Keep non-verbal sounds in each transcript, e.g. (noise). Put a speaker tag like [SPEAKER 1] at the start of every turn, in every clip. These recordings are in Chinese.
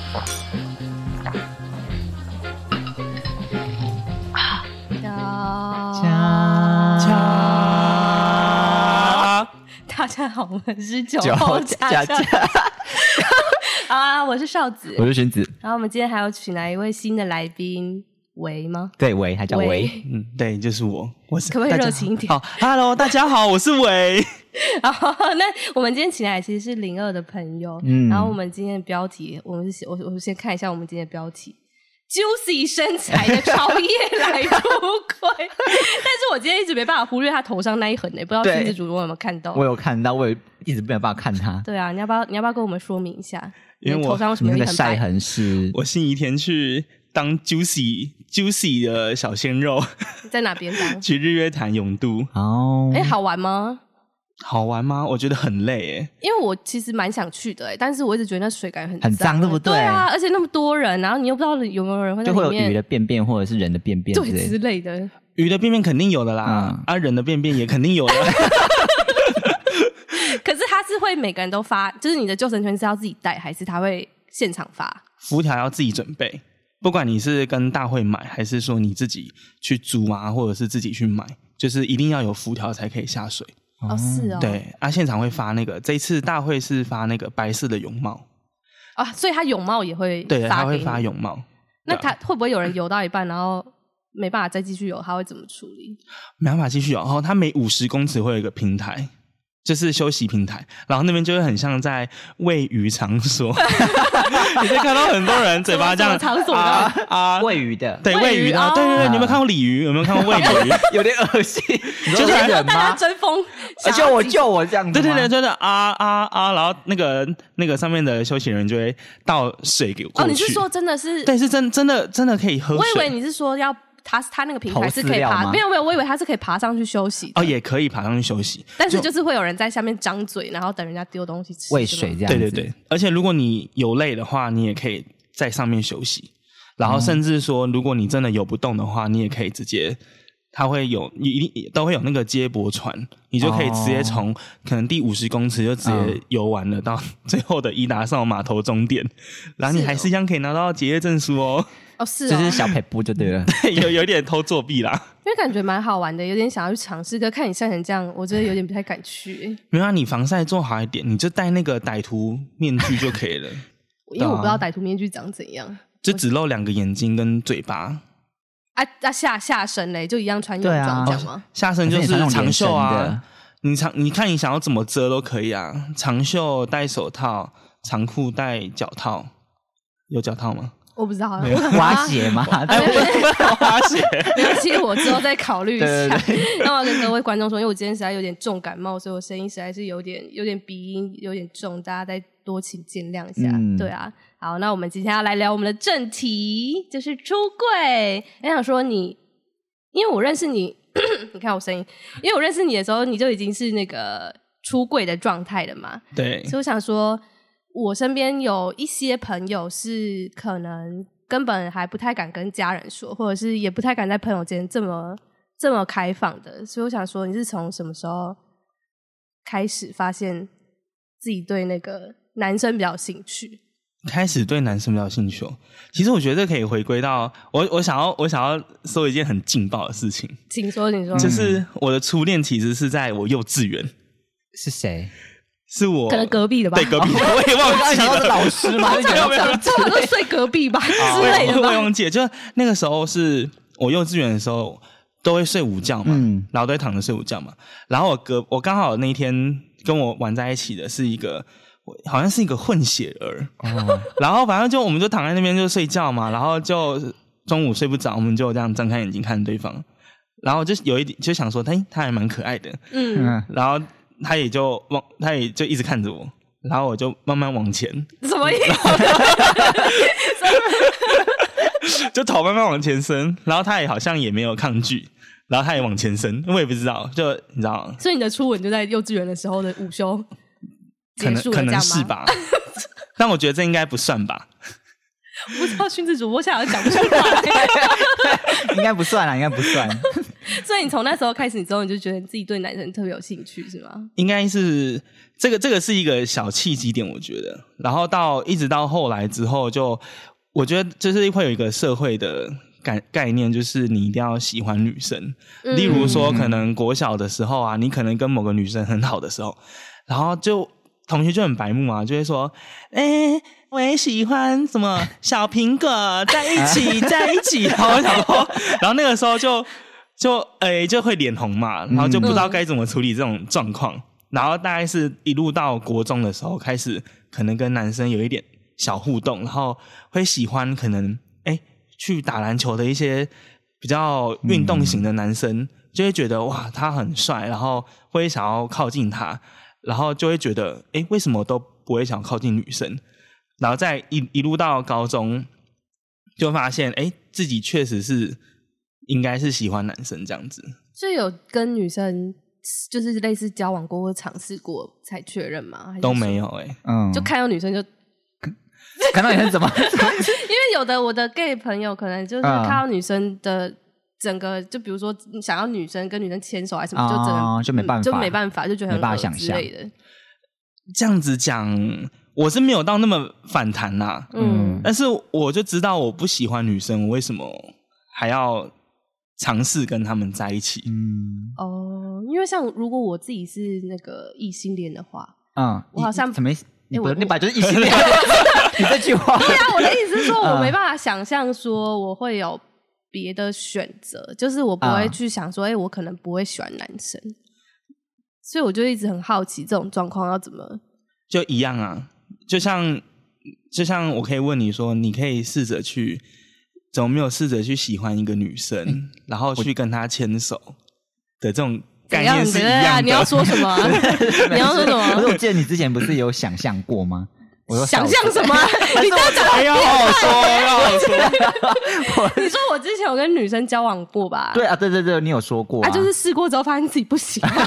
[SPEAKER 1] 嗯啊大家好，我们是九
[SPEAKER 2] 九
[SPEAKER 1] 号
[SPEAKER 2] 家
[SPEAKER 1] 家。 (laughs) 好啊，我是少子。
[SPEAKER 2] (laughs) 我是荀子，
[SPEAKER 1] 然后我们今天还要请来一位新的来宾，维吗？ (laughs)
[SPEAKER 2] 对，维，他叫维
[SPEAKER 1] 维。
[SPEAKER 3] 嗯，对，就是我，我是
[SPEAKER 1] 可不可以
[SPEAKER 3] 大家
[SPEAKER 1] 热情一点
[SPEAKER 3] 好，Hello，大家好，我是伟。
[SPEAKER 1] 然后，那我们今天请来其实是零二的朋友。
[SPEAKER 2] 嗯
[SPEAKER 1] 然后我们今天的标题，我们是写我我先看一下我们今天的标题。Juicy 身材的超夜来
[SPEAKER 2] (laughs)
[SPEAKER 1] 出轨，但是我今天一直没办法忽略他头上那一痕呢、不知道
[SPEAKER 2] 对
[SPEAKER 1] 金子主播有没有看到
[SPEAKER 2] 我？有看到，我也一直没有办法看他，
[SPEAKER 1] 对啊，你要不要你要不要跟我们说明一下？
[SPEAKER 3] 因为
[SPEAKER 1] 你
[SPEAKER 3] 我
[SPEAKER 1] 头上为什
[SPEAKER 2] 你
[SPEAKER 1] 么
[SPEAKER 2] 那
[SPEAKER 1] 有一
[SPEAKER 2] 个
[SPEAKER 1] 痕
[SPEAKER 2] 晒
[SPEAKER 1] 白？
[SPEAKER 2] 痕是
[SPEAKER 3] 我星期天去当 Juicy Juicy 的小鲜肉，
[SPEAKER 1] 你在哪边当？
[SPEAKER 3] 去日月潭泳渡，
[SPEAKER 2] 哦
[SPEAKER 1] 哎、，好玩吗？
[SPEAKER 3] 好玩吗？我觉得很累诶。
[SPEAKER 1] 因为我其实蛮想去的、欸，但是我一直觉得那水感很
[SPEAKER 2] 很
[SPEAKER 1] 脏，
[SPEAKER 2] 脏对不对
[SPEAKER 1] 对？啊，而且那么多人，然后你又不知道有没有人会在
[SPEAKER 2] 就会
[SPEAKER 1] 里
[SPEAKER 2] 有鱼
[SPEAKER 1] 面
[SPEAKER 2] 的欸便便或者是人的便便之
[SPEAKER 1] 对
[SPEAKER 2] 类
[SPEAKER 1] 之
[SPEAKER 2] 的。
[SPEAKER 1] 类的。
[SPEAKER 3] 鱼的便便肯定有的啦，
[SPEAKER 2] 嗯
[SPEAKER 3] 啊，人的便便也肯定有的。 (laughs)
[SPEAKER 1] 可是他是会每个人都发，就是你的救生圈是要自己带，还是他会现场发？
[SPEAKER 3] 浮条要自己准备，不管你是跟大会买，还是说你自己去租啊，或者是自己去买，就是一定要有浮条才可以下水。
[SPEAKER 1] 哦，是哦，
[SPEAKER 3] 对，啊，现场会发那个，这一次大会是发那个白色的泳帽，
[SPEAKER 1] 啊，所以他泳帽也会
[SPEAKER 3] 对，他
[SPEAKER 1] 给
[SPEAKER 3] 会
[SPEAKER 1] 你
[SPEAKER 3] 发。泳帽。啊
[SPEAKER 1] 那他会不会有人游到一半，然后没办法再继续游，他会怎么处理？
[SPEAKER 3] 没办法继续哦。然后它每五十公尺会有一个平台，就是休息平台，然后那边就会很像在喂鱼
[SPEAKER 1] (laughs)
[SPEAKER 3] 场所，你会看到很多人嘴巴这样
[SPEAKER 1] 什么场所呢
[SPEAKER 3] 啊啊，
[SPEAKER 2] 喂鱼的，
[SPEAKER 3] 对，
[SPEAKER 1] 喂
[SPEAKER 3] 喂
[SPEAKER 1] 鱼
[SPEAKER 3] 鱼啊，
[SPEAKER 1] 哦
[SPEAKER 3] 对对对，你有没有看过鲤鱼？有没有看过喂
[SPEAKER 1] (laughs)
[SPEAKER 3] 鲤鱼？
[SPEAKER 2] 有点恶心。你说
[SPEAKER 3] 就是
[SPEAKER 2] 在忍
[SPEAKER 1] 大
[SPEAKER 2] 吗
[SPEAKER 1] 家？争锋，
[SPEAKER 2] 啊
[SPEAKER 1] 想
[SPEAKER 2] 救
[SPEAKER 1] 要
[SPEAKER 2] 我
[SPEAKER 1] 挤
[SPEAKER 2] 救我这样子
[SPEAKER 3] 对
[SPEAKER 2] 吗？
[SPEAKER 3] 对对，就是啊啊啊，然后那个那个上面的休息人员就会倒水给过
[SPEAKER 1] 哦，
[SPEAKER 3] 去。
[SPEAKER 1] 你是说真的是？
[SPEAKER 3] 对，是真真的真的可以喝
[SPEAKER 1] 我以为
[SPEAKER 3] 水
[SPEAKER 1] 你是说要他他那个平台
[SPEAKER 2] 投
[SPEAKER 1] 是
[SPEAKER 2] 饲
[SPEAKER 1] 可以
[SPEAKER 2] 料
[SPEAKER 1] 爬，
[SPEAKER 2] 吗
[SPEAKER 1] 没有没有，我以为他是可以爬上去休息的
[SPEAKER 3] 哦，也可以爬上去休息。
[SPEAKER 1] 但是就是会有人在下面张嘴，然后等人家丢东西吃。
[SPEAKER 2] 喂
[SPEAKER 1] 是吗
[SPEAKER 2] 水这样子。
[SPEAKER 3] 对对对，而且如果你有累的话，你也可以在上面休息。然后甚至说，如果你真的游不动的话，你也可以直接，它会有一定都会有那个接驳船，你就可以直接从可能第五十公尺就直接
[SPEAKER 2] 嗯
[SPEAKER 3] 游完了，到最后的伊达邵码头终
[SPEAKER 2] (laughs)
[SPEAKER 3] 点，然后你
[SPEAKER 1] 是哦
[SPEAKER 3] 还是一样可以拿到结业证书哦。 (laughs)
[SPEAKER 1] 哦，是
[SPEAKER 2] 就
[SPEAKER 1] 哦，
[SPEAKER 2] 是小撇步就对了。
[SPEAKER 3] 有有点偷作弊啦，
[SPEAKER 1] 因为感觉蛮好玩的，有点想要去尝试。可看你晒成这样，我真的有点不太敢去，
[SPEAKER 3] 没有、啊，你防晒做好一点，你就戴那个歹徒面具就可
[SPEAKER 2] (laughs)
[SPEAKER 3] 以了，
[SPEAKER 1] 因为
[SPEAKER 2] 啊
[SPEAKER 1] 我不知道歹徒面具长怎样。
[SPEAKER 3] 就只露两个眼睛跟嘴巴，
[SPEAKER 1] 啊啊下下身嘞，就一样穿泳
[SPEAKER 2] 对啊
[SPEAKER 1] 装这样吗？
[SPEAKER 3] 下身就
[SPEAKER 2] 可你
[SPEAKER 3] 是
[SPEAKER 2] 穿那种
[SPEAKER 3] 长
[SPEAKER 2] 连身
[SPEAKER 3] 袖啊
[SPEAKER 2] 的。，
[SPEAKER 3] 你长，你看你想要怎么遮都可以啊，长袖戴手套，长裤戴脚套，有脚套吗？ (laughs)
[SPEAKER 1] 我不知道，啊 (laughs)
[SPEAKER 2] 挖鞋嘛，
[SPEAKER 3] 哎，不是不是滑雪，
[SPEAKER 1] 没有，其实我之后再考虑一下。
[SPEAKER 2] 对
[SPEAKER 1] 那我要跟各位观众说，因为我今天实在有点重感冒，所以我声音实在是有点有点鼻音有点重，大家再多请见谅一下。
[SPEAKER 2] 嗯
[SPEAKER 1] 对啊，好，那我们今天要来聊我们的正题，就是出柜。我想说你，因为我认识你， (coughs) 你看我声音，因为我认识你的时候，你就已经是那个出柜的状态了嘛。
[SPEAKER 3] 对
[SPEAKER 1] 所以我想说，我身边有一些朋友是可能根本还不太敢跟家人说，或者是也不太敢在朋友间这么这么开放的。所以我想说，你是从什么时候开始发现自己对那个男生比较有兴趣？
[SPEAKER 3] 开始对男生比较兴趣哦。其实我觉得这可以回归到我，我想要我想要说一件很劲爆的事情，
[SPEAKER 1] 请说，请
[SPEAKER 2] 嗯
[SPEAKER 1] 说，
[SPEAKER 3] 就是我的初恋其实是在我幼稚园，
[SPEAKER 2] 是谁？
[SPEAKER 3] 是我
[SPEAKER 1] 可能隔壁的吧
[SPEAKER 3] 对，隔壁，我也
[SPEAKER 2] 我刚
[SPEAKER 3] 忘
[SPEAKER 2] 才
[SPEAKER 3] 记
[SPEAKER 2] 想到是
[SPEAKER 3] 了。
[SPEAKER 2] 老师吗？
[SPEAKER 3] (laughs)
[SPEAKER 1] 通
[SPEAKER 2] 你
[SPEAKER 1] 常
[SPEAKER 2] 想
[SPEAKER 1] 都
[SPEAKER 2] 到
[SPEAKER 1] 隔
[SPEAKER 2] 长
[SPEAKER 1] 通常都睡隔壁吧
[SPEAKER 3] 啊
[SPEAKER 1] 之类的
[SPEAKER 3] 我也
[SPEAKER 1] 吧。
[SPEAKER 3] 忘记了，就那个时候是我幼稚园的时候，都会睡午觉嘛，
[SPEAKER 2] 嗯
[SPEAKER 3] 然后都会躺着睡午觉嘛。然后我隔我刚好那一天跟我玩在一起的是一个，我好像是一个混血儿，
[SPEAKER 2] 哦，
[SPEAKER 3] 然后反正就我们就躺在那边就睡觉嘛，然后就中午睡不着，我们就这样睁开眼睛看对方，然后就有一点就想说，哎，他还蛮可爱的，
[SPEAKER 1] 嗯，
[SPEAKER 2] 嗯，
[SPEAKER 3] 然后他也就往他也就一直看着我，然后我就慢慢往前，
[SPEAKER 1] 什么意思？ (laughs)
[SPEAKER 3] 就头慢慢往前伸，然后他也好像也没有抗拒，然后他也往前伸，我也不知道，就你知道，
[SPEAKER 1] 所以你的初吻就在幼稚园的时候的午休
[SPEAKER 3] 可
[SPEAKER 1] 结
[SPEAKER 3] 能
[SPEAKER 1] 束
[SPEAKER 3] 可
[SPEAKER 1] 了，这
[SPEAKER 3] 能
[SPEAKER 1] 样
[SPEAKER 3] 是
[SPEAKER 1] 吗？
[SPEAKER 3] 吧， (laughs) 但我觉得这应该不算吧。
[SPEAKER 2] (laughs)
[SPEAKER 1] 不知道训斥主播现在讲不出来。 (laughs)
[SPEAKER 2] 应该不算啦，应该不算。
[SPEAKER 1] 所以你从那时候开始，你之后你就觉得你自己对男生特别有兴趣，是吗？
[SPEAKER 3] 应该是这个这个是一个小契机点，我觉得。然后到一直到后来之后就，我觉得就是会有一个社会的概概念，就是你一定要喜欢女生。
[SPEAKER 1] 嗯
[SPEAKER 3] 例如说，可能国小的时候啊，你可能跟某个女生很好的时候，然后就同学就很白目啊，就会说：“哎、我也喜欢什么小苹果，在一起，在一起。”然后我想说，然后那个时候就就哎、就会脸红嘛，然后就不知道该怎么处理这种状况。然后大概是一路到国中的时候，开始可能跟男生有一点小互动，然后会喜欢可能哎、去打篮球的一些比较运动型的男生，就会觉得哇他很帅，然后会想要靠近他，然后就会觉得哎、为什么都不会想靠近女生？然后再一一路到高中，就发现哎、自己确实是应该是喜欢男生这样子。
[SPEAKER 1] 所以有跟女生就是类似交往过或尝试过才确认吗？还是
[SPEAKER 3] 都
[SPEAKER 1] 说
[SPEAKER 3] 没有哎、
[SPEAKER 2] 嗯，
[SPEAKER 1] 就看到女生就，因
[SPEAKER 2] 看到你是
[SPEAKER 1] (laughs)
[SPEAKER 2] 怎么，
[SPEAKER 1] 为有的我的 gay 朋友可能就是
[SPEAKER 2] 啊
[SPEAKER 1] 看到女生的整个，就比如说想要女生跟女生牵手还是什么，就真
[SPEAKER 2] 啊
[SPEAKER 1] 的
[SPEAKER 2] 就没办法
[SPEAKER 1] 嗯就没办法，就觉得很
[SPEAKER 2] 没办法
[SPEAKER 1] 恶
[SPEAKER 2] 想
[SPEAKER 1] 之
[SPEAKER 2] 象
[SPEAKER 1] 类的。
[SPEAKER 3] 这样子讲，我是没有到那么反弹啦、
[SPEAKER 1] 嗯，
[SPEAKER 3] 但是我就知道我不喜欢女生，我为什么还要尝试跟他们在一起？
[SPEAKER 2] 嗯
[SPEAKER 1] 哦，因为像如果我自己是那个异性恋的话，
[SPEAKER 2] 嗯，
[SPEAKER 1] 我好像
[SPEAKER 2] 你怎么意思？你
[SPEAKER 1] 哎
[SPEAKER 2] 不，
[SPEAKER 1] 我
[SPEAKER 2] 你本来就是异
[SPEAKER 1] (laughs)
[SPEAKER 2] 性恋，你这句话，
[SPEAKER 1] 对啊，我的意思是说，
[SPEAKER 2] 嗯
[SPEAKER 1] 我没办法想象说我会有别的选择，就是我不会去想说，哎、我可能不会喜欢男生，所以我就一直很好奇这种状况要怎么。
[SPEAKER 3] 就一样啊，就像就像我可以问你说，你可以试着去，怎么没有试着去喜欢一个女生，然后去跟她牵手的这种概
[SPEAKER 1] 怎
[SPEAKER 3] 念
[SPEAKER 1] 样
[SPEAKER 3] 是
[SPEAKER 1] 子
[SPEAKER 3] 一
[SPEAKER 1] 啊？
[SPEAKER 3] 样的。
[SPEAKER 1] 你要说什么啊、 (laughs) 你要说什
[SPEAKER 2] 可是
[SPEAKER 1] 么？
[SPEAKER 2] (laughs) 我记得你之前不是有想象过吗？我说
[SPEAKER 1] 想象什么啊？你都讲，
[SPEAKER 3] 哎呀，好好说，要好说。
[SPEAKER 1] 你说我之前有跟女生交往过吧？
[SPEAKER 2] 对啊，对对对，你有说过
[SPEAKER 1] 啊，就是试过之后发现自己不行，但
[SPEAKER 3] (laughs)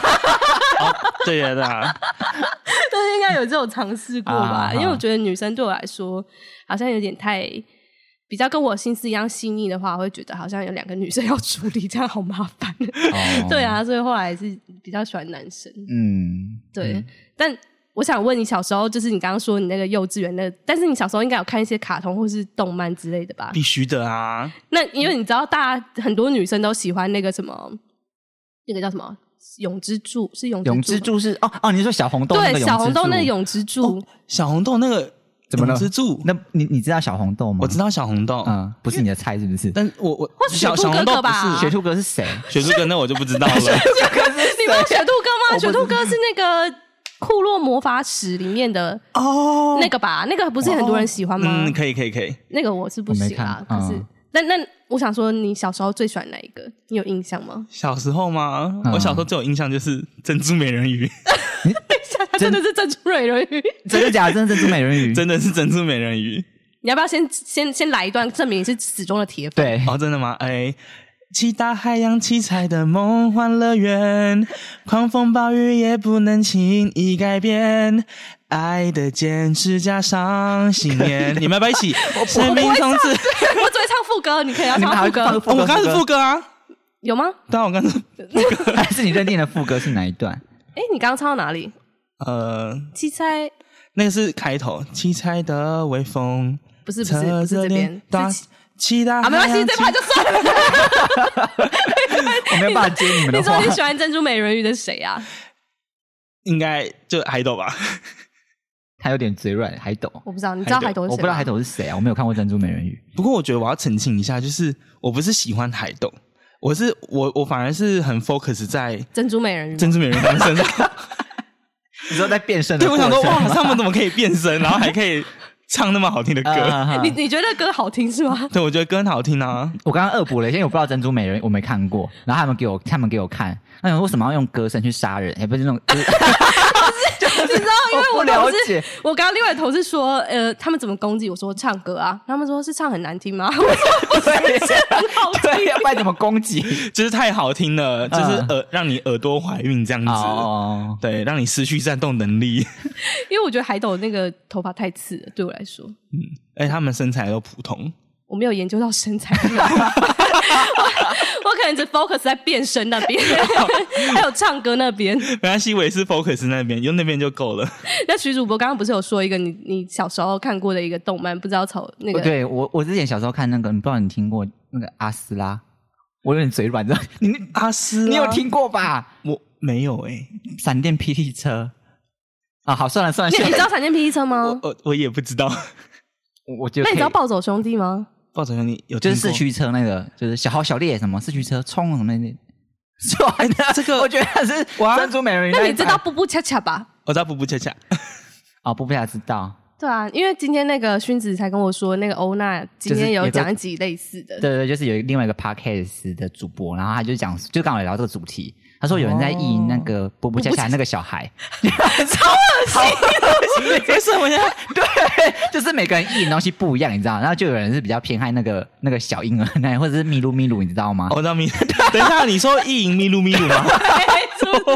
[SPEAKER 3] 对呀，对啊，
[SPEAKER 1] (laughs) 是应该有这种尝试过吧？
[SPEAKER 2] 啊
[SPEAKER 1] 因为我觉得女生对我来说好像有点太。比较跟我心思一样细腻的话，我会觉得好像有两个女生 (laughs) 要处理，这样好麻烦。 (laughs)
[SPEAKER 2] 哦
[SPEAKER 1] 对，啊，所以后来是比较喜欢男生。
[SPEAKER 2] 嗯，
[SPEAKER 1] 对，但我想问你，小时候就是你刚刚说你那个幼稚园那个，但是你小时候应该有看一些卡通或是动漫之类的吧？
[SPEAKER 2] 嗯
[SPEAKER 3] 必须的啊。
[SPEAKER 1] 那因为你知道，大家很多女生都喜欢那个什么，那个叫什么永之助，是永
[SPEAKER 2] 永
[SPEAKER 1] 之
[SPEAKER 2] 之
[SPEAKER 1] 助吗。
[SPEAKER 2] 助是哦哦，你说小红豆那个
[SPEAKER 1] 对，
[SPEAKER 2] 永
[SPEAKER 1] 小红
[SPEAKER 2] 之
[SPEAKER 1] 豆
[SPEAKER 2] 助
[SPEAKER 1] 那个永之助，
[SPEAKER 3] 小红豆那个
[SPEAKER 2] 怎么了
[SPEAKER 3] 永之助？
[SPEAKER 2] 那你你知道小红豆吗？
[SPEAKER 3] 我知
[SPEAKER 2] 道，
[SPEAKER 3] 道小红豆，
[SPEAKER 2] 嗯，不是你的菜是不是？
[SPEAKER 3] 但我我
[SPEAKER 1] 或雪
[SPEAKER 3] 小小
[SPEAKER 1] 兔
[SPEAKER 3] 红
[SPEAKER 1] 哥
[SPEAKER 3] 豆
[SPEAKER 1] 哥
[SPEAKER 3] 不
[SPEAKER 1] 吧？
[SPEAKER 3] 是
[SPEAKER 2] 雪兔哥是谁？
[SPEAKER 3] 雪兔哥，那我就不
[SPEAKER 1] (laughs)
[SPEAKER 3] 知道了。
[SPEAKER 1] 你没有雪兔哥吗？
[SPEAKER 2] 哦我不
[SPEAKER 1] 雪
[SPEAKER 2] 知
[SPEAKER 1] 兔哥是那个库洛魔法使里面的
[SPEAKER 3] (laughs) 哦
[SPEAKER 1] 那个吧？那个不是很多人喜欢
[SPEAKER 2] 哦
[SPEAKER 1] 吗？
[SPEAKER 3] 嗯，可以可以可以。
[SPEAKER 1] 那个我是不行啊，
[SPEAKER 2] 我没
[SPEAKER 1] 可
[SPEAKER 2] 看
[SPEAKER 1] 是、
[SPEAKER 2] 嗯
[SPEAKER 1] 那那我想说，你小时候最喜欢哪一个？你有印象吗？ (laughs)
[SPEAKER 3] 小时候吗？
[SPEAKER 2] 嗯
[SPEAKER 3] 我小时候最有印象就是珍珠美人鱼， (laughs)
[SPEAKER 1] 他真的是珍珠美人鱼。
[SPEAKER 2] (laughs)
[SPEAKER 1] (laughs)
[SPEAKER 2] 真的假的？真的珍珠美人鱼？
[SPEAKER 3] 真的是珍珠美人鱼。
[SPEAKER 1] 你要不要先先先来一段证明你是始终的铁粉？
[SPEAKER 2] 对，
[SPEAKER 3] 哦，真的吗？哎，七大海洋七彩的梦幻乐园，狂风暴雨也不能轻易改变。爱的坚持加上信念，你们要不要一起？生命从此，
[SPEAKER 1] (laughs) 我只会唱副歌，你可以要
[SPEAKER 2] 你们
[SPEAKER 1] 唱
[SPEAKER 2] 还
[SPEAKER 1] 副
[SPEAKER 2] 会
[SPEAKER 1] 歌
[SPEAKER 2] 放
[SPEAKER 3] 哦我刚刚是
[SPEAKER 2] 副
[SPEAKER 3] 副歌啊，
[SPEAKER 1] (laughs) 有吗？ (laughs)
[SPEAKER 3] 对啊，我刚刚是
[SPEAKER 2] 歌， (laughs) 还是你认定的副歌是哪一段？
[SPEAKER 1] 哎、你刚刚唱到哪里？
[SPEAKER 3] 呃，
[SPEAKER 1] 七彩
[SPEAKER 3] 那个是开头，七彩的微风，
[SPEAKER 1] 不是不是
[SPEAKER 3] 侧
[SPEAKER 1] 不是
[SPEAKER 3] 着
[SPEAKER 1] 这边
[SPEAKER 3] 脸，大
[SPEAKER 1] 是七
[SPEAKER 3] 七大
[SPEAKER 1] 啊，没关
[SPEAKER 3] 海
[SPEAKER 1] 系，
[SPEAKER 3] 洋
[SPEAKER 1] 这
[SPEAKER 3] 七
[SPEAKER 1] 趴就算了。
[SPEAKER 2] 我没有办法接你们
[SPEAKER 1] 你
[SPEAKER 2] 的
[SPEAKER 1] 说
[SPEAKER 2] 话
[SPEAKER 1] 你。喜欢珍珠美人鱼的谁啊？
[SPEAKER 3] 应该就海斗吧。 (laughs)
[SPEAKER 2] 他有点嘴软，海斗。
[SPEAKER 1] 我不知道，你知道海斗是谁吗？
[SPEAKER 2] 我不知道海斗是谁啊，我没有看过珍珠美人鱼。
[SPEAKER 3] 不过我觉得我要澄清一下，就是我不是喜欢海斗，我是我我反而是很 focus 在
[SPEAKER 1] 珍珠美人鱼吗。
[SPEAKER 3] 珍珠美人鱼他们身
[SPEAKER 1] (laughs)
[SPEAKER 3] 上。
[SPEAKER 2] 你说在变身的
[SPEAKER 3] 对，
[SPEAKER 2] 过
[SPEAKER 3] 我
[SPEAKER 2] 程吗？
[SPEAKER 3] 想说哇，他们怎么可以变身，然后还可以唱那么好
[SPEAKER 1] (laughs)
[SPEAKER 3] 听的歌？
[SPEAKER 2] (laughs) 啊哈
[SPEAKER 1] 你你觉得歌好听是
[SPEAKER 3] (laughs)
[SPEAKER 1] 吗？
[SPEAKER 3] 对，我觉得歌很好听啊。
[SPEAKER 2] 我刚刚恶补了一下，因为我不知道珍珠美人，我没看过。然后他们给我，他们给我看，那想为什么要用歌声去杀人？也不
[SPEAKER 1] (laughs)
[SPEAKER 2] 是那种，就是
[SPEAKER 1] 你知道，因为
[SPEAKER 2] 我不
[SPEAKER 1] 我
[SPEAKER 2] 了
[SPEAKER 1] 同事
[SPEAKER 2] 解。
[SPEAKER 1] (laughs) 我刚刚另外同事说，呃，他们怎么攻击我说唱歌啊？他们说是唱很难听吗？我说
[SPEAKER 2] 对
[SPEAKER 1] 很好听。
[SPEAKER 2] 对，要不然怎么攻击？
[SPEAKER 1] (laughs)
[SPEAKER 3] 就是太好听了，就是
[SPEAKER 2] 嗯
[SPEAKER 1] 啊
[SPEAKER 3] 耳、让你耳朵怀孕这样子。
[SPEAKER 2] 哦，
[SPEAKER 3] 对，让你失去战斗能力。
[SPEAKER 1] 因为我觉得海斗那个头发太刺了，对我来说，
[SPEAKER 3] 哎，他们身材都普通，
[SPEAKER 1] (laughs) 我没有研究到身材。我我可能只 focus 在变声那边，还有唱歌那边。
[SPEAKER 3] 没关系，我也是 focus 那边，用那边就够了。
[SPEAKER 1] 那徐主播刚刚不是有说一个你你小时候看过的一个动漫，不知道从那个
[SPEAKER 2] 哦对我我之前小时候看那个，你不知道你听过那个阿斯拉，我有点嘴软，你 (laughs) 知道你
[SPEAKER 3] 阿斯啊拉，
[SPEAKER 2] 你有听过
[SPEAKER 1] 啊
[SPEAKER 2] 吧？
[SPEAKER 3] 我没有哎、
[SPEAKER 2] 闪电霹雳车啊，好，算了算了，
[SPEAKER 1] 你
[SPEAKER 2] 现
[SPEAKER 1] 你
[SPEAKER 2] 在
[SPEAKER 1] 知道闪电霹雳车
[SPEAKER 3] 我
[SPEAKER 1] 吗？
[SPEAKER 3] 我我也不知道。
[SPEAKER 2] 我我觉
[SPEAKER 1] 那
[SPEAKER 2] 得
[SPEAKER 1] 你知道
[SPEAKER 2] 可以
[SPEAKER 1] 暴走兄弟吗？
[SPEAKER 3] 暴走兄弟有
[SPEAKER 2] 就是
[SPEAKER 3] 听过
[SPEAKER 2] 四驱车那个，就是小豪小烈什么四驱车冲什么 (laughs) 那那。是吧
[SPEAKER 3] 这个
[SPEAKER 2] 哎我觉得它是
[SPEAKER 3] 哇
[SPEAKER 2] 珍珠美人鱼一
[SPEAKER 1] 那
[SPEAKER 2] 版。
[SPEAKER 1] 你知道步步恰恰吧？
[SPEAKER 3] 我知道布布恰恰，
[SPEAKER 2] 哦，不不想知道。
[SPEAKER 1] 对啊，因为今天那个勋子才跟我说，那个欧娜今
[SPEAKER 2] 就是
[SPEAKER 1] 天
[SPEAKER 2] 有
[SPEAKER 1] 有
[SPEAKER 2] 个
[SPEAKER 1] 讲一集类似的。 (laughs)
[SPEAKER 2] 对对，就是有另外一个 podcast 的主播，然后他就讲，就刚好聊这个主题。他说有人在译那个波波恰恰那个小孩， (laughs) 超恶心，为什么呀？ (laughs) 对，就是每个人译的东西不一样，你知道？然后就有人是比较偏爱那个那个小婴儿那样，或者是咪噜咪噜，你知道吗
[SPEAKER 3] 哦？我知道咪。等一下，你说意淫咪噜咪噜吗？ (laughs)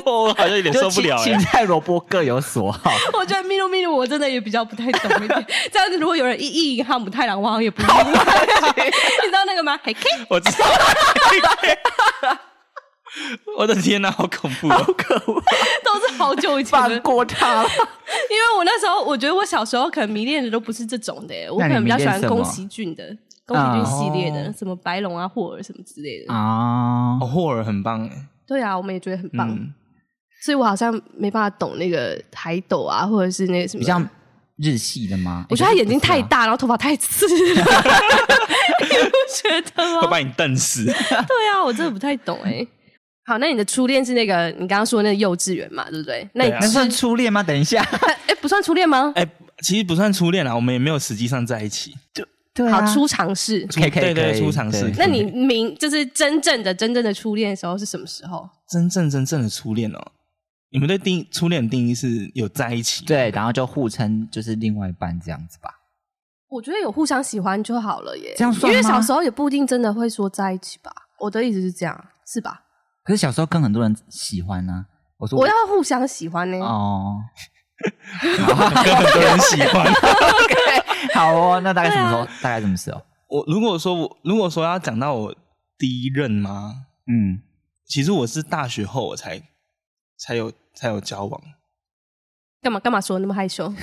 [SPEAKER 3] 我好像有点
[SPEAKER 2] 就
[SPEAKER 3] 受不了
[SPEAKER 2] 青
[SPEAKER 3] 哎、
[SPEAKER 2] 青菜萝卜各有所 (laughs) 好，
[SPEAKER 1] 我觉得咪噜咪噜我真的也比较不太懂一
[SPEAKER 2] (laughs)
[SPEAKER 1] 点。这样子，如果有人一一银汉姆太郎，我好像也不意外。 (laughs) 你知道那个吗？嘿 K，
[SPEAKER 3] 我知道。 (laughs) 我的天哪、好恐怖、哦！
[SPEAKER 2] 可恶，
[SPEAKER 1] 都是好久以前的
[SPEAKER 2] (laughs) 放，过他了。 (laughs)
[SPEAKER 1] 因为我那时候我觉得我小时候可能迷恋的都不是这种的耶，我
[SPEAKER 2] 那
[SPEAKER 1] 可
[SPEAKER 2] 你
[SPEAKER 1] 能比较
[SPEAKER 2] 迷
[SPEAKER 1] 喜
[SPEAKER 2] 恋
[SPEAKER 1] 欢
[SPEAKER 2] 什么
[SPEAKER 1] 宫崎骏的。宫崎骏系列的、
[SPEAKER 3] 哦
[SPEAKER 1] 什么白龙啊、霍尔什么之类的，
[SPEAKER 2] 啊
[SPEAKER 3] 哦，，霍尔很棒哎、
[SPEAKER 1] 对啊，我们也觉得很棒。
[SPEAKER 3] 嗯，
[SPEAKER 1] 所以我好像没办法懂那个海斗啊，或者是那个什么
[SPEAKER 2] 比较日系的吗？
[SPEAKER 1] 我觉得他眼睛
[SPEAKER 3] 啊
[SPEAKER 1] 太大，然后头发太刺 (laughs) 了，你不觉得
[SPEAKER 3] 会
[SPEAKER 1] 吗？
[SPEAKER 3] 把你瞪死。
[SPEAKER 1] 对啊，我真的不太懂哎、好，那你的初恋是那个你刚刚说那个幼稚园嘛，对不对？那你
[SPEAKER 3] 对啊
[SPEAKER 2] 那算初恋吗？等一下，
[SPEAKER 1] 哎、不算初恋吗？
[SPEAKER 3] 哎、其实不算初恋啦，我们也没有实际上在一起。
[SPEAKER 2] 对
[SPEAKER 3] 啊
[SPEAKER 1] 好，初尝试。
[SPEAKER 2] 可以可以
[SPEAKER 3] 对对
[SPEAKER 2] 可以
[SPEAKER 3] 出场式
[SPEAKER 2] 对
[SPEAKER 1] 那你明就是真正的真正的初恋的时候是什么时候？
[SPEAKER 3] 真正真正的初恋哦，你们对定初恋的定义是有在一起？，
[SPEAKER 2] 对，然后就互称就是另外一半这样子吧。
[SPEAKER 1] 我觉得有互相喜欢就好了耶，
[SPEAKER 2] 这样算
[SPEAKER 1] 因为
[SPEAKER 2] 吗
[SPEAKER 1] 小时候也不一定真的会说在一起吧。我的意思是这样，是吧？
[SPEAKER 2] 可是小时候跟很多人喜欢呢、我说
[SPEAKER 1] 我要互相喜欢呢、
[SPEAKER 2] 哦，啊
[SPEAKER 3] 跟很多人喜欢。
[SPEAKER 2] (laughs) 好哦，那大概什么时候？大概什么时候？
[SPEAKER 3] 我如果说我如果说要讲到我第一任吗？
[SPEAKER 2] 嗯，
[SPEAKER 3] 其实我是大学后我才才有才有交往，
[SPEAKER 1] 干嘛干嘛说那么害羞？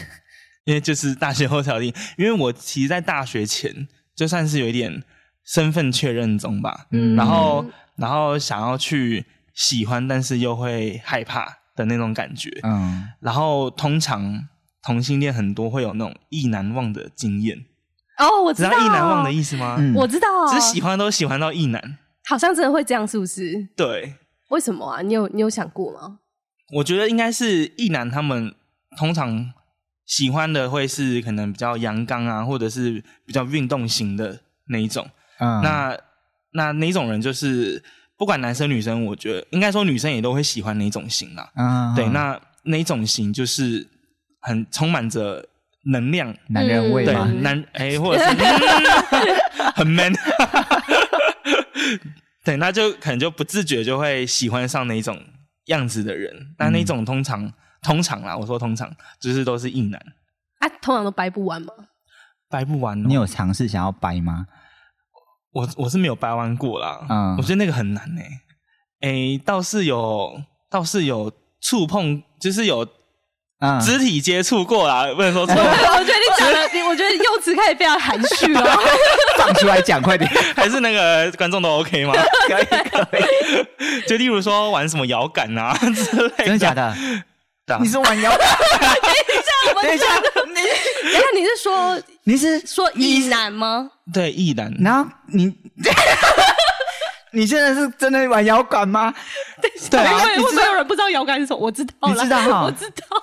[SPEAKER 3] 因为就是大学后才有定，因为我其实，在大学前就算是有一点身份确认中吧，
[SPEAKER 2] 嗯
[SPEAKER 3] 然后然后想要去喜欢，但是又会害怕的那种感觉，
[SPEAKER 2] 嗯，
[SPEAKER 3] 然后通常同性恋很多会有那种意难忘的经验，
[SPEAKER 1] 哦，我知
[SPEAKER 3] 知道
[SPEAKER 1] 道
[SPEAKER 3] 意难忘的意思吗？
[SPEAKER 2] 嗯
[SPEAKER 1] 我知道，
[SPEAKER 3] 只是喜欢都喜欢到意难。
[SPEAKER 1] 好像真的会这样，是不是？
[SPEAKER 3] 对，
[SPEAKER 1] 为什么啊？你有你有想过吗？
[SPEAKER 3] 我觉得应该是意男他们通常喜欢的会是可能比较阳刚啊，或者是比较运动型的那一种。
[SPEAKER 2] 嗯
[SPEAKER 3] 那那那一种人就是不管男生女生，我觉得应该说女生也都会喜欢那一种型啦。
[SPEAKER 2] 嗯
[SPEAKER 3] 对，那那一种型就是很充满着能量，
[SPEAKER 2] 男人味
[SPEAKER 3] 对
[SPEAKER 2] 嘛，
[SPEAKER 1] 嗯
[SPEAKER 3] 男哎、或者是嗯很 man，对，那就可能就不自觉就会喜欢上那一种样子的人。那
[SPEAKER 2] 嗯
[SPEAKER 3] 那一种通常、通常啦，我说通常就是都是硬男，
[SPEAKER 1] 啊，通常都掰不
[SPEAKER 2] (laughs)
[SPEAKER 1] 完嘛。
[SPEAKER 3] 掰不完、哦。
[SPEAKER 2] 你有尝试想要掰吗？
[SPEAKER 3] 我我是没有掰弯过啦，
[SPEAKER 2] 嗯
[SPEAKER 3] 我觉得那个很难呢、哎、倒是有倒是有触碰，就是有
[SPEAKER 2] 嗯，
[SPEAKER 3] 肢体接触过啦，不
[SPEAKER 2] (laughs)
[SPEAKER 3] 能说触碰
[SPEAKER 1] 我我觉得你讲的，你我觉得用词开始非常含蓄啊
[SPEAKER 2] (laughs)
[SPEAKER 1] 了。
[SPEAKER 2] 放出来讲，快点，
[SPEAKER 3] 还是那个观众都 OK 吗？
[SPEAKER 2] 可以可以，
[SPEAKER 3] 就例如说玩什么摇杆啊之类的，
[SPEAKER 2] 真的假的？
[SPEAKER 3] 对啊
[SPEAKER 2] 你是玩摇
[SPEAKER 3] (laughs)
[SPEAKER 2] 杆？
[SPEAKER 1] 等
[SPEAKER 2] 啊等一下，
[SPEAKER 1] 等一下，哎你是说
[SPEAKER 3] (laughs)
[SPEAKER 2] 你你是
[SPEAKER 1] 说
[SPEAKER 2] 你
[SPEAKER 1] 一男吗？
[SPEAKER 3] 对，意男，
[SPEAKER 2] 然后
[SPEAKER 3] (laughs)
[SPEAKER 2] 你，你现在是真的玩摇杆吗？
[SPEAKER 3] 对啊
[SPEAKER 1] 会
[SPEAKER 2] 你
[SPEAKER 1] 会
[SPEAKER 2] 知
[SPEAKER 1] 不会有人不知道摇杆是什么？我知道啦，
[SPEAKER 2] 你知道
[SPEAKER 1] (laughs)
[SPEAKER 2] 哈
[SPEAKER 1] 我知道。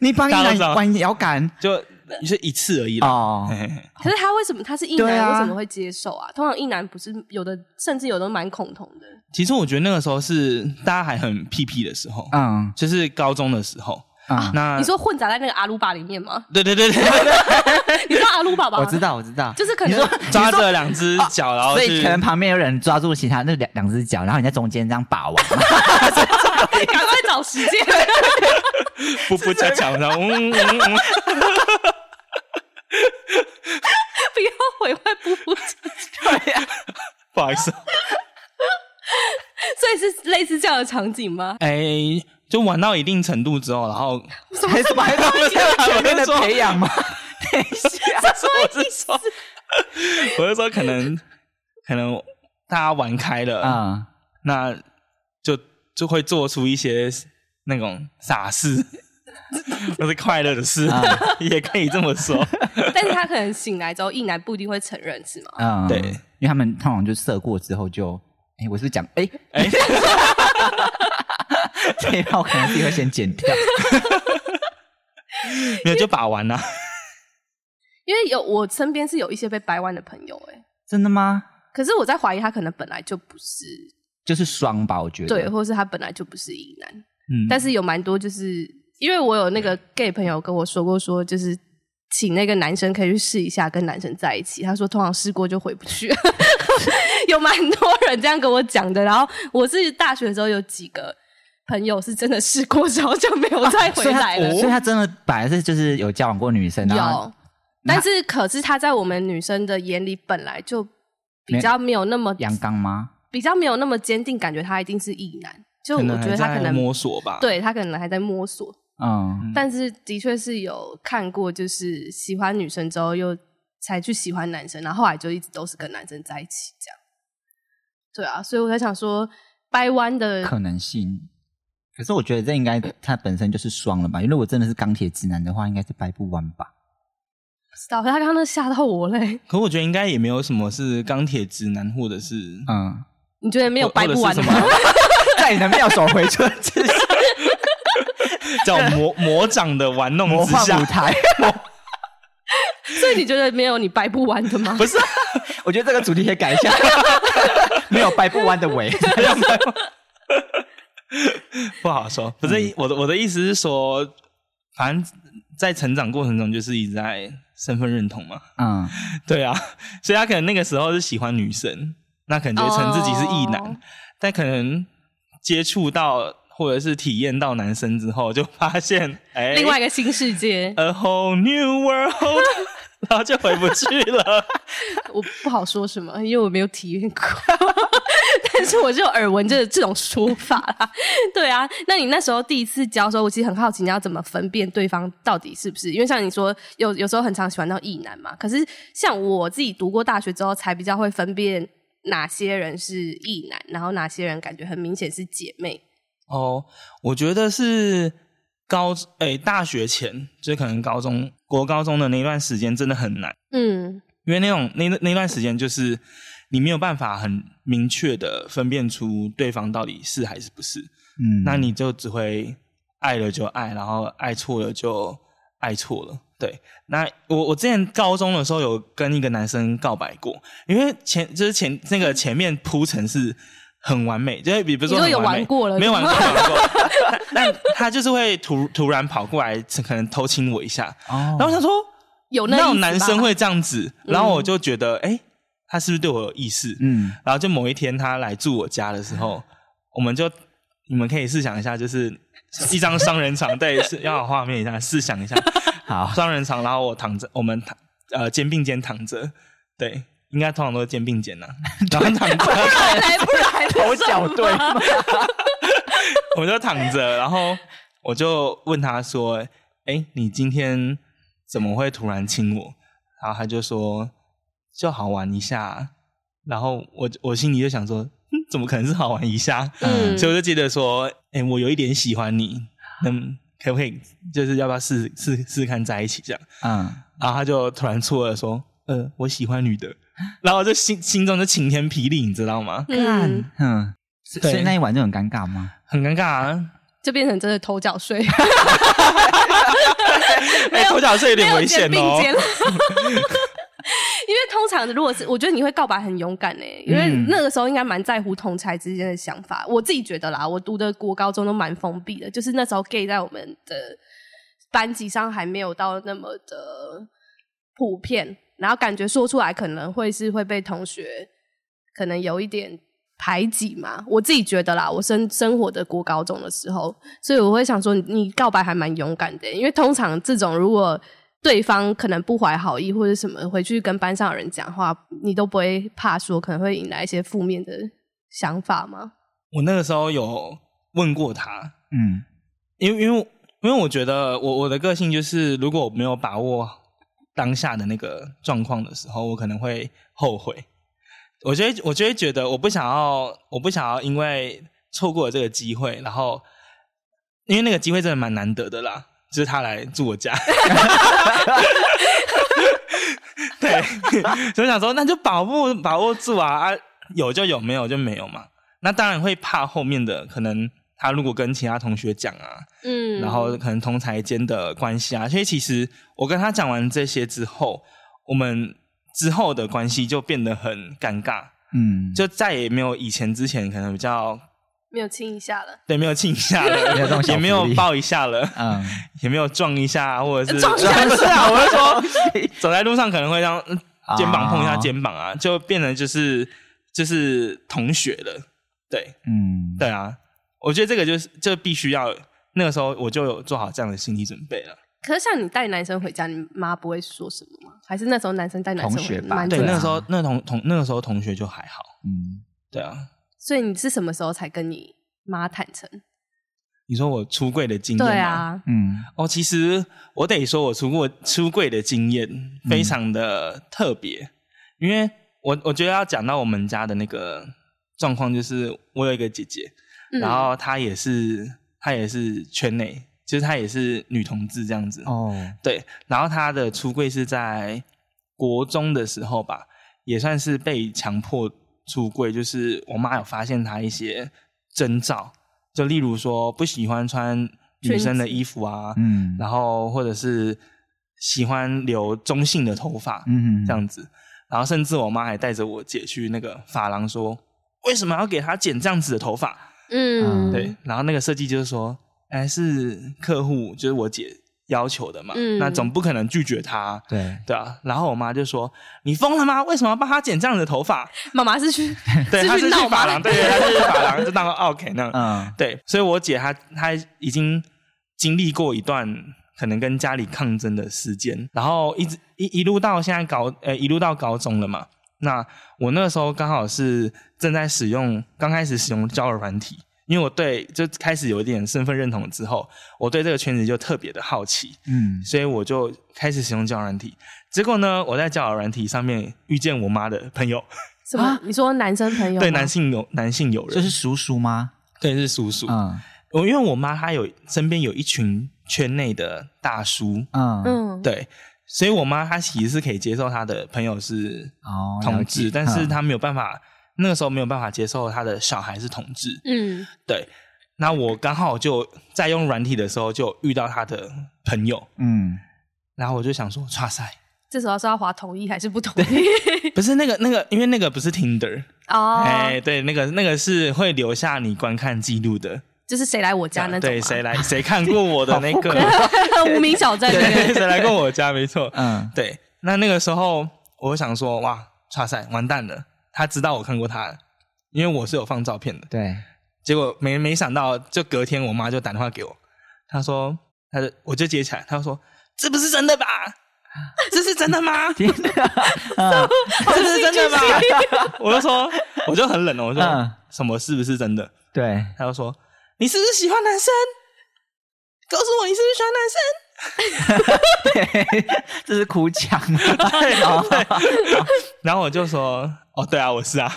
[SPEAKER 2] 你帮一
[SPEAKER 3] 大家都知
[SPEAKER 2] 男
[SPEAKER 3] 道嗯
[SPEAKER 2] 玩摇
[SPEAKER 3] (laughs)
[SPEAKER 2] 杆
[SPEAKER 3] 就就是一次而已啦。
[SPEAKER 2] 哦
[SPEAKER 3] 嘿嘿嘿
[SPEAKER 1] 可是他为什么他是一
[SPEAKER 2] 对
[SPEAKER 1] 男？
[SPEAKER 2] 啊
[SPEAKER 1] 为什么会接受啊？通常一男不是有的，甚至有的蛮恐同的。
[SPEAKER 3] 其实我觉得那个时候是大家还很屁屁的时候，
[SPEAKER 2] 嗯
[SPEAKER 3] 就是高中的时候。
[SPEAKER 2] 嗯，
[SPEAKER 3] 那
[SPEAKER 1] 你说混杂在那个阿鲁巴里面
[SPEAKER 2] (laughs)
[SPEAKER 1] 吗？
[SPEAKER 3] 对对对对，
[SPEAKER 1] 你知道阿鲁巴吧？
[SPEAKER 2] 我知，道，我知道，
[SPEAKER 1] 就是可
[SPEAKER 2] 你
[SPEAKER 1] 能
[SPEAKER 2] 说
[SPEAKER 3] 抓着两只脚，然后
[SPEAKER 2] 所以
[SPEAKER 3] 去
[SPEAKER 2] 可能旁边有人抓住其他那两两只脚，然后你在中间这样把玩。
[SPEAKER 1] (laughs)
[SPEAKER 3] (laughs)
[SPEAKER 1] 赶快找时
[SPEAKER 2] (laughs)
[SPEAKER 1] 间。
[SPEAKER 3] 不不恰巧，然后嗯嗯
[SPEAKER 1] (laughs)
[SPEAKER 3] 嗯，
[SPEAKER 1] 不要毁坏布布。
[SPEAKER 2] (laughs) 啊
[SPEAKER 3] 不好意思，
[SPEAKER 1] 的场景吗？
[SPEAKER 3] 哎、就玩到一定程度之后，然后
[SPEAKER 2] 还是还是不是我们的培养
[SPEAKER 3] (laughs)
[SPEAKER 2] 吗？等一下，
[SPEAKER 3] 我是说，我是说，可能可能大家玩开了，
[SPEAKER 2] 嗯，
[SPEAKER 3] 那就就会做出一些那种傻
[SPEAKER 1] (laughs)
[SPEAKER 3] 事，或是快乐的事，
[SPEAKER 2] 啊
[SPEAKER 3] (laughs) 也可以这
[SPEAKER 1] (laughs)
[SPEAKER 3] 么说。
[SPEAKER 1] 但是他可能醒来之后，一男不一定会承认，是吗？
[SPEAKER 2] 嗯，
[SPEAKER 3] 对
[SPEAKER 2] 因为他们通常就射过之后就，哎、我是不是讲，哎、
[SPEAKER 3] 哎、
[SPEAKER 2] 这一炮可能自己会先剪
[SPEAKER 3] (laughs)
[SPEAKER 2] 掉，
[SPEAKER 3] 没有就把玩啦、啊
[SPEAKER 1] 因为有我身边是有一些被掰弯的朋友、欸，哎，
[SPEAKER 2] 真的吗？
[SPEAKER 1] 可是我在怀疑他可能本来就不是
[SPEAKER 2] 就是双吧，我觉得，
[SPEAKER 1] 对，或是他本来就不是一男，
[SPEAKER 3] 嗯，
[SPEAKER 1] 但是有蛮多就是因为我有那个 gay 朋友跟我说过，说就是。请那个男生可以去试一下跟男生在一起，他说通常试过就回不去， (laughs) 有蛮多人这样跟我讲的。然后我是大学的时候有几个朋友是真的试过之后就没有再回
[SPEAKER 2] 所以他哦
[SPEAKER 1] 来了，
[SPEAKER 2] 所以他真的本来是就是有交往过女生，然后
[SPEAKER 1] 有，但是可是他在我们女生的眼里本来就比较没有那么
[SPEAKER 2] 阳刚吗？
[SPEAKER 1] 比较没有那么坚定，感觉他一定是异男。就我
[SPEAKER 3] 可能
[SPEAKER 1] 觉
[SPEAKER 3] 还
[SPEAKER 1] 得他
[SPEAKER 3] 在
[SPEAKER 1] 可能
[SPEAKER 3] 摸索吧。，
[SPEAKER 1] 对他可能还在摸索，
[SPEAKER 2] 嗯，
[SPEAKER 1] (laughs) 但是的确是有看过，就是喜欢女生之后又才去喜欢男生，然后后来就一直都是跟男生在一起这样。对啊，所以我在想说，掰弯的
[SPEAKER 2] 可能性。可是我觉得这应该他本身就是双了吧？因为如果真的是钢铁直男的话，应该是掰不弯吧？
[SPEAKER 1] 导他刚刚那吓到我嘞，
[SPEAKER 3] 可我觉得应该也没有什么是钢铁直男，或者是
[SPEAKER 2] (laughs) 嗯，
[SPEAKER 1] 你觉得啊没有
[SPEAKER 3] 或
[SPEAKER 1] 掰不完的
[SPEAKER 3] 或者是
[SPEAKER 1] 吗 (laughs)
[SPEAKER 3] 什？
[SPEAKER 2] 哎在你的妙手回春之下，
[SPEAKER 3] 叫魔魔掌的玩弄
[SPEAKER 2] 魔
[SPEAKER 3] 之
[SPEAKER 2] 幻
[SPEAKER 3] 下
[SPEAKER 2] 舞，台。
[SPEAKER 1] 所以你觉得没有你掰不完的
[SPEAKER 3] (laughs)
[SPEAKER 1] 吗？
[SPEAKER 2] 不是， (laughs) 我觉得这个主题可以改一 (laughs) 下，没有掰不弯的 (laughs) 尾。
[SPEAKER 3] 不好
[SPEAKER 1] 嗯
[SPEAKER 3] 说。不是、我的我的意思是说，反正在成长过程中就是一直在身份认同嘛。
[SPEAKER 2] 嗯，
[SPEAKER 3] (laughs) 对啊，所以他可能那个时候是喜欢女生，那可能就会称自己是异男
[SPEAKER 1] 哦
[SPEAKER 3] 但可能接触到或者是体验到男生之后，就发现哎，
[SPEAKER 1] 另外一个新世界，
[SPEAKER 3] a whole new world，然 (laughs) 后就回不去了。
[SPEAKER 1] 我不好说什么，因为我没有体验过， (laughs) 但是我就有耳闻这这种说法啦。对啊，那你那时候第一次教的时候，我其实很好奇你要怎么分辨对方到底是不是，因为像你说有有时候很常喜欢到异男嘛，可是像我自己读过大学之后，才比较会分辨哪些人是异男，然后哪些人感觉很明显是姐妹。
[SPEAKER 3] 哦，我觉得是高诶、大学前，就是可能高中国高中的那段时间真的很难，
[SPEAKER 1] 嗯，
[SPEAKER 3] 因为那种那那段时间就是你没有办法很明确的分辨出对方到底是还是不是。
[SPEAKER 2] 嗯
[SPEAKER 3] 那你就只会爱了就爱，然后爱错了就爱错了。对，那我我之前高中的时候有跟一个男生告白过，因为前就是前那个前面铺陈是很完美，就是比如说
[SPEAKER 1] 你说有
[SPEAKER 3] 很完美
[SPEAKER 1] 玩过了
[SPEAKER 3] 没有玩过，没有玩
[SPEAKER 2] (laughs)
[SPEAKER 3] 过，但但他就是会突突然跑过来，可能偷亲我一下，
[SPEAKER 2] 哦
[SPEAKER 3] 然后他说
[SPEAKER 1] 有那
[SPEAKER 3] 那
[SPEAKER 1] 意
[SPEAKER 3] 种
[SPEAKER 1] 思吧
[SPEAKER 3] 男生
[SPEAKER 1] (laughs)
[SPEAKER 3] 会这样子，然后我就觉得哎、诶他是不是对我有意思？
[SPEAKER 2] 嗯，
[SPEAKER 3] 然后就某一天他来住我家的时候，我们就你们可以试想一下，就是一张双人床，对，是要有画面一下，试想一下
[SPEAKER 2] (laughs) 好，
[SPEAKER 3] 双人床，然后我躺着，我们躺呃肩并肩躺着，对，应该通常都是肩并肩呐、啊然后躺着，
[SPEAKER 1] 不然不然
[SPEAKER 3] (laughs)
[SPEAKER 2] 头脚对吗
[SPEAKER 3] 我就躺着，然后我就问他说：“哎，你今天怎么会突然亲我？”然后他就说：“就好玩一下。”然后我我心里就想说：“嗯，怎么可能是好玩一下？”
[SPEAKER 1] 嗯
[SPEAKER 3] 所以我就记得说，哎、我有一点喜欢你，能可不可以，就是要不要试试试看在一起这样？
[SPEAKER 2] (laughs) 嗯，
[SPEAKER 3] 然后他就突然错了说，呃，我喜欢女的，然后我就心心中就晴天霹雳，你知道吗？
[SPEAKER 1] 嗯，
[SPEAKER 2] 嗯，所
[SPEAKER 3] 对
[SPEAKER 2] 所以那一晚就很尴尬吗？
[SPEAKER 3] 很尴尬啊，
[SPEAKER 1] 就变成真的头脚睡，(laughs)
[SPEAKER 3] (laughs) 哎、头脚是有
[SPEAKER 1] 没
[SPEAKER 3] 点
[SPEAKER 1] 有
[SPEAKER 3] 危险
[SPEAKER 1] 肩并
[SPEAKER 3] 哦。
[SPEAKER 1] 肩 (laughs) 因为通常如果是，我觉得你会告白很勇敢呢、因为
[SPEAKER 2] 嗯
[SPEAKER 1] 那个时候应该蛮在乎同才之间的想法。我自己觉得啦，我读的国高中都蛮封闭的，就是那时候 gay 在我们的班级上还没有到那么的普遍，然后感觉说出来可能会是会被同学可能有一点排挤嘛。我自己觉得啦，我生生活的国高中的时候，所以我会想说你，你告白还蛮勇敢的、因为通常这种如果对方可能不怀好意或者什么，回去跟班上的人讲话，你都不会怕说可能会引来一些负面的想法吗？
[SPEAKER 3] 我那个时候有问过他，
[SPEAKER 2] 嗯，
[SPEAKER 3] 因为因为因为我觉得我我的个性就是，如果我没有把握当下的那个状况的时候，我可能会后悔。我就会我就会觉得我不想要，我不想要因为错过了这个机会，然后因为那个机会真的蛮难得的啦，就是他来住我家。 (laughs) 对， (laughs) 所以我想说那就把握把握住啊啊，有就有，没有就没有嘛。那当然会怕后面的可能。他如果跟其他同学讲啊，
[SPEAKER 1] 嗯，
[SPEAKER 3] 然后可能同才间的关系啊，所以其实我跟他讲完这些之后，我们之后的关系就变得很尴尬，
[SPEAKER 2] 嗯，
[SPEAKER 3] 就再也没有以前之前可能比较
[SPEAKER 1] 没有亲一下了，
[SPEAKER 3] 对没有亲一下
[SPEAKER 2] 没有这
[SPEAKER 3] 了
[SPEAKER 2] 种，小
[SPEAKER 3] 也没有
[SPEAKER 2] 福利
[SPEAKER 3] 抱一下了，
[SPEAKER 2] 嗯，
[SPEAKER 3] 也没有撞一下，啊或者是
[SPEAKER 1] 撞一下
[SPEAKER 3] (laughs) 不是啊，我是
[SPEAKER 2] (laughs)
[SPEAKER 3] 说 (laughs) 走在路上可能会让嗯
[SPEAKER 2] 啊
[SPEAKER 3] 肩膀碰一下肩膀啊，就变成就是就是同学了，对
[SPEAKER 2] 嗯，
[SPEAKER 3] 对啊，我觉得这个就是就必须要那个时候我就有做好这样的心理准备了。
[SPEAKER 1] 可是像你带男生回家，你妈不会说什么吗？还是那时候男生带男生
[SPEAKER 2] 同学
[SPEAKER 1] 回
[SPEAKER 2] 吧
[SPEAKER 1] 蛮
[SPEAKER 3] 对，
[SPEAKER 1] 正
[SPEAKER 3] 那
[SPEAKER 1] 常
[SPEAKER 3] 个
[SPEAKER 1] 的
[SPEAKER 3] 时候那同同那个时候同学就还好，
[SPEAKER 2] 嗯，
[SPEAKER 3] 对啊。
[SPEAKER 1] 所以你是什么时候才跟你妈坦诚？
[SPEAKER 3] 你说我出柜的经验吗
[SPEAKER 1] 对，啊，
[SPEAKER 2] 嗯，
[SPEAKER 3] 哦，其实我得说，我出过出柜的经
[SPEAKER 1] 嗯
[SPEAKER 3] 验非常的特别，因为我我觉得要讲到我们家的那个状况，就是我有一个姐姐，
[SPEAKER 1] 嗯
[SPEAKER 3] 然后她也是她也是圈内，就是她也是女同志这样子，
[SPEAKER 2] 哦，
[SPEAKER 3] 对，然后她的出柜是在国中的时候吧，也算是被强迫出柜，就是我妈有发现她一些征兆，就例如说不喜欢穿女生的衣服啊，
[SPEAKER 2] 嗯，
[SPEAKER 3] 然后或者是喜欢留中性的头发，
[SPEAKER 2] 嗯，
[SPEAKER 3] 这样子。然后甚至我妈还带着我姐去那个发廊说，为什么要给她剪这样子的头发？
[SPEAKER 1] 嗯，
[SPEAKER 3] 对，然后那个设计就是说，哎，是客户，就是我姐要求的嘛，
[SPEAKER 1] 嗯
[SPEAKER 3] 那总不可能拒绝她。
[SPEAKER 2] 对，
[SPEAKER 3] 对啊，然后我妈就说：“你疯了吗？为什么要帮她剪这样的头发
[SPEAKER 1] 妈妈是去？”
[SPEAKER 3] 对，她
[SPEAKER 1] 去
[SPEAKER 3] 是去
[SPEAKER 1] 闹
[SPEAKER 3] 发
[SPEAKER 1] 吗
[SPEAKER 3] 廊，？对，她是去发廊，就当个 OK 那样。
[SPEAKER 2] 嗯，
[SPEAKER 3] 对，所以我姐她她已经经历过一段可能跟家里抗争的时间，然后一直一一路到现在高呃一路到高中了嘛。那我那个时候刚好是正在使用刚开始使用交友软体，因为我对就开始有一点身份认同之后，我对这个圈子就特别的好奇，
[SPEAKER 2] 嗯，
[SPEAKER 3] 所以我就开始使用交友软体。结果呢，我在交友软体上面遇见我妈的朋友，
[SPEAKER 1] 什么？你说男生朋友吗？
[SPEAKER 3] 啊对男性友男性友人，
[SPEAKER 2] 这是叔叔吗？
[SPEAKER 3] 对是叔叔，
[SPEAKER 2] 嗯
[SPEAKER 3] 我因为我妈她有身边有一群圈内的大叔，
[SPEAKER 2] 嗯，
[SPEAKER 1] 嗯，
[SPEAKER 3] 对，所以我妈她其实是可以接受她的朋友是
[SPEAKER 2] 哦，
[SPEAKER 3] 同
[SPEAKER 2] 了解
[SPEAKER 3] 志，但是她没有办法，那个时候没有办法接受她的小孩是同志。
[SPEAKER 1] 嗯，
[SPEAKER 3] 对，那我刚好就在用软体的时候就遇到她的朋友，
[SPEAKER 2] 嗯，
[SPEAKER 3] 然后我就想说，哇塞，
[SPEAKER 1] 这时候是要划同意还是不同意？
[SPEAKER 3] 不是那个那个，因为那个不是 Tinder，
[SPEAKER 1] 哦，
[SPEAKER 3] 哎、对，那个那个是会留下你观看记录的，
[SPEAKER 1] 就是谁来我家那种吗？啊
[SPEAKER 3] 对，谁来谁看过我的那个，
[SPEAKER 1] (laughs) 无名小镇那
[SPEAKER 3] 对，
[SPEAKER 1] 个，嗯
[SPEAKER 3] 谁来过我家，没错，
[SPEAKER 2] 嗯
[SPEAKER 3] 对，那那个时候我想说，哇，差赛完蛋了，他知道我看过他了，因为我是有放照片的。 (laughs)
[SPEAKER 2] 对，
[SPEAKER 3] 结果没没想到，就隔天我妈就打电话给我，她说，她就我就接起来，她说这不是真的吧？这是真的吗？
[SPEAKER 2] 天哪，
[SPEAKER 3] 这是真的吗？ (laughs) 我就说，我就很冷哦了，我说、
[SPEAKER 2] 嗯
[SPEAKER 3] 什么是不是真的？ (laughs)
[SPEAKER 2] 对，
[SPEAKER 3] 她就说你是不是喜欢男生？告诉我你是不是喜欢男生？
[SPEAKER 2] 这是哭腔，
[SPEAKER 3] 然后我就说，哦，对啊，我是啊。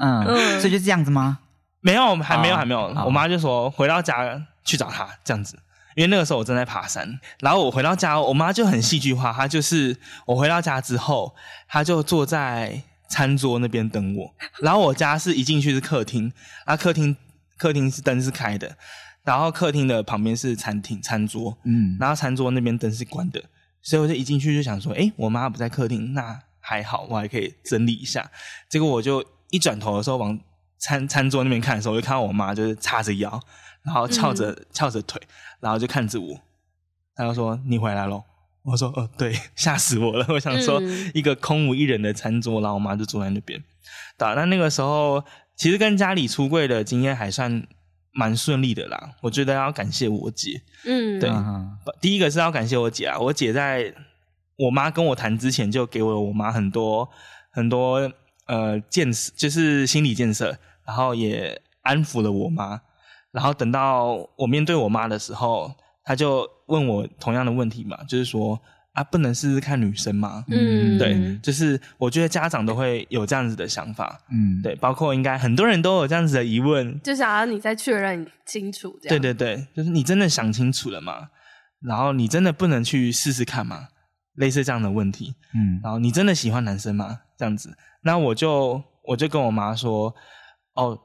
[SPEAKER 2] 嗯，所以就这样子吗？
[SPEAKER 3] 没有，还没有，
[SPEAKER 2] 哦
[SPEAKER 3] 还没有。
[SPEAKER 2] 哦
[SPEAKER 3] 我妈就说回到家去找他这样子，因为那个时候我正在爬山。然后我回到家，我妈就很戏剧化，她就是我回到家之后，她就坐在餐桌那边等我。然后我家是一进去是客厅，啊，客厅客厅是灯是开的，然后客厅的旁边是餐厅餐桌，
[SPEAKER 2] 嗯
[SPEAKER 3] 然后餐桌那边灯是关的，所以我就一进去就想说，诶，我妈不在客厅，那还好，我还可以整理一下。结果我就一转头的时候往餐餐桌那边看的时候，我就看到我妈就是叉着腰，然后翘着、翘着腿，然后就看着我，她就说：“你回来咯。我说：“哦，对，吓死我了！我想说，
[SPEAKER 1] 嗯
[SPEAKER 3] 一个空无一人的餐桌，然后我妈就坐在那边。对啊，那那个时候其实跟家里出柜的经验还算蛮顺利的啦。我觉得要感谢我姐，
[SPEAKER 1] 嗯，
[SPEAKER 3] 对
[SPEAKER 2] 嗯
[SPEAKER 3] 呃第一个是要感谢我姐啊，我姐在我妈跟我谈之前就给我我妈很多很多呃建设，就是心理建设，然后也安抚了我妈。然后等到我面对我妈的时候，她就问我同样的问题嘛，就是说啊，不能试试看女生吗？
[SPEAKER 1] 嗯，
[SPEAKER 3] 对，就是我觉得家长都会有这样子的想法，
[SPEAKER 2] 嗯，
[SPEAKER 3] 对，包括应该很多人都有这样子的疑问，
[SPEAKER 1] 就想要你再确认清楚，这样
[SPEAKER 3] 对对对，就是你真的想清楚了吗？然后你真的不能去试试看吗？类似这样的问题，
[SPEAKER 2] 嗯
[SPEAKER 3] 然后你真的喜欢男生吗？这样子，那我就我就跟我妈说，哦，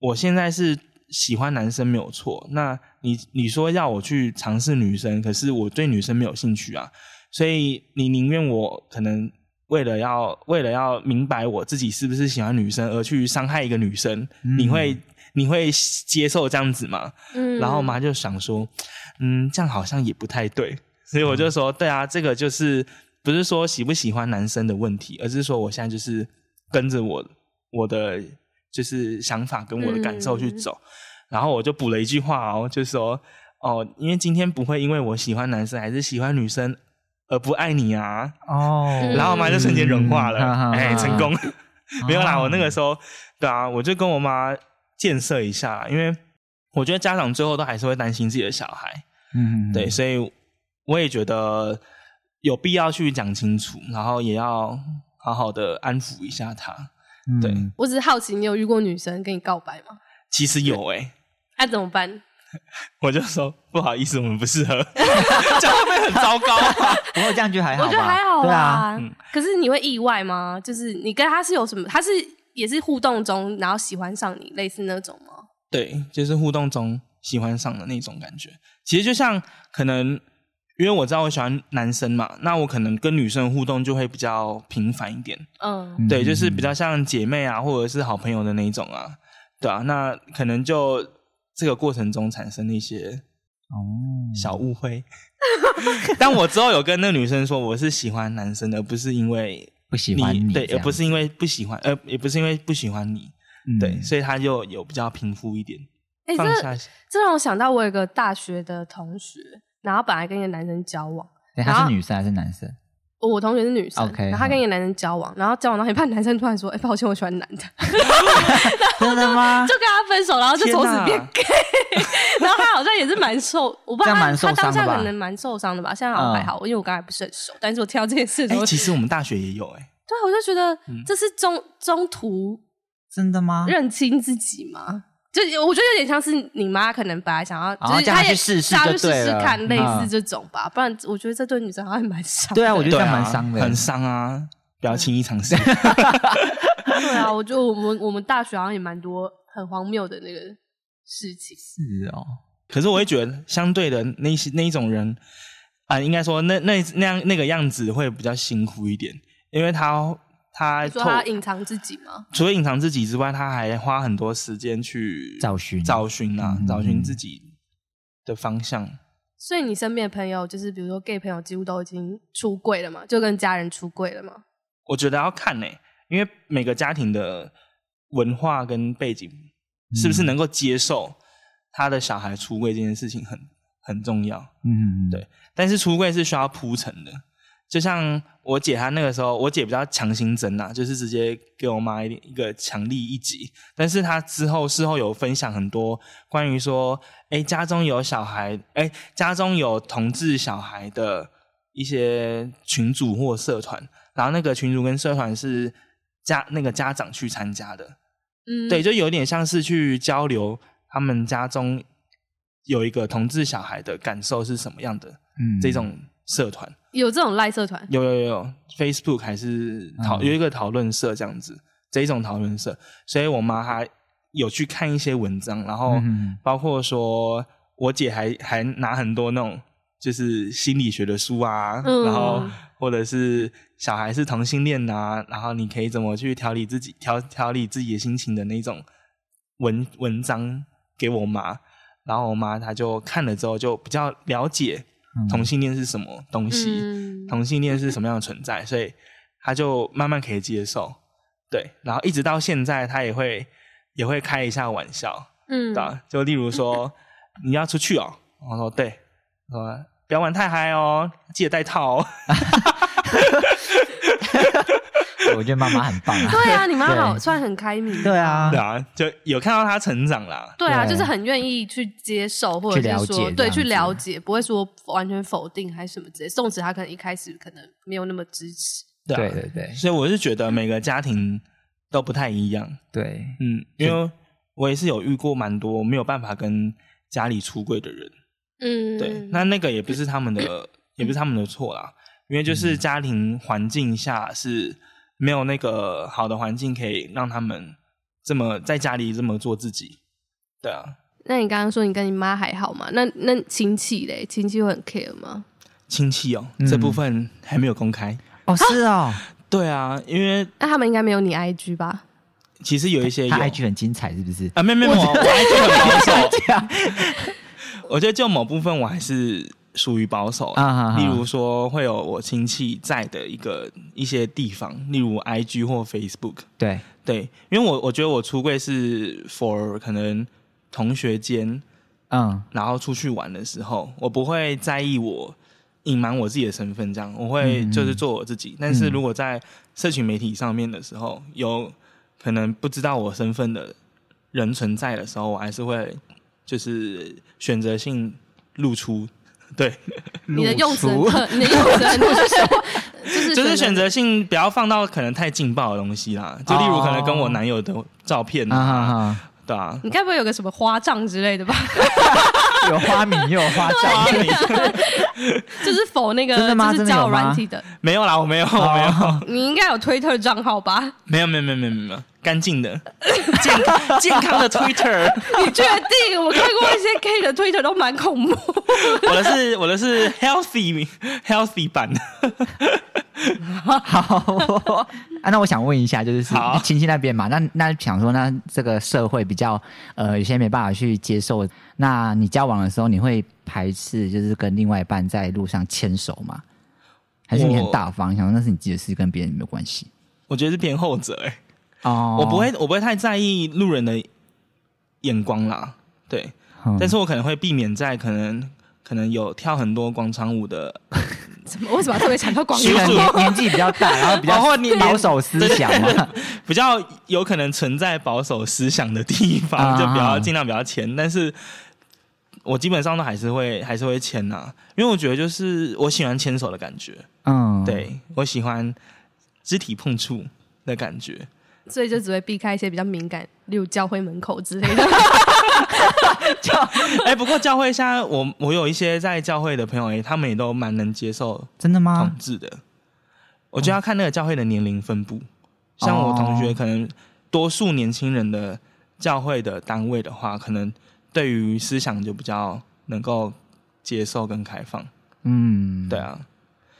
[SPEAKER 3] 我现在是喜欢男生没有错，那你你说要我去尝试女生，可是我对女生没有兴趣啊，所以你宁愿我可能为了要为了要明白我自己是不是喜欢女生而去伤害一个女生，你会你会接受这样子吗？
[SPEAKER 1] 嗯，
[SPEAKER 3] 然后我妈就想说，嗯，这样好像也不太对，所以我就说，对啊，这个就是不是说喜不喜欢男生的问题，而是说我现在就是跟着我我的就是想法跟我的感受去
[SPEAKER 1] 嗯
[SPEAKER 3] 走，然后我就补了一句话哦，就说哦，因为今天不会因为我喜欢男生还是喜欢女生而不爱你啊，
[SPEAKER 1] 嗯
[SPEAKER 2] 哦，
[SPEAKER 3] 然后我妈就瞬间融化了，
[SPEAKER 2] 嗯哈哈
[SPEAKER 3] 哎、
[SPEAKER 2] 哈
[SPEAKER 3] 成功。 (laughs) 没有啦，
[SPEAKER 2] 哦
[SPEAKER 3] 我那个时候，对啊，我就跟我妈建设一下，因为我觉得家长最后都还是会担心自己的小孩，
[SPEAKER 2] 嗯
[SPEAKER 3] 对，所以我也觉得有必要去讲清楚，然后也要好好的安抚一下他。对 (laughs)
[SPEAKER 2] 嗯
[SPEAKER 1] 我只是好奇，你有遇过女生跟你告白吗？
[SPEAKER 3] 其实有哎、
[SPEAKER 1] 那、怎么办？
[SPEAKER 3] 我就说不好意思，我们不适合，这样会不会很糟糕啊？
[SPEAKER 2] (laughs) 不过这样就还好
[SPEAKER 1] 我
[SPEAKER 2] 吧，
[SPEAKER 1] 觉得还好
[SPEAKER 2] 对
[SPEAKER 1] 啦、
[SPEAKER 2] 啊，
[SPEAKER 3] 嗯
[SPEAKER 1] 可是你会意外吗？就是你跟他是有什么？他是也是互动中，然后喜欢上你，类似那种吗？
[SPEAKER 3] (laughs) 对，就是互动中喜欢上的那种感觉。其实就像可能，因为我知道我喜欢男生嘛，那我可能跟女生互动就会比较频繁一点。
[SPEAKER 1] 嗯
[SPEAKER 2] 嗯
[SPEAKER 3] 对，就是比较像姐妹啊，或者是好朋友的那一种啊，对啊，那可能就这个过程中产生了一些
[SPEAKER 2] 哦，
[SPEAKER 3] 小误
[SPEAKER 2] (laughs)
[SPEAKER 3] 会。但我之后有跟那个女生说，我是喜欢男生的，而不是因为
[SPEAKER 2] 不喜欢
[SPEAKER 3] 你，
[SPEAKER 2] 你
[SPEAKER 3] 对，
[SPEAKER 2] 这
[SPEAKER 3] 而
[SPEAKER 2] 样
[SPEAKER 3] 不是因为不喜欢，呃，也不是因为不喜欢你，
[SPEAKER 2] 嗯
[SPEAKER 3] 对，所以她就有比较平复一点，
[SPEAKER 1] 哎、
[SPEAKER 3] 放
[SPEAKER 1] 这
[SPEAKER 3] 下。
[SPEAKER 1] 这让我想到，我有一个大学的同学，然后本来跟一个男生交往，
[SPEAKER 2] 对
[SPEAKER 1] 然
[SPEAKER 2] 他
[SPEAKER 1] 后
[SPEAKER 2] 是女生还是
[SPEAKER 1] (laughs)
[SPEAKER 2] 男生？
[SPEAKER 1] 我同学是女生
[SPEAKER 2] OK，嗯
[SPEAKER 1] 然后她跟一个男生交往，然后交往到一半，男生突然说：“哎、抱歉，我喜欢男的。”
[SPEAKER 2] 真的吗？
[SPEAKER 1] 就跟他分手，然后就从此变
[SPEAKER 3] 啊
[SPEAKER 1] (laughs)
[SPEAKER 3] 天哪
[SPEAKER 1] gay，然后他好像也是蛮受，我不知道
[SPEAKER 2] 这样
[SPEAKER 1] 他
[SPEAKER 2] 蛮受
[SPEAKER 1] 他当下
[SPEAKER 2] 伤的吧嗯
[SPEAKER 1] 可能蛮受伤的吧，现在好像还好，因为我刚才不是很熟，但是我听到这件事的时
[SPEAKER 3] 哎、
[SPEAKER 1] 候，
[SPEAKER 3] 其实我们大学也有、哎，
[SPEAKER 1] 对啊我就觉得
[SPEAKER 3] 嗯
[SPEAKER 1] 这是中中途
[SPEAKER 2] 真的吗？
[SPEAKER 1] 认清自己吗？就我觉得有点像是你妈可能本来想要，
[SPEAKER 2] 哦
[SPEAKER 1] 就是
[SPEAKER 2] 叫她
[SPEAKER 1] 也
[SPEAKER 2] 去试试
[SPEAKER 1] 叫她
[SPEAKER 2] 就
[SPEAKER 1] 去试
[SPEAKER 2] 对
[SPEAKER 1] 试
[SPEAKER 2] 了
[SPEAKER 1] 看，类似
[SPEAKER 2] 嗯
[SPEAKER 1] 这种吧，不然我觉得这对女生好像也蛮伤的。
[SPEAKER 2] 对啊，我觉得
[SPEAKER 3] 对
[SPEAKER 2] 这样
[SPEAKER 3] 啊，
[SPEAKER 2] 蛮伤的，
[SPEAKER 3] 很伤啊，不要轻易
[SPEAKER 2] (laughs)
[SPEAKER 3] 尝试。
[SPEAKER 1] 对啊，我觉得我们我们大学好像也蛮多很荒谬的那个事情。
[SPEAKER 2] 是哦。
[SPEAKER 3] 可是我会觉得，相对的那些那一种人啊、应该说那那那样那个样子会比较辛苦一点，因为他他
[SPEAKER 1] 你说
[SPEAKER 3] 透
[SPEAKER 1] 她隐藏自己吗？
[SPEAKER 3] 除了隐藏自己之外，他还花很多时间去
[SPEAKER 2] 找寻
[SPEAKER 3] 找寻啊，
[SPEAKER 2] 嗯
[SPEAKER 3] 找寻自己的方向。
[SPEAKER 1] 所以你身边的朋友，就是比如说 gay 朋友，几乎都已经出柜了嘛，就跟家人出柜了嘛。
[SPEAKER 3] 我觉得要看呢、因为每个家庭的文化跟背景
[SPEAKER 2] 嗯
[SPEAKER 3] 是不是能够接受他的小孩出柜这件事情很很重要。
[SPEAKER 2] 嗯，
[SPEAKER 3] 对但是出柜是需要铺陈的。就像我姐她那个时候，我姐比较强心针呐、就是直接给我妈一一个强力一击。但是她之后事后有分享很多关于说，哎，家中有小孩，哎，家中有同志小孩的一些群组或社团，然后那个群组跟社团是家那个家长去参加的，
[SPEAKER 1] 嗯，
[SPEAKER 3] 对，，就有点像是去交流他们家中有一个同志小孩的感受是什么样的。
[SPEAKER 2] 嗯
[SPEAKER 3] 这种社团，
[SPEAKER 1] 有这种赖社团，
[SPEAKER 3] 有有有有 Facebook 还是讨、
[SPEAKER 2] 嗯
[SPEAKER 3] 有一个讨论社这样子，这一种讨论社，所以我妈还有去看一些文章，然后
[SPEAKER 2] 嗯
[SPEAKER 3] 包括说我姐还还拿很多那种就是心理学的书啊，
[SPEAKER 1] 嗯
[SPEAKER 3] 然后或者是小孩是同性恋啊，然后你可以怎么去调理自己调调理自己的心情的那种文文章给我妈，然后我妈她就看了之后就比较了解
[SPEAKER 2] 嗯
[SPEAKER 3] 同性恋是什么东西。
[SPEAKER 1] 嗯，
[SPEAKER 3] 同性恋是什么样的存在，所以他就慢慢可以接受，对，然后一直到现在，他也会也会开一下玩笑，
[SPEAKER 1] 嗯
[SPEAKER 3] 对吧、就例如说
[SPEAKER 1] (laughs)
[SPEAKER 3] 你要出去哦，我说对，我说不要玩太嗨哦，记得戴套哦，
[SPEAKER 2] (laughs) 我觉得妈妈很棒啊。
[SPEAKER 1] 对啊，你妈
[SPEAKER 2] (laughs) 对
[SPEAKER 1] 好算很开明，
[SPEAKER 2] 对啊
[SPEAKER 3] (laughs) 对，啊，就有看到他成长啦。
[SPEAKER 1] 对啊，
[SPEAKER 2] 对
[SPEAKER 1] 就是很愿意去接受，或
[SPEAKER 2] 去
[SPEAKER 1] 者
[SPEAKER 2] 了
[SPEAKER 1] 是
[SPEAKER 2] 解
[SPEAKER 1] 说
[SPEAKER 2] 这
[SPEAKER 1] 对
[SPEAKER 2] 样
[SPEAKER 1] 去
[SPEAKER 2] 子
[SPEAKER 1] 了解，不会说完全否定还是什么之类。纵使他可能一开始可能没有那么支持，
[SPEAKER 3] 对啊
[SPEAKER 2] 对对对
[SPEAKER 3] 所以我是觉得每个家庭都不太一样。
[SPEAKER 2] 对，
[SPEAKER 3] 嗯，因为我也是有遇过蛮多没有办法跟家里出柜的人。
[SPEAKER 1] 嗯，
[SPEAKER 3] 对，那那个也不是他们的，也不是他们的错啦，因为就是家庭环境下是没有那个好的环境可以让他们这么在家里这么做自己。对啊，
[SPEAKER 1] 那你刚刚说你跟你妈还好吗？那那亲戚嘞，亲戚会很 care 吗？
[SPEAKER 3] 亲戚哦，
[SPEAKER 2] 嗯
[SPEAKER 3] 这部分还没有公开。
[SPEAKER 1] 啊
[SPEAKER 2] 哦是哦，
[SPEAKER 3] 对啊，因为
[SPEAKER 1] 那他们应该没有你 IG 吧？
[SPEAKER 3] 其实有一些有
[SPEAKER 2] 他 IG 很精彩是不是？
[SPEAKER 3] 啊，没有没有，我我 IG 很保守。
[SPEAKER 2] (laughs) 这样
[SPEAKER 3] 我觉得就某部分我还是属于保守
[SPEAKER 2] 啊哈哈
[SPEAKER 3] 例如说会有我亲戚在的一个一些地方，例如 IG 或 Facebook。
[SPEAKER 2] 对，
[SPEAKER 3] 对，因为我我觉得我出柜是 for 可能同学间，
[SPEAKER 2] 嗯，
[SPEAKER 3] 然后出去玩的时候，我不会在意我隐瞒我自己的身份，这样我会
[SPEAKER 2] 嗯
[SPEAKER 3] 就是做我自己。但是如果在社群媒体上面的时候，有可能不知道我身份的人存在的时候，我还是会就是选择性露出， (laughs) 对，
[SPEAKER 1] 你的用词很
[SPEAKER 2] 露出
[SPEAKER 1] 特，你的用词很特殊， (laughs) 就是
[SPEAKER 3] 就是选择性不要放到可能太劲爆的东西啦。
[SPEAKER 2] 哦
[SPEAKER 3] 就例如可能跟我男友的照片
[SPEAKER 2] 啊
[SPEAKER 3] 啊，
[SPEAKER 2] 哈
[SPEAKER 3] (laughs) 对啊，
[SPEAKER 1] 你该不会有个什么花账之类的吧？ (laughs)
[SPEAKER 2] 哈，有花名又有花照，
[SPEAKER 1] 就是否那个
[SPEAKER 2] 真的吗
[SPEAKER 1] 就是
[SPEAKER 2] 真的有
[SPEAKER 1] 交友软
[SPEAKER 2] 吗
[SPEAKER 1] 体的，
[SPEAKER 3] (laughs) 没有啦，我没有，我没有。
[SPEAKER 1] 你应该有推特账号吧？
[SPEAKER 3] 没有没有没有没有没有，干净的，健康健康的 Twitter，
[SPEAKER 1] 你确定？我看过一些 gay 的 Twitter 都蛮恐怖。 (laughs)
[SPEAKER 3] 我的是我的是 healthy healthy 版的，
[SPEAKER 2] 好 (laughs) 啊，那我想问一下，就是是
[SPEAKER 3] 好
[SPEAKER 2] 亲戚那边嘛，那那想说，那这个社会比较呃，有些没办法去接受。那你交往的时候，你会排斥就是跟另外一半在路上牵手吗？还是你很
[SPEAKER 3] 我
[SPEAKER 2] 大方，想说那是你自己的事，跟别人没有关系？
[SPEAKER 3] 我觉得是偏后者哎、
[SPEAKER 2] 哦
[SPEAKER 3] 我不会我不会太在意路人的眼光啦，对，
[SPEAKER 2] 嗯，
[SPEAKER 3] 但是我可能会避免在可能可能有跳很多广场舞的，
[SPEAKER 1] 怎么？为什么要特别强调广
[SPEAKER 2] 你可能
[SPEAKER 3] 叔叔
[SPEAKER 2] 年年纪比较大，然后比较
[SPEAKER 3] 哦你
[SPEAKER 2] 保守思想嘛，
[SPEAKER 3] 比较有可能存在保守思想的地
[SPEAKER 2] 啊
[SPEAKER 3] 方，就比较尽量比较前，但是。我基本上都还是会还是会牵呐、因为我觉得就是我喜欢牵手的感觉，
[SPEAKER 2] 嗯，，
[SPEAKER 3] 对我喜欢肢体碰触的感觉。 (laughs)
[SPEAKER 1] 所以就只会避开一些比较敏感，例如教会门口之类的。 (laughs)
[SPEAKER 3] 哎、不过教会现在我我有一些在教会的朋友，哎，他们也都蛮能接受
[SPEAKER 2] 真的吗
[SPEAKER 3] 同？志的。我觉得要看那个教会的年龄分布，像我同学
[SPEAKER 2] 哦
[SPEAKER 3] 可能多数年轻人的教会的单位的话，可能对于思想就比较能够接受跟开放。
[SPEAKER 2] 嗯，
[SPEAKER 3] 对，啊，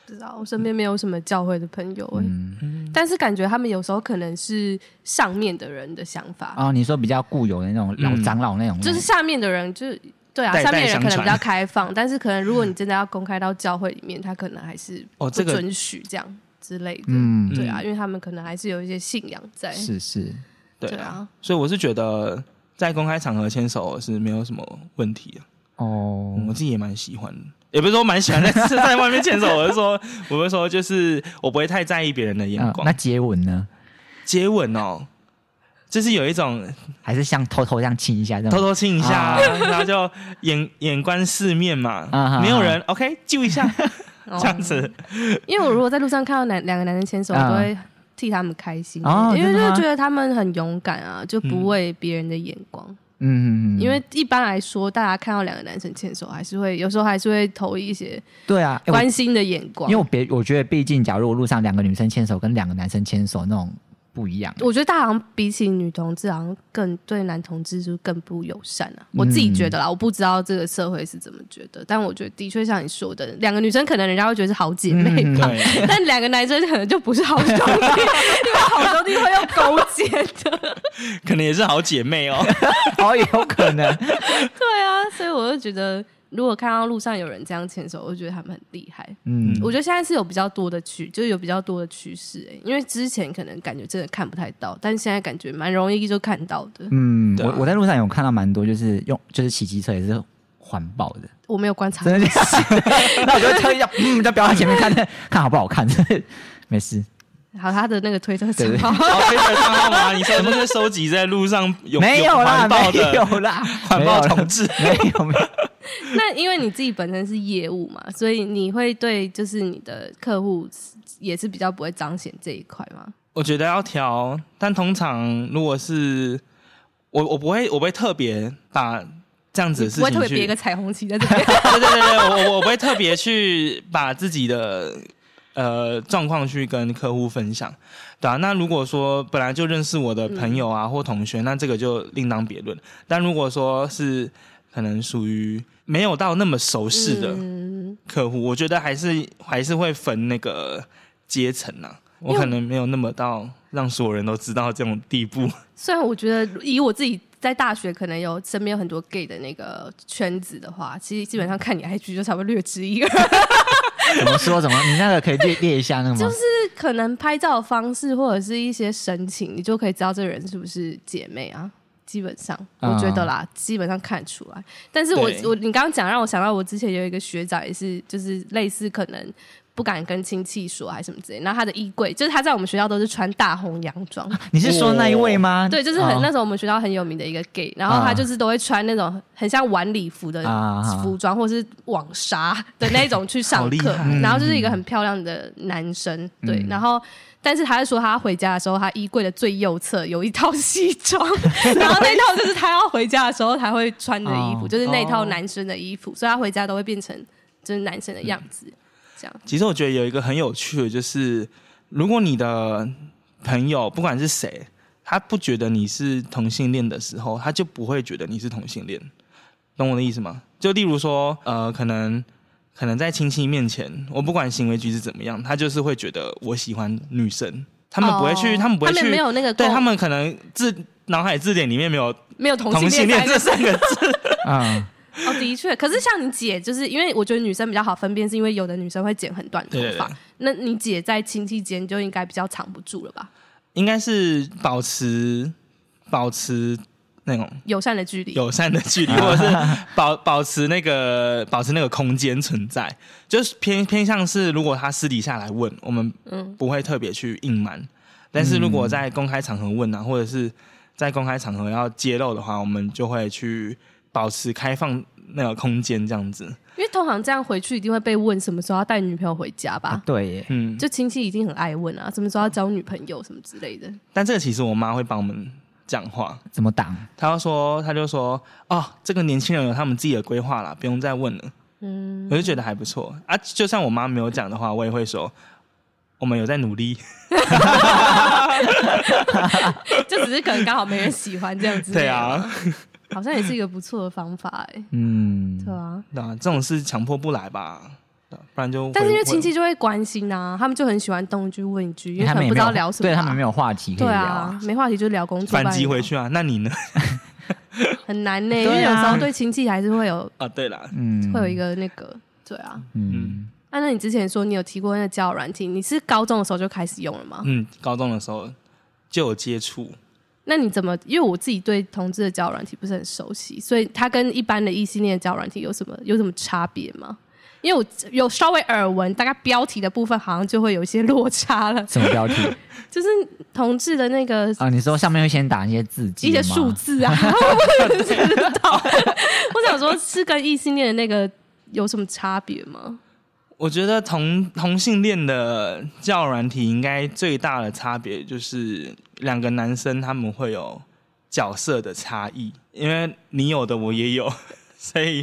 [SPEAKER 1] 不知道，我身边没有什么教会的朋友、欸，
[SPEAKER 2] 嗯，
[SPEAKER 1] 但是感觉他们有时候可能是上面的人的想法，
[SPEAKER 2] 哦，你说比较固有的那种老
[SPEAKER 3] 嗯
[SPEAKER 2] 长老那种，
[SPEAKER 1] 就是下面的人就是。对啊，
[SPEAKER 3] 代代
[SPEAKER 1] 下面的人可能
[SPEAKER 3] 相
[SPEAKER 1] 比
[SPEAKER 3] 传
[SPEAKER 1] 较开放，但是可能如果你真的要公开到教会里面，他可能还是不
[SPEAKER 3] 哦这个
[SPEAKER 1] 准许这样之类的。
[SPEAKER 2] 嗯，
[SPEAKER 1] 对啊，
[SPEAKER 3] 嗯
[SPEAKER 1] 因为他们可能还是有一些信仰在。
[SPEAKER 2] 是是，
[SPEAKER 3] 对
[SPEAKER 1] 对
[SPEAKER 3] 啊，
[SPEAKER 1] 啊，
[SPEAKER 3] 所以我是觉得在公开场合牵手是没有什么问题的。
[SPEAKER 2] 哦，
[SPEAKER 3] 嗯我自己也蛮喜欢的，也不是说蛮喜欢， (laughs) 但是在外面牵手，我是说，我是说，就是我不会太在意别人的眼
[SPEAKER 2] 嗯
[SPEAKER 3] 光。
[SPEAKER 2] 那接吻呢？
[SPEAKER 3] 接吻哦，就是有一种
[SPEAKER 2] 还是像偷偷这样亲一下这样？
[SPEAKER 3] 偷偷亲一下，
[SPEAKER 2] 嗯啊
[SPEAKER 3] (laughs) 然后就眼眼观四面嘛，
[SPEAKER 2] 啊
[SPEAKER 3] 没有
[SPEAKER 2] 啊
[SPEAKER 3] 人、OK 救一下
[SPEAKER 1] 哦
[SPEAKER 3] (laughs) 这样子。
[SPEAKER 1] 因为我如果在路上看到男两个男生牵手，我
[SPEAKER 2] 嗯
[SPEAKER 1] 都会替他们开心，
[SPEAKER 2] 哦
[SPEAKER 1] 因为
[SPEAKER 2] 真
[SPEAKER 1] 就
[SPEAKER 2] 的吗
[SPEAKER 1] 觉得他们很勇敢啊，就不畏别人的眼光。
[SPEAKER 2] 嗯，嗯嗯
[SPEAKER 1] 因为一般来说，大家看到两个男生牵手，还是会有时候还是会投一些
[SPEAKER 2] 对啊，哎我
[SPEAKER 1] 关心的眼光。
[SPEAKER 2] 因为我别我觉得，毕竟假如我路上两个女生牵手跟两个男生牵手那种不一样，
[SPEAKER 1] 我觉得大家好像比起女同志，好像更对男同志就更不友善啊。我自己觉得啦，我不知道这个社会是怎么觉得，但我觉得的确像你说的，两个女生可能人家会觉得是好姐妹
[SPEAKER 2] 嗯
[SPEAKER 1] 吧，
[SPEAKER 3] 对，
[SPEAKER 1] (laughs) 但两个男生可能就不是好兄弟，因 (laughs) 为好兄弟会用勾结的。 (laughs)
[SPEAKER 3] 可能也是好姐妹
[SPEAKER 2] (laughs)
[SPEAKER 3] 哦。
[SPEAKER 2] (laughs) 哦，也有可
[SPEAKER 1] (laughs)
[SPEAKER 2] 能，
[SPEAKER 1] 对啊，所以我就觉得，如果看到路上有人这样牵手，我就觉得他们很厉害。
[SPEAKER 2] 嗯，
[SPEAKER 1] 我觉得现在是有比较多的趋，就是有比较多的趋势、欸，因为之前可能感觉真的看不太到，但现在感觉蛮容易就看到的。
[SPEAKER 2] 嗯，
[SPEAKER 3] 对啊
[SPEAKER 2] 我我在路上有看到蛮多，就是用就是骑机车也是环保的，
[SPEAKER 1] 我没有观察，
[SPEAKER 2] 真的 (laughs) (laughs) 就是，那我就会特意要嗯，就不要在前面看，看好不好看，没事，
[SPEAKER 1] 好，他的那个推特账
[SPEAKER 2] 对对
[SPEAKER 1] 号，
[SPEAKER 3] 哦，推特账号吗？你说的是收集在路上有
[SPEAKER 2] 没有啦，
[SPEAKER 3] 环保
[SPEAKER 2] 没
[SPEAKER 3] 的
[SPEAKER 2] 有啦，
[SPEAKER 3] 环保同志
[SPEAKER 2] (laughs) 没有没有。
[SPEAKER 1] (laughs) 那因为你自己本身是业务嘛，所以你会对就是你的客户也是比较不会彰显这一块嘛。
[SPEAKER 3] 我觉得要调，但通常如果是我，我不会，我不会特别把这样子的事
[SPEAKER 1] 不会特
[SPEAKER 3] 情
[SPEAKER 1] 别别
[SPEAKER 3] 去。
[SPEAKER 1] 一个，彩虹旗在这边
[SPEAKER 2] (laughs)
[SPEAKER 3] 对对对对，我我我不会特别去把自己的呃状况去跟客户分享，对啊。那如果说本来就认识我的朋友啊、或同学，那这个就另当别论。但如果说是可能属于没有到那么熟识的
[SPEAKER 1] 嗯，
[SPEAKER 3] 客户，我觉得还是还是会分那个阶层呐。我可能没有那么到让所有人都知道这种地步。
[SPEAKER 1] 虽然我觉得以我自己在大学可能有身边有很多 gay 的那个圈子的话，其实基本上看你 IG 就差不多略知一二。
[SPEAKER 2] 怎么说？怎么？你那个可以列列一下那个吗？
[SPEAKER 1] 就是可能拍照的方式或者是一些神情，你就可以知道这个人是不是姐妹啊。基本上，
[SPEAKER 2] 嗯
[SPEAKER 1] 我觉得啦，基本上看出来。但是我
[SPEAKER 3] 对
[SPEAKER 1] 我你刚刚讲让我想到，我之前有一个学长也是，就是类似可能不敢跟亲戚说还是什么之类。然后他的衣柜就是他在我们学校都是穿大红洋装，
[SPEAKER 2] 你是说那一位
[SPEAKER 3] 嗯
[SPEAKER 2] 吗？
[SPEAKER 1] 对，就是很、
[SPEAKER 2] 哦
[SPEAKER 1] 那时候我们学校很有名的一个 gay，然后
[SPEAKER 3] 啊
[SPEAKER 1] 他就是都会穿那种很像晚礼服的
[SPEAKER 2] 啊啊啊
[SPEAKER 1] 服装，或是网纱的那种去上
[SPEAKER 3] 好厉
[SPEAKER 1] 课
[SPEAKER 3] 害，嗯
[SPEAKER 1] 然后就是一个很漂亮的男生，对，
[SPEAKER 2] 嗯
[SPEAKER 1] 然后。但是他是说，他回家的时候，他衣柜的最右侧有一套 (laughs) 西装，然后那套就是他要回家的时候才会穿的衣服，
[SPEAKER 2] 哦
[SPEAKER 1] 就是那套
[SPEAKER 3] 哦
[SPEAKER 1] 男生的衣服，所以他回家都会变成就是男生的样子，这样。
[SPEAKER 3] 其实我觉得有一个很有趣的，就是如果你的朋友不管是谁，他不觉得你是同性恋的时候，他就不会觉得你是同性恋，懂我的意思吗？就例如说，呃，可能可能在亲戚面前，我不管行为举止怎么样，他就是会觉得我喜欢女生，他们不会去，
[SPEAKER 1] 哦
[SPEAKER 3] 他们不会
[SPEAKER 1] 他
[SPEAKER 3] 去
[SPEAKER 1] 们没有那个
[SPEAKER 3] 对
[SPEAKER 1] 共
[SPEAKER 3] 他们可能字脑海字典里面没有
[SPEAKER 1] 没有同
[SPEAKER 3] 同性
[SPEAKER 1] 性
[SPEAKER 3] 恋
[SPEAKER 1] 恋 (laughs)
[SPEAKER 3] 这三个字，
[SPEAKER 2] 嗯，
[SPEAKER 1] 哦，的确，可是像你姐，就是因为我觉得女生比较好分辨，是因为有的女生会剪很短的
[SPEAKER 3] 对
[SPEAKER 1] 头
[SPEAKER 3] 对
[SPEAKER 1] 发
[SPEAKER 3] 对，
[SPEAKER 1] 那你姐在亲戚间就应该比较藏不住了吧？
[SPEAKER 3] 应该是保持保持那种
[SPEAKER 1] 友善的距离，
[SPEAKER 3] 友善的距离，或者是保保持那个保持那个空间存在，就是偏偏向是如果他私底下来问，我们
[SPEAKER 1] 嗯
[SPEAKER 3] 不会特别去隐瞒，但是如果在公开场合问啊，或者是在公开场合要揭露的话，我们就会去保持开放那个空间这样子。
[SPEAKER 1] 因为通常这样回去一定会被问什么时候要带女朋友回家吧？
[SPEAKER 2] 对耶，
[SPEAKER 3] 嗯，
[SPEAKER 1] 就亲戚一定很爱问啊，什么时候要交女朋友什么之类的。
[SPEAKER 3] 但这个其实我妈会帮我们讲话，
[SPEAKER 2] 怎么挡？
[SPEAKER 3] 她要说，她就说，哦，这个年轻人有他们自己的规划啦，不用再问了。
[SPEAKER 1] 嗯，
[SPEAKER 3] 我就觉得还不错啊。就算我妈没有讲的话，我也会说我们有在努力。
[SPEAKER 1] 就只是可能刚好没人喜欢这样子。
[SPEAKER 3] 对啊，，
[SPEAKER 1] 好像也是一个不错的方法哎、
[SPEAKER 2] 嗯
[SPEAKER 1] 对，啊，
[SPEAKER 3] 那、这种事强迫不来吧，对啊不然就
[SPEAKER 1] 但是因为
[SPEAKER 3] 会
[SPEAKER 1] 亲戚就会关心啊，他们就很喜欢动一句问一句，因为
[SPEAKER 2] 他
[SPEAKER 1] 可能
[SPEAKER 2] 们也
[SPEAKER 1] 不知
[SPEAKER 2] 没有
[SPEAKER 1] 道聊什么、
[SPEAKER 2] 对他们没有话题可以
[SPEAKER 1] 对
[SPEAKER 2] 聊
[SPEAKER 1] 啊
[SPEAKER 2] 啊。，
[SPEAKER 1] 没话题就聊工作，
[SPEAKER 3] 反击
[SPEAKER 1] 不然
[SPEAKER 3] 回去啊。那你呢？ (laughs)
[SPEAKER 1] 很难呢、因
[SPEAKER 2] 对啊
[SPEAKER 1] 为有时候对亲戚还是会有
[SPEAKER 3] 啊，对啦，
[SPEAKER 2] 嗯
[SPEAKER 1] 会有一个那个，对啊。
[SPEAKER 2] 嗯，
[SPEAKER 1] 啊，那你之前说你有提过那个交友软体，你是高中的时候就开始用了吗？
[SPEAKER 3] 嗯，高中的时候就有接触，
[SPEAKER 1] 那你怎么？因为我自己对同志的交友软体不是很熟悉，所以它跟一般的异性恋的交友软体有什么有什么差别吗？因为我有稍微耳闻，大概标题的部分好像就会有一些落差了， (laughs)
[SPEAKER 2] 什么标题
[SPEAKER 1] 就是同志的那个
[SPEAKER 2] 啊？你说上面会先打一些字迹
[SPEAKER 1] 一
[SPEAKER 2] 吗，
[SPEAKER 1] 些数字啊， (laughs) 我也不知道。 (laughs) 我想说，是跟异性恋的那个有什么差别吗？
[SPEAKER 3] 我觉得同同性恋的教软体应该最大的差别就是两个男生他们会有角色的差异，因为你有的我也有， (laughs) 所以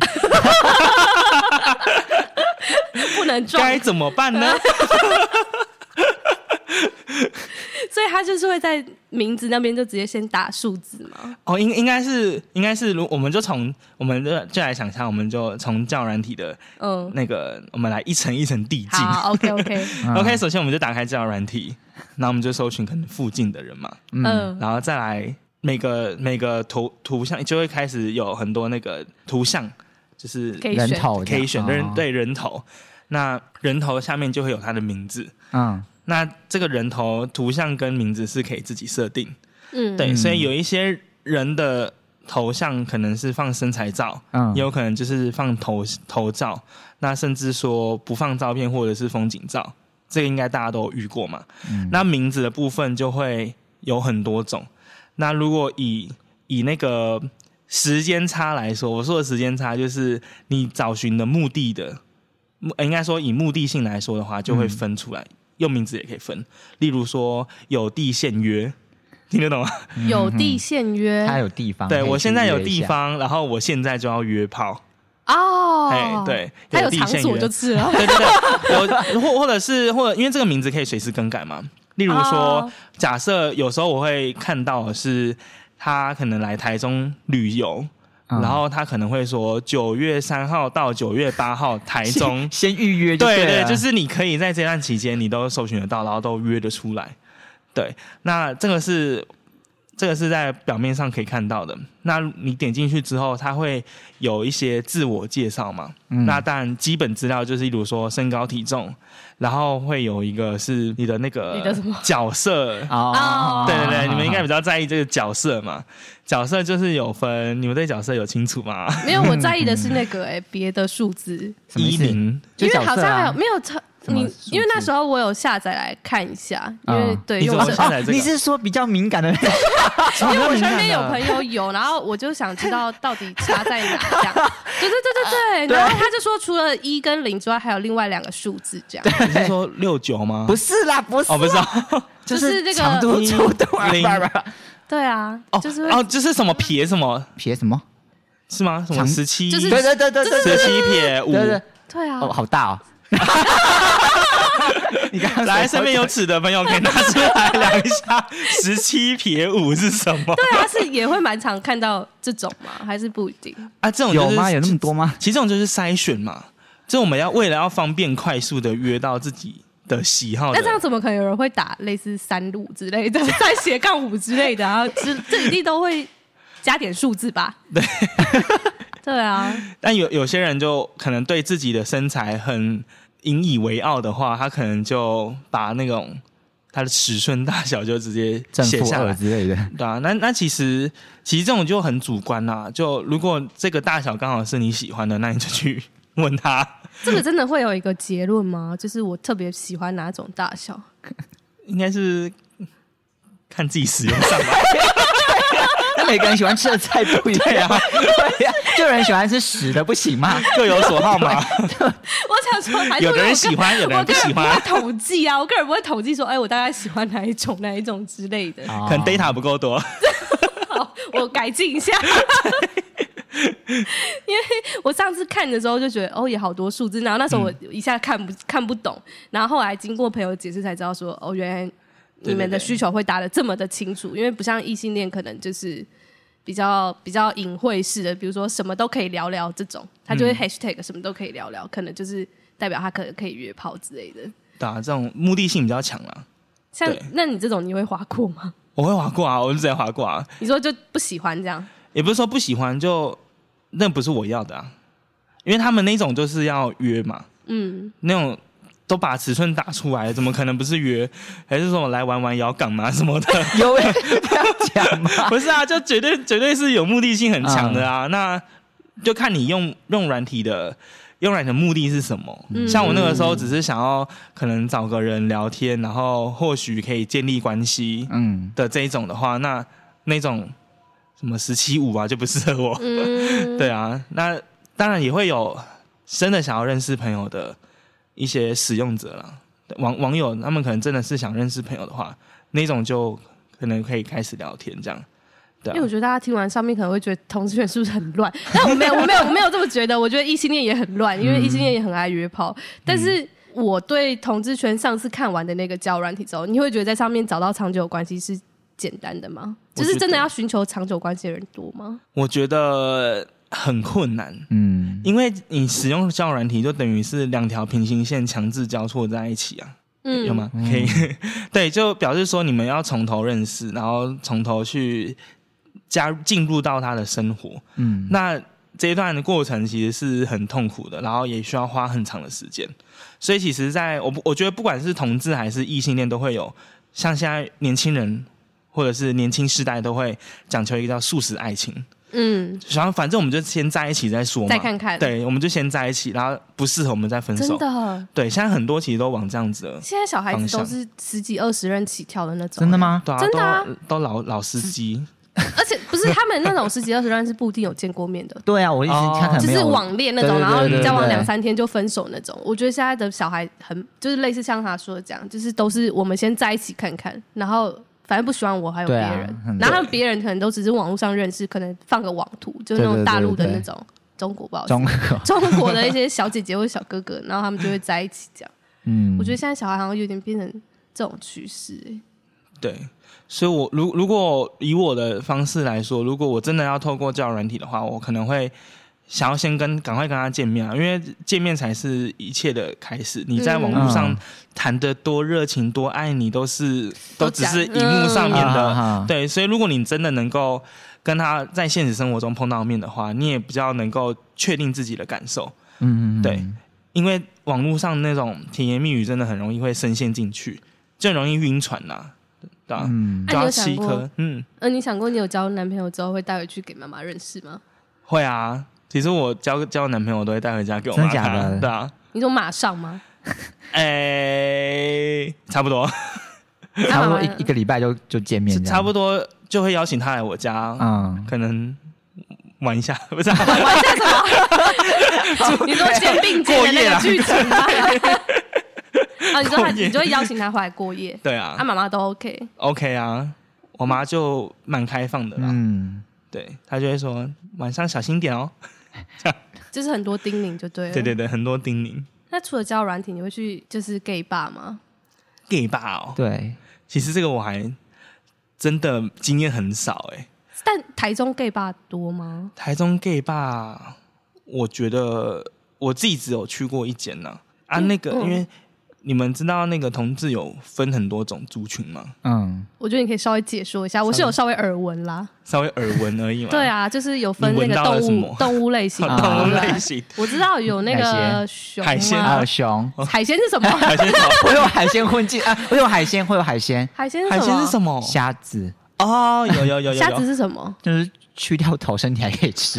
[SPEAKER 1] 不能撞
[SPEAKER 3] 该怎么办呢？
[SPEAKER 1] 所以他就是会在名字那边就直接先打数字嘛。
[SPEAKER 3] 哦，应应该是应该是，如我们就从我们就就来想象，我们就从教软体的
[SPEAKER 1] 嗯，
[SPEAKER 3] 那个，我们来一层一层递进。
[SPEAKER 1] 好，OK
[SPEAKER 3] (laughs)
[SPEAKER 1] OK，
[SPEAKER 2] 嗯
[SPEAKER 3] OK，首先我们就打开教软体，然后我们就搜寻可能附近的人嘛，
[SPEAKER 1] 嗯，
[SPEAKER 3] 然后再来每个每个图图像就会开始有很多那个图像，就是
[SPEAKER 1] 可以
[SPEAKER 2] 人
[SPEAKER 1] 选。
[SPEAKER 2] 头这
[SPEAKER 3] 可
[SPEAKER 2] 样
[SPEAKER 3] 以选人，
[SPEAKER 2] 哦
[SPEAKER 3] 对人头，那人头下面就会有他的名字。
[SPEAKER 2] 嗯
[SPEAKER 3] 那这个人头图像跟名字是可以自己设定，
[SPEAKER 1] 嗯，
[SPEAKER 3] 对，
[SPEAKER 2] 嗯
[SPEAKER 3] 所以有一些人的头像可能是放身材照，
[SPEAKER 2] 嗯，
[SPEAKER 3] 也有可能就是放头头照，那甚至说不放照片或者是风景照，这个应该大家都有遇过嘛。
[SPEAKER 2] 嗯
[SPEAKER 3] 那名字的部分就会有很多种。那如果以以那个时间差来说，我说的时间差就是你找寻的目的的，目呃应该说以目的性来说的话，就会分出来。用名字也可以分，例如说有地限约，听得懂吗？
[SPEAKER 1] 有地限约
[SPEAKER 2] 他有地啊方可以
[SPEAKER 3] 对
[SPEAKER 2] 去约一下，
[SPEAKER 3] 我现在有地方，然后我现在就要约炮，哎、
[SPEAKER 1] 哦，
[SPEAKER 3] 对，
[SPEAKER 1] 他有
[SPEAKER 3] 地
[SPEAKER 1] 场
[SPEAKER 3] 限
[SPEAKER 1] 所
[SPEAKER 3] 约。
[SPEAKER 1] 就吃了
[SPEAKER 3] (laughs) 对对对，我或或者是或者因为这个名字可以随时更改嘛。例如说
[SPEAKER 1] 哦
[SPEAKER 3] 假设有时候我会看到的是他可能来台中旅游，
[SPEAKER 2] 嗯，。
[SPEAKER 3] 然后他可能会说九月三号到九月八号台中
[SPEAKER 2] 先预约就
[SPEAKER 3] 对
[SPEAKER 2] 对
[SPEAKER 3] 对，
[SPEAKER 2] 了，
[SPEAKER 3] 就是你可以在这段期间你都搜寻得到，然后都约得出来。对，那这个是这个是在表面上可以看到的。那你点进去之后，它会有一些自我介绍嘛？
[SPEAKER 2] 嗯
[SPEAKER 3] 那当然，基本资料就是，例如说身高体重，然后会有一个是你的那个
[SPEAKER 1] 你的什么啊
[SPEAKER 3] 角色。
[SPEAKER 2] 哦，
[SPEAKER 3] 对对对，你们应该比
[SPEAKER 2] 较
[SPEAKER 3] 较在意这个角色嘛？角色就是有分，你们对角色有清楚吗？
[SPEAKER 1] 没有，我在意的是那个哎、别的数字，
[SPEAKER 3] 一零
[SPEAKER 2] 就
[SPEAKER 1] 因为
[SPEAKER 2] 角
[SPEAKER 1] 好
[SPEAKER 2] 色
[SPEAKER 1] 像还
[SPEAKER 2] 啊
[SPEAKER 1] 有没有特
[SPEAKER 2] 什么
[SPEAKER 1] 你
[SPEAKER 2] 数，字
[SPEAKER 1] 因为那时候我有下载来看一下，因为、
[SPEAKER 2] 嗯
[SPEAKER 1] 对，
[SPEAKER 3] 啊你
[SPEAKER 1] 因为我
[SPEAKER 3] 怎么
[SPEAKER 1] 是
[SPEAKER 3] 下载这个
[SPEAKER 2] 你是说比较敏感的那种？
[SPEAKER 1] 因为我身边有
[SPEAKER 3] 友。
[SPEAKER 1] 朋友有，然后我就想知
[SPEAKER 3] (laughs)
[SPEAKER 1] 道到底差在哪这样。对对对对对，然后他就说除了一跟零之外，还有另外两个数字这样。
[SPEAKER 3] 你是说六九吗？
[SPEAKER 2] 不是啦，不是
[SPEAKER 3] 哦，不
[SPEAKER 1] (laughs)
[SPEAKER 3] 是
[SPEAKER 2] 啦，
[SPEAKER 3] 哦，
[SPEAKER 1] 就
[SPEAKER 2] 就
[SPEAKER 1] 是这个
[SPEAKER 2] 长度、粗度啊，
[SPEAKER 3] 零
[SPEAKER 2] 不是不是
[SPEAKER 1] 对啊，(laughs)
[SPEAKER 3] 哦，
[SPEAKER 1] 就是会
[SPEAKER 3] 哦，就是什么撇什么
[SPEAKER 2] 撇什么？
[SPEAKER 3] 是吗？什么
[SPEAKER 2] 长
[SPEAKER 3] 十七？
[SPEAKER 1] 就是
[SPEAKER 2] 对对对对对
[SPEAKER 3] 十
[SPEAKER 2] 对
[SPEAKER 3] 七撇五。
[SPEAKER 2] 对对，
[SPEAKER 1] 对啊
[SPEAKER 2] 哦，，好大哦！ (laughs) 你刚刚
[SPEAKER 3] 来，身边有
[SPEAKER 2] 对
[SPEAKER 3] 尺的朋友可以拿出来 (laughs) 量一下，十七撇五是什么？
[SPEAKER 1] 对啊，是也会蛮常看到这种吗？还是不一定？
[SPEAKER 3] 啊，这种就
[SPEAKER 2] 有
[SPEAKER 3] 是
[SPEAKER 2] 吗？有那么多吗？
[SPEAKER 3] 其实这种就是筛选嘛，就我们要为了要方便快速的约到自己的喜好的
[SPEAKER 1] 那这样怎么可能有人会打类似三路之类 (laughs) 的，三斜杠五之类的，然后这这一定都会加点数字吧？对，对啊，
[SPEAKER 3] 但有有些人就可能对自己的身材很引以为傲的话，他可能就把那种他的尺寸大小就直接
[SPEAKER 2] 正
[SPEAKER 3] 写
[SPEAKER 2] 负
[SPEAKER 3] 下
[SPEAKER 2] 二
[SPEAKER 3] 来。
[SPEAKER 2] 之类的，
[SPEAKER 3] 对啊，那那其实其实这种就很主观啦、就如果这个大小刚好是你喜欢的，那你就去问他。
[SPEAKER 1] (laughs) 这个真的会有一个结论吗？就是我特别喜欢哪种大小？
[SPEAKER 3] 应该是看自己使用
[SPEAKER 1] (laughs)
[SPEAKER 3] 上吧。
[SPEAKER 2] (laughs) 那每个人喜欢吃的菜不一样，对啊呀，就有人喜欢吃屎的，不行吗？ (laughs)
[SPEAKER 3] 各有所好嘛。
[SPEAKER 1] (laughs) 我想说，还是
[SPEAKER 3] 有的人
[SPEAKER 1] 我个
[SPEAKER 3] 喜欢有的人
[SPEAKER 1] 我个
[SPEAKER 3] 不喜欢
[SPEAKER 1] 不会统计啊，我个人不会统计说，哎，我大概喜欢哪一种、哪一种之类的。
[SPEAKER 2] 可
[SPEAKER 3] 可能 data 不够多，
[SPEAKER 1] (laughs) 好，我改进一下。因为我上次看的时候就觉得，哦，也好多数字，然后那时候我一下看不、看不懂，然后后来经过朋友解释才知道说，哦，原来你们的需求会打的这么的清楚，因为不像异性恋可能就是比较比较隐晦式的，比如说什么都可以聊聊这种，他就会 hashtag 什么都可以聊聊，可能就是代表他可能可以约炮之类的。
[SPEAKER 3] 对啊，这种目的性比较强啊啦。
[SPEAKER 1] 像
[SPEAKER 3] 对
[SPEAKER 1] 那你这种你会划过吗？
[SPEAKER 3] 我会划过啊，我就直接划过啊，
[SPEAKER 1] 你说就不喜欢这样？
[SPEAKER 3] 也不是说不喜欢，就那不是我要的啊，因为他们那种就是要约嘛，
[SPEAKER 1] 嗯，
[SPEAKER 3] 那种。都把尺寸打出来，怎么可能不是约？还是说我来玩玩摇杆嘛 (laughs) 什么的？
[SPEAKER 2] 有人这样讲吗？
[SPEAKER 3] 不是啊，就绝对绝对是有目的性很强的啊。那就看你用用软体的用软体的目的是什么。像我那个时候只是想要可能找个人聊天，然后或许可以建立关系
[SPEAKER 2] (laughs) 嗯，
[SPEAKER 3] 的这一种的话，那那种什么十七五啊就不适合我。
[SPEAKER 1] 嗯
[SPEAKER 3] (laughs) 对啊，那当然也会有真的想要认识朋友的一些使用者啦，网网友他们可能真的是想认识朋友的话，那种就可能可以开始聊天这样。对、啊，
[SPEAKER 1] 因为我觉得大家听完上面可能会觉得同志圈是不是很乱， (laughs) 但我没有，我没有，我没有这么觉得。我觉得异性恋也很
[SPEAKER 3] (laughs)
[SPEAKER 1] 乱，因为异性恋也很爱约炮。但是
[SPEAKER 3] 嗯
[SPEAKER 1] 我对同志圈上次看完的那个交友软体之后，你会觉得在上面找到长久关系是简单的吗？
[SPEAKER 3] 我觉
[SPEAKER 1] 就
[SPEAKER 3] 得
[SPEAKER 1] 是真的要寻求长久关系的人多吗？
[SPEAKER 3] 我觉得很困难，
[SPEAKER 2] 嗯，
[SPEAKER 3] 因为你使用交友软体就等于是两条平行线强制交错在一起啊，
[SPEAKER 1] 嗯，
[SPEAKER 3] 有？吗？可以， (laughs) 对，就表示说你们要从头认识，然后从头去加入进入到他的生活，
[SPEAKER 2] 嗯，
[SPEAKER 3] 那。这一段的过程其实是很痛苦的，然后也需要花很长的时间，所以其实在我不我觉得不管是同志还是异性恋，都会有像现在年轻人或者是年轻世代都会讲求一个叫素食爱情，
[SPEAKER 1] 嗯，
[SPEAKER 3] 然后反正我们就先在一起再说嘛，
[SPEAKER 1] 再看看
[SPEAKER 3] 对，我们就先在一起，然后不适合我们再分
[SPEAKER 1] 真。
[SPEAKER 3] 手
[SPEAKER 1] 的，
[SPEAKER 3] 对，现在很多其实都往这样子了，
[SPEAKER 1] 现在小孩
[SPEAKER 3] 方
[SPEAKER 1] 子
[SPEAKER 3] 向
[SPEAKER 1] 都是十几二十任起跳的那种，
[SPEAKER 2] 真的？吗？，
[SPEAKER 3] 对啊，
[SPEAKER 1] 真的啊
[SPEAKER 3] 都都老老司机，
[SPEAKER 1] 而且不是他们那种十几二十任是不一定有见过面的
[SPEAKER 2] 对啊，我一直
[SPEAKER 3] 哦
[SPEAKER 1] (laughs)
[SPEAKER 2] 他可能
[SPEAKER 1] 就
[SPEAKER 2] 没
[SPEAKER 1] 是
[SPEAKER 2] 有
[SPEAKER 1] 网恋那种，
[SPEAKER 2] 对对对
[SPEAKER 1] 然后
[SPEAKER 2] 对
[SPEAKER 1] 交往
[SPEAKER 2] 对
[SPEAKER 1] 两三天就分手那种。我觉得现在的小孩很就是类似像他说的这样，就是都是我们先在一起看看，然后反正不喜欢我还有别
[SPEAKER 2] 对啊
[SPEAKER 1] 人，
[SPEAKER 2] 很
[SPEAKER 1] 然后他们别人可能都只是网络上认识，可能放个网图，就是那
[SPEAKER 2] 对
[SPEAKER 1] 种
[SPEAKER 2] 对
[SPEAKER 1] 大
[SPEAKER 2] 对
[SPEAKER 1] 陆的
[SPEAKER 2] 对
[SPEAKER 1] 那种中国不好意思
[SPEAKER 2] 中国，
[SPEAKER 1] (laughs) 中国的一些小姐姐或者小哥哥，然后他们就会在一起这样。
[SPEAKER 2] 嗯，
[SPEAKER 1] 我觉得现在小孩好像有点变成这种趋势、欸，
[SPEAKER 3] 对。所以我，如如果以我的方式来说，如果我真的要透过交友软体的话，我可能会想要先跟赶快跟他见面啊，因为见面才是一切的开始。你在网络上
[SPEAKER 2] 嗯
[SPEAKER 3] 谈的多热情、多爱你，都是都只是
[SPEAKER 1] 都
[SPEAKER 3] 荧
[SPEAKER 1] 假
[SPEAKER 3] 幕上面的
[SPEAKER 2] 嗯啊啊啊
[SPEAKER 3] 对，所以如果你真的能够跟他在现实生活中碰到面的话，你也比较能够确定自己的感受，
[SPEAKER 2] 嗯，嗯嗯
[SPEAKER 3] 对因为网络上那种甜言蜜语真的很容易会深陷进去，就很容易晕船呐、对啊吧、
[SPEAKER 2] 嗯，
[SPEAKER 1] 啊那你
[SPEAKER 3] 抓
[SPEAKER 1] 有想
[SPEAKER 3] 七
[SPEAKER 1] 过
[SPEAKER 3] 颗，嗯，
[SPEAKER 1] 呃，你想过你有交男朋友之后会带回去给妈妈认识吗？
[SPEAKER 3] 会啊。其实我交交男朋友都会带回家给我妈
[SPEAKER 2] 真的假
[SPEAKER 3] 看啊
[SPEAKER 2] 的
[SPEAKER 3] 对啊，
[SPEAKER 1] 你说马上
[SPEAKER 2] (laughs)
[SPEAKER 1] 吗？
[SPEAKER 3] 哎、差不多，
[SPEAKER 2] 差不多
[SPEAKER 1] 啊
[SPEAKER 2] 一一个礼拜就就见面，
[SPEAKER 3] 差不
[SPEAKER 2] 多，
[SPEAKER 3] 多就会邀请他来我家，
[SPEAKER 2] 嗯，
[SPEAKER 3] 可能玩一下，不
[SPEAKER 2] (laughs)
[SPEAKER 3] 是啊、
[SPEAKER 1] 玩下什么？ (laughs) 你说肩并肩的那个剧情吗？啊，你说他，
[SPEAKER 3] 过夜
[SPEAKER 1] 你就会邀请他回来过夜，
[SPEAKER 3] 对啊
[SPEAKER 1] 他妈妈都 OK。
[SPEAKER 3] ，OK 啊，我妈就蛮开放的啦，
[SPEAKER 2] 嗯，
[SPEAKER 3] 对她就会说晚上小心点哦，
[SPEAKER 1] 就是很多叮咛就对了。
[SPEAKER 3] 对对对，很多叮咛
[SPEAKER 1] 那除了交友软体，你会去就是 gay bar 吗？
[SPEAKER 3] ，gay 吧哦，
[SPEAKER 2] 对，
[SPEAKER 3] 其实这个我还真的经验很少哎、
[SPEAKER 1] 但台中 gay bar 多吗？
[SPEAKER 3] 台中 gay 吧，我觉得我自己只有去过一间呢、啊。那个、
[SPEAKER 1] 嗯
[SPEAKER 3] 因为你们知道那个同志有分很多种族群吗？
[SPEAKER 2] 嗯，
[SPEAKER 1] 我觉得你可以稍微解说一下，我是有稍微耳闻啦。
[SPEAKER 3] 稍微耳闻而已嘛。
[SPEAKER 1] (laughs) 对，
[SPEAKER 3] (laughs)
[SPEAKER 1] 啊，就是有分
[SPEAKER 3] 你
[SPEAKER 1] 那
[SPEAKER 3] 闻
[SPEAKER 1] 个
[SPEAKER 3] 到了
[SPEAKER 1] 动
[SPEAKER 3] 什
[SPEAKER 1] 物
[SPEAKER 3] 么
[SPEAKER 1] 动物类
[SPEAKER 3] (laughs)
[SPEAKER 1] 型嘛，
[SPEAKER 2] 动物
[SPEAKER 1] 对不对
[SPEAKER 3] 类型
[SPEAKER 1] (laughs) 我知道有那
[SPEAKER 2] 哪
[SPEAKER 1] 个熊
[SPEAKER 3] 海鲜哦
[SPEAKER 1] 啊
[SPEAKER 2] 啊，熊，
[SPEAKER 1] 海鲜是什么？
[SPEAKER 3] 海
[SPEAKER 2] (laughs)
[SPEAKER 3] 鲜草
[SPEAKER 2] 会有海鲜混进啊，会有海鲜，会有海鲜，
[SPEAKER 1] 海鲜
[SPEAKER 3] 海鲜是
[SPEAKER 1] 么？(laughs)
[SPEAKER 3] 什么？
[SPEAKER 2] 虾子
[SPEAKER 3] 哦，有有有有
[SPEAKER 1] 虾子
[SPEAKER 3] 有，
[SPEAKER 1] 是什么？
[SPEAKER 2] 就是去掉头，身体还可以
[SPEAKER 3] (laughs)
[SPEAKER 2] 吃，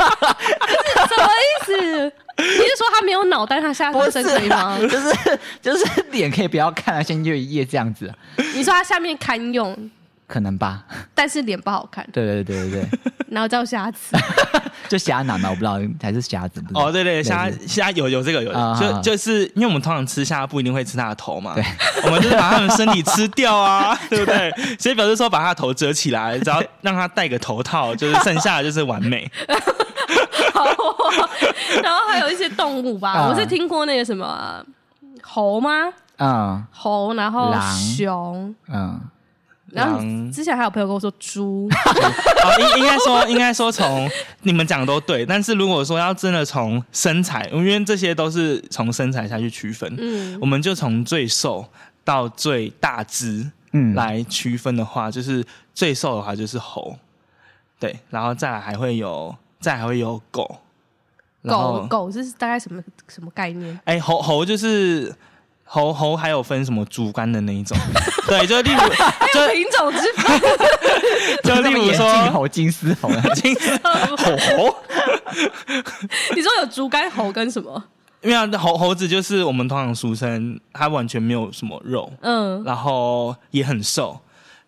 [SPEAKER 1] 什么意思？你是说他没有脑，但是他下
[SPEAKER 2] 啊
[SPEAKER 1] 半身可以吗？
[SPEAKER 2] (laughs) 就是就是 (laughs) 脸可以不要看了，先就一页这样子，
[SPEAKER 1] 你说他下面堪用，
[SPEAKER 2] 可能吧？
[SPEAKER 1] 但是脸不好看，
[SPEAKER 2] 对对对对对，
[SPEAKER 1] 然后叫虾子。
[SPEAKER 2] 就虾腩嘛，我不知道还是虾子，不知道
[SPEAKER 3] 哦，对对，虾虾有有这个有，
[SPEAKER 2] 嗯啊
[SPEAKER 3] 就
[SPEAKER 2] 啊
[SPEAKER 3] 就是因为我们通常吃虾不一定会吃它的头嘛， (laughs) 我们就是把它们身体吃
[SPEAKER 2] (laughs)
[SPEAKER 3] 掉啊，对不对？所以表示说把它的头折起来，只要让它戴个头套，就是剩下的就是完美。
[SPEAKER 1] 好哦然后还有一些动物吧，
[SPEAKER 2] 啊
[SPEAKER 1] 我是听过那个什么猴吗？
[SPEAKER 2] 嗯
[SPEAKER 1] 猴，然后
[SPEAKER 2] 狼
[SPEAKER 1] 熊，
[SPEAKER 2] 嗯，
[SPEAKER 1] 然后
[SPEAKER 3] 狼
[SPEAKER 1] 之前还有朋友跟我说猪，
[SPEAKER 3] 哦，应应该说，应该说从你们讲的都对，但是如果说要真的从身材，因为这些都是从身材下去区分，
[SPEAKER 1] 嗯
[SPEAKER 3] 我们就从最瘦到最大只，
[SPEAKER 2] 嗯
[SPEAKER 3] 来区分的话，就是最瘦的话就是猴，对，然后再来还会有，再还会有狗， (laughs) 然后
[SPEAKER 1] 狗，狗这是大概什么什么概念？
[SPEAKER 3] 哎、猴猴就是猴猴还有分什么竹竿的那一种， (laughs) 对，
[SPEAKER 2] (laughs)
[SPEAKER 3] 就例如
[SPEAKER 1] (laughs)
[SPEAKER 3] 就
[SPEAKER 1] 品种之分，
[SPEAKER 3] 就例如
[SPEAKER 2] 金
[SPEAKER 3] 说。
[SPEAKER 2] 猴、金丝猴，
[SPEAKER 3] 金丝猴猴，
[SPEAKER 1] 你说有竹竿猴跟什么？
[SPEAKER 3] 因为猴猴子就是我们通常俗称，它完全没有什么肉，
[SPEAKER 1] 嗯
[SPEAKER 3] 然后也很瘦，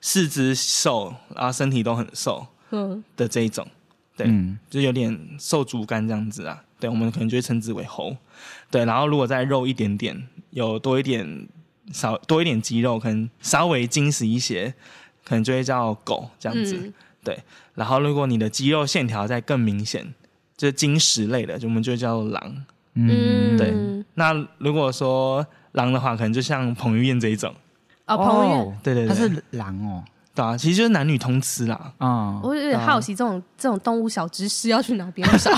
[SPEAKER 3] 四肢瘦，然后身体都很瘦
[SPEAKER 1] 嗯，
[SPEAKER 3] 的这一种， (laughs) 对，
[SPEAKER 2] 嗯
[SPEAKER 3] 就有点瘦竹竿这样子啊。对，我们可能就会称之为猴。对，然后如果再肉一点点，有多一点少多一点肌肉，可能稍微精实一些，可能就会叫狗这样子。
[SPEAKER 1] 嗯
[SPEAKER 3] 然后如果你的肌肉线条再更明显，就是精实类的，就我们就叫狼。
[SPEAKER 2] 嗯，
[SPEAKER 3] 对那如果说狼的话，可能就像彭于晏这一种，
[SPEAKER 1] 哦，彭于晏，
[SPEAKER 2] 哦
[SPEAKER 3] 对对对
[SPEAKER 2] 它是狼哦，
[SPEAKER 3] 对啊，其实就是男女通吃啦。
[SPEAKER 2] 啊，
[SPEAKER 1] 我有点
[SPEAKER 3] 嗯
[SPEAKER 1] 好奇这种这种动物小知识要去哪边找？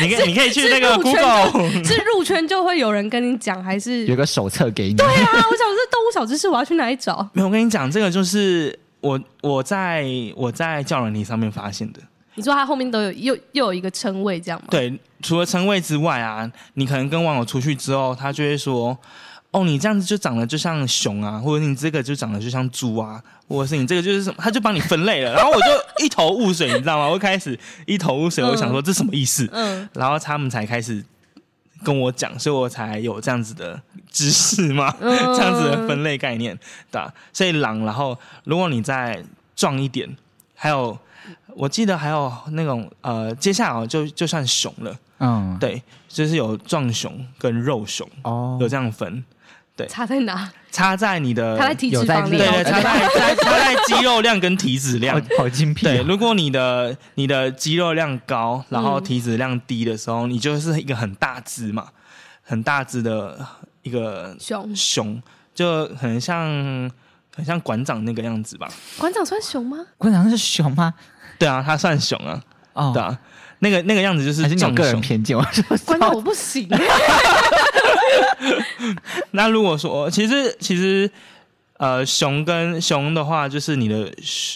[SPEAKER 3] 你可以你可以去那个
[SPEAKER 1] (laughs) 是入圈
[SPEAKER 3] Google，
[SPEAKER 1] 就 (laughs) 是入圈就会有人跟你讲，还是
[SPEAKER 2] 有
[SPEAKER 1] 对
[SPEAKER 2] 个手册给你，
[SPEAKER 1] 啊？我想这动物小知识我要去哪里找？
[SPEAKER 3] 没有，我跟你讲，这个就是我我在我在教软体上面发现的。
[SPEAKER 1] 你说它后面都有又又有一个称谓这样吗？
[SPEAKER 3] 对，除了称谓之外啊，你可能跟网友出去之后，他就会说，哦，你这样子就长得就像熊啊，或者你这个就长得就像猪啊，或者是你这个就是什么，他就帮你分类了。然后我就一头雾水，你知道吗？我开始一头雾水，我想说这什么意思？
[SPEAKER 1] 嗯，
[SPEAKER 3] 然后他们才开始跟我讲，所以我才有这样子的知识嘛，这样子的分类概念对啊。所以狼，然后如果你再壮一点，还有我记得还有那种呃，接下来就就算熊了，
[SPEAKER 2] 嗯，
[SPEAKER 3] 对，就是有壮熊跟肉熊
[SPEAKER 2] 哦
[SPEAKER 3] 有，这样分，
[SPEAKER 1] 差在哪？
[SPEAKER 3] 插在你的
[SPEAKER 1] 他在体
[SPEAKER 2] 有
[SPEAKER 1] 脂
[SPEAKER 2] 在
[SPEAKER 1] 方
[SPEAKER 2] 练
[SPEAKER 3] 对
[SPEAKER 1] 面哦，
[SPEAKER 3] 对，插呃在插插在肌肉量跟体脂量
[SPEAKER 2] (laughs) 好。好精辟
[SPEAKER 3] 对，
[SPEAKER 2] 哦，
[SPEAKER 3] 如果你的你的肌肉量高，然后
[SPEAKER 1] 嗯
[SPEAKER 3] 体脂量低的时候，你就是一个很大只嘛，很大只的一个
[SPEAKER 1] 熊
[SPEAKER 3] 熊，就很像很像馆长那个样子吧？
[SPEAKER 1] 馆长穿熊
[SPEAKER 3] (laughs)
[SPEAKER 1] 吗？
[SPEAKER 2] 馆长那是熊吗？
[SPEAKER 3] 对啊，他算熊啊，
[SPEAKER 2] 哦
[SPEAKER 3] 对，啊，那个那个样子就是
[SPEAKER 2] 还是你有
[SPEAKER 3] 壮
[SPEAKER 2] 个
[SPEAKER 3] (laughs)
[SPEAKER 2] 人
[SPEAKER 3] 熊。
[SPEAKER 2] 偏见？我说 (laughs)
[SPEAKER 1] 馆长我不行，
[SPEAKER 3] 那如果说，其实其实，呃，熊跟熊的话，就是你的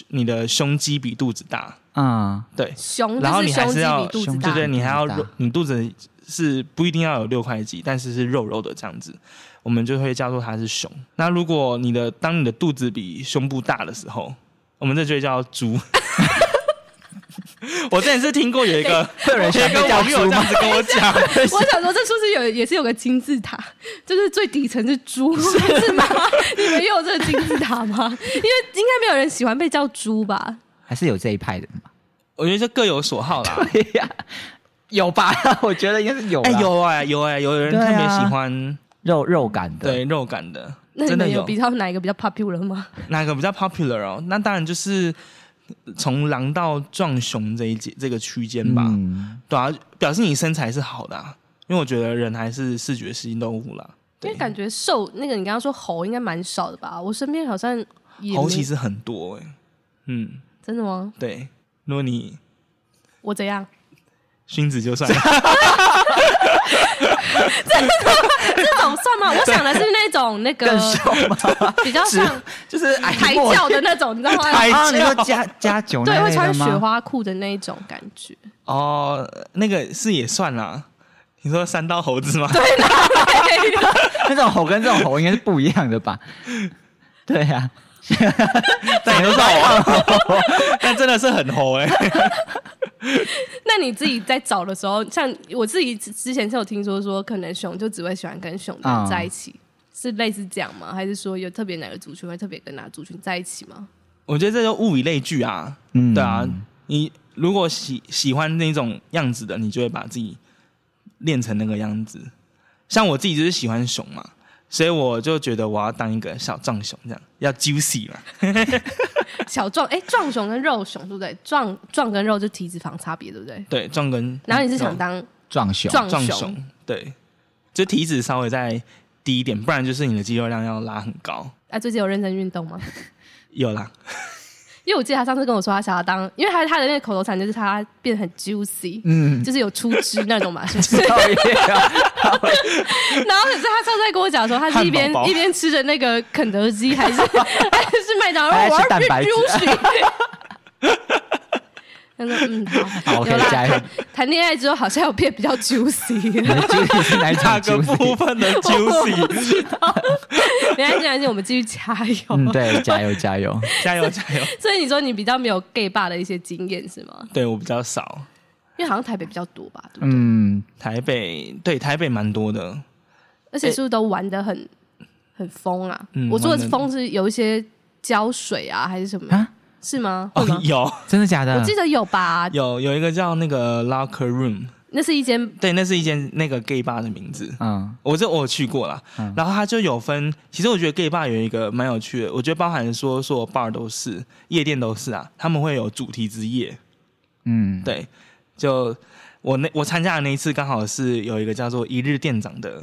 [SPEAKER 3] 你的胸肌比肚子大，
[SPEAKER 2] 嗯，
[SPEAKER 3] 对，
[SPEAKER 1] 熊
[SPEAKER 3] 然后
[SPEAKER 1] 就是
[SPEAKER 3] 你还
[SPEAKER 1] 胸
[SPEAKER 3] 是
[SPEAKER 1] 肌比
[SPEAKER 3] 要
[SPEAKER 1] 肚子
[SPEAKER 2] 胸
[SPEAKER 1] 大
[SPEAKER 3] 对
[SPEAKER 2] 肌
[SPEAKER 3] 嗯对，你还要
[SPEAKER 2] 比肚子
[SPEAKER 3] 肉
[SPEAKER 2] 大
[SPEAKER 3] 你肚子是不一定要有六块肌，但是是肉肉的这样子，我们就会叫做它是熊。那如果你的当你的肚子比胸部大的时候，我们这就会叫猪。 (laughs) 我之前是听过有一个
[SPEAKER 2] 会有人喜
[SPEAKER 3] 有
[SPEAKER 2] 欢
[SPEAKER 3] 一
[SPEAKER 2] 被
[SPEAKER 3] 个
[SPEAKER 2] 叫
[SPEAKER 3] 网友
[SPEAKER 2] 猪
[SPEAKER 3] 这
[SPEAKER 2] 吗
[SPEAKER 3] 样？子跟我讲，
[SPEAKER 1] 我想说，这是不是有也是有个金字塔？就是最底层是
[SPEAKER 3] (laughs)
[SPEAKER 1] 猪，是吗？你们也有这个金字塔吗？因为应该没有人喜欢被叫猪吧？
[SPEAKER 2] 还是有这一派的嘛？
[SPEAKER 3] 我觉得这各有所好啦。
[SPEAKER 2] (laughs) 对呀，有吧？ (laughs) 我觉得应该是有啦，
[SPEAKER 3] (laughs) 哎，有哎有哎，有人
[SPEAKER 2] 对
[SPEAKER 3] 特
[SPEAKER 2] 啊
[SPEAKER 3] 别喜欢
[SPEAKER 2] 肉肉感的，
[SPEAKER 3] 对肉感的，
[SPEAKER 1] 那你
[SPEAKER 3] 真的
[SPEAKER 1] 们
[SPEAKER 3] 有
[SPEAKER 1] 比较哪一个比较 popular 吗？
[SPEAKER 3] 哪个比较 popular 哦？那当然就是从狼到壮熊这一节这个区间吧。
[SPEAKER 2] 嗯，
[SPEAKER 3] 对啊，表示你身材是好的、啊，因为我觉得人还是视觉性动物啦。
[SPEAKER 1] 因
[SPEAKER 3] 对
[SPEAKER 1] 为，感觉瘦那个你刚刚说猴应该蛮少的吧？我身边好像也
[SPEAKER 3] 猴
[SPEAKER 1] 没
[SPEAKER 3] 其实很多哎、嗯，
[SPEAKER 1] 真的吗？
[SPEAKER 3] 对，如果你
[SPEAKER 1] 我怎样？
[SPEAKER 3] 熏子就算了， (laughs)
[SPEAKER 1] 这种算吗？我想的是那种那个
[SPEAKER 2] 更 (laughs) 瘦吗？
[SPEAKER 1] 比较像
[SPEAKER 2] 就是哎
[SPEAKER 1] 抬
[SPEAKER 2] 我
[SPEAKER 1] 轿的那种，你知道吗？
[SPEAKER 3] 抬
[SPEAKER 2] 啊，你
[SPEAKER 3] 轿
[SPEAKER 2] 说 (laughs) 加加酒
[SPEAKER 1] 对，
[SPEAKER 2] 那
[SPEAKER 1] 会
[SPEAKER 2] 类的
[SPEAKER 1] 穿雪
[SPEAKER 2] 吗
[SPEAKER 1] 花裤的那一种感
[SPEAKER 3] (laughs)
[SPEAKER 1] 觉。 (laughs)
[SPEAKER 3] 哦，那个是也算啦。你说三道猴子吗？ (laughs) 对，
[SPEAKER 2] 那种猴跟这种猴应该是不一样的 (laughs) 吧？对呀、
[SPEAKER 3] 但都是猴， (laughs) 但真的是很猴哎、
[SPEAKER 1] 那你自己在找的时候，像我自己之之前是有听说说，可能熊就只会喜欢跟熊的
[SPEAKER 3] 嗯
[SPEAKER 1] 人在一起，是类似这样吗？还是说有特别哪个族群会特别跟哪个族群在一起吗？
[SPEAKER 3] 我觉得这就物以类聚啊。
[SPEAKER 2] 嗯
[SPEAKER 3] 对啊，你如果喜喜欢那种样子的，你就会把自己练成那个样子。像我自己就是喜欢熊嘛，所以我就觉得我要当一个小壮熊，这样要 juicy 嘛。
[SPEAKER 1] 小壮哎、壮熊跟肉熊对不对？壮壮跟肉就体脂肪差别对不对？
[SPEAKER 3] 对，壮跟
[SPEAKER 1] 然后你是想当
[SPEAKER 2] 壮嗯熊，
[SPEAKER 1] 壮
[SPEAKER 3] 壮
[SPEAKER 1] 熊，
[SPEAKER 3] 熊，对，就体脂稍微再低一点，不然就是你的肌肉量要拉很高。
[SPEAKER 1] 啊，最近有认真运动吗？ (laughs)
[SPEAKER 3] 有啦，
[SPEAKER 1] 因为我记得他上次跟我说，他想要当，因为他他的那个口头禅就是他变得很 juicy，
[SPEAKER 2] (laughs) 嗯，
[SPEAKER 1] 就是有出汁那种嘛，是不
[SPEAKER 2] (laughs)
[SPEAKER 1] 是？
[SPEAKER 2] 讨厌，
[SPEAKER 1] 然后可是他上次在跟我讲说，他是一边
[SPEAKER 2] (laughs)
[SPEAKER 3] 汉堡包
[SPEAKER 1] 一边吃着那个肯德基，还是 (laughs) 还是麦当劳，
[SPEAKER 2] 还
[SPEAKER 1] 我
[SPEAKER 2] 在吃
[SPEAKER 1] 要
[SPEAKER 2] 蛋白质
[SPEAKER 1] 去 juicy。他说：“嗯，好，
[SPEAKER 2] 好，OK，
[SPEAKER 1] 有啦。
[SPEAKER 2] 加油
[SPEAKER 1] 谈谈恋爱之后好像有变比较
[SPEAKER 2] (laughs)
[SPEAKER 1] juicy。
[SPEAKER 2] 你的 juicy 是哪一种
[SPEAKER 3] 哪个
[SPEAKER 2] juicy？
[SPEAKER 3] 部分的
[SPEAKER 1] 我
[SPEAKER 3] juicy？
[SPEAKER 1] 知道，没关系，没关系，我们继续加油。
[SPEAKER 2] 嗯，对，加油加油！
[SPEAKER 3] (laughs) 加油加油！
[SPEAKER 1] 所以你说你比较没有 gay 爸的一些经验是吗？
[SPEAKER 3] 对我比较少，
[SPEAKER 1] 因为好像台北比较多吧，对不对
[SPEAKER 2] 嗯，
[SPEAKER 3] 台北对台北蛮多的，
[SPEAKER 1] 而且是不是都玩的很很疯啊？
[SPEAKER 3] 哎嗯
[SPEAKER 1] 我说的
[SPEAKER 3] 玩得
[SPEAKER 1] 疯是有一些胶水啊，还是什么
[SPEAKER 2] 啊？
[SPEAKER 1] 是吗？会
[SPEAKER 3] 哦
[SPEAKER 1] 吗？
[SPEAKER 3] (laughs) 有
[SPEAKER 2] 真的假的？
[SPEAKER 1] 我记得有吧？
[SPEAKER 3] 有有一个叫那个 locker room，
[SPEAKER 1] 那是一间
[SPEAKER 3] 对，那是一间那个 gay bar 的名字。
[SPEAKER 2] 嗯
[SPEAKER 3] 我这我有去过啦，
[SPEAKER 2] 嗯
[SPEAKER 3] 然后它就有分。其实我觉得 gay bar 有一个蛮有趣的，我觉得包含说所有 bar 都是，夜店都是啊，他们会有主题之夜。
[SPEAKER 2] 嗯， (laughs)
[SPEAKER 3] 对，就我那我参加的那一次刚好是有一个叫做一日店长的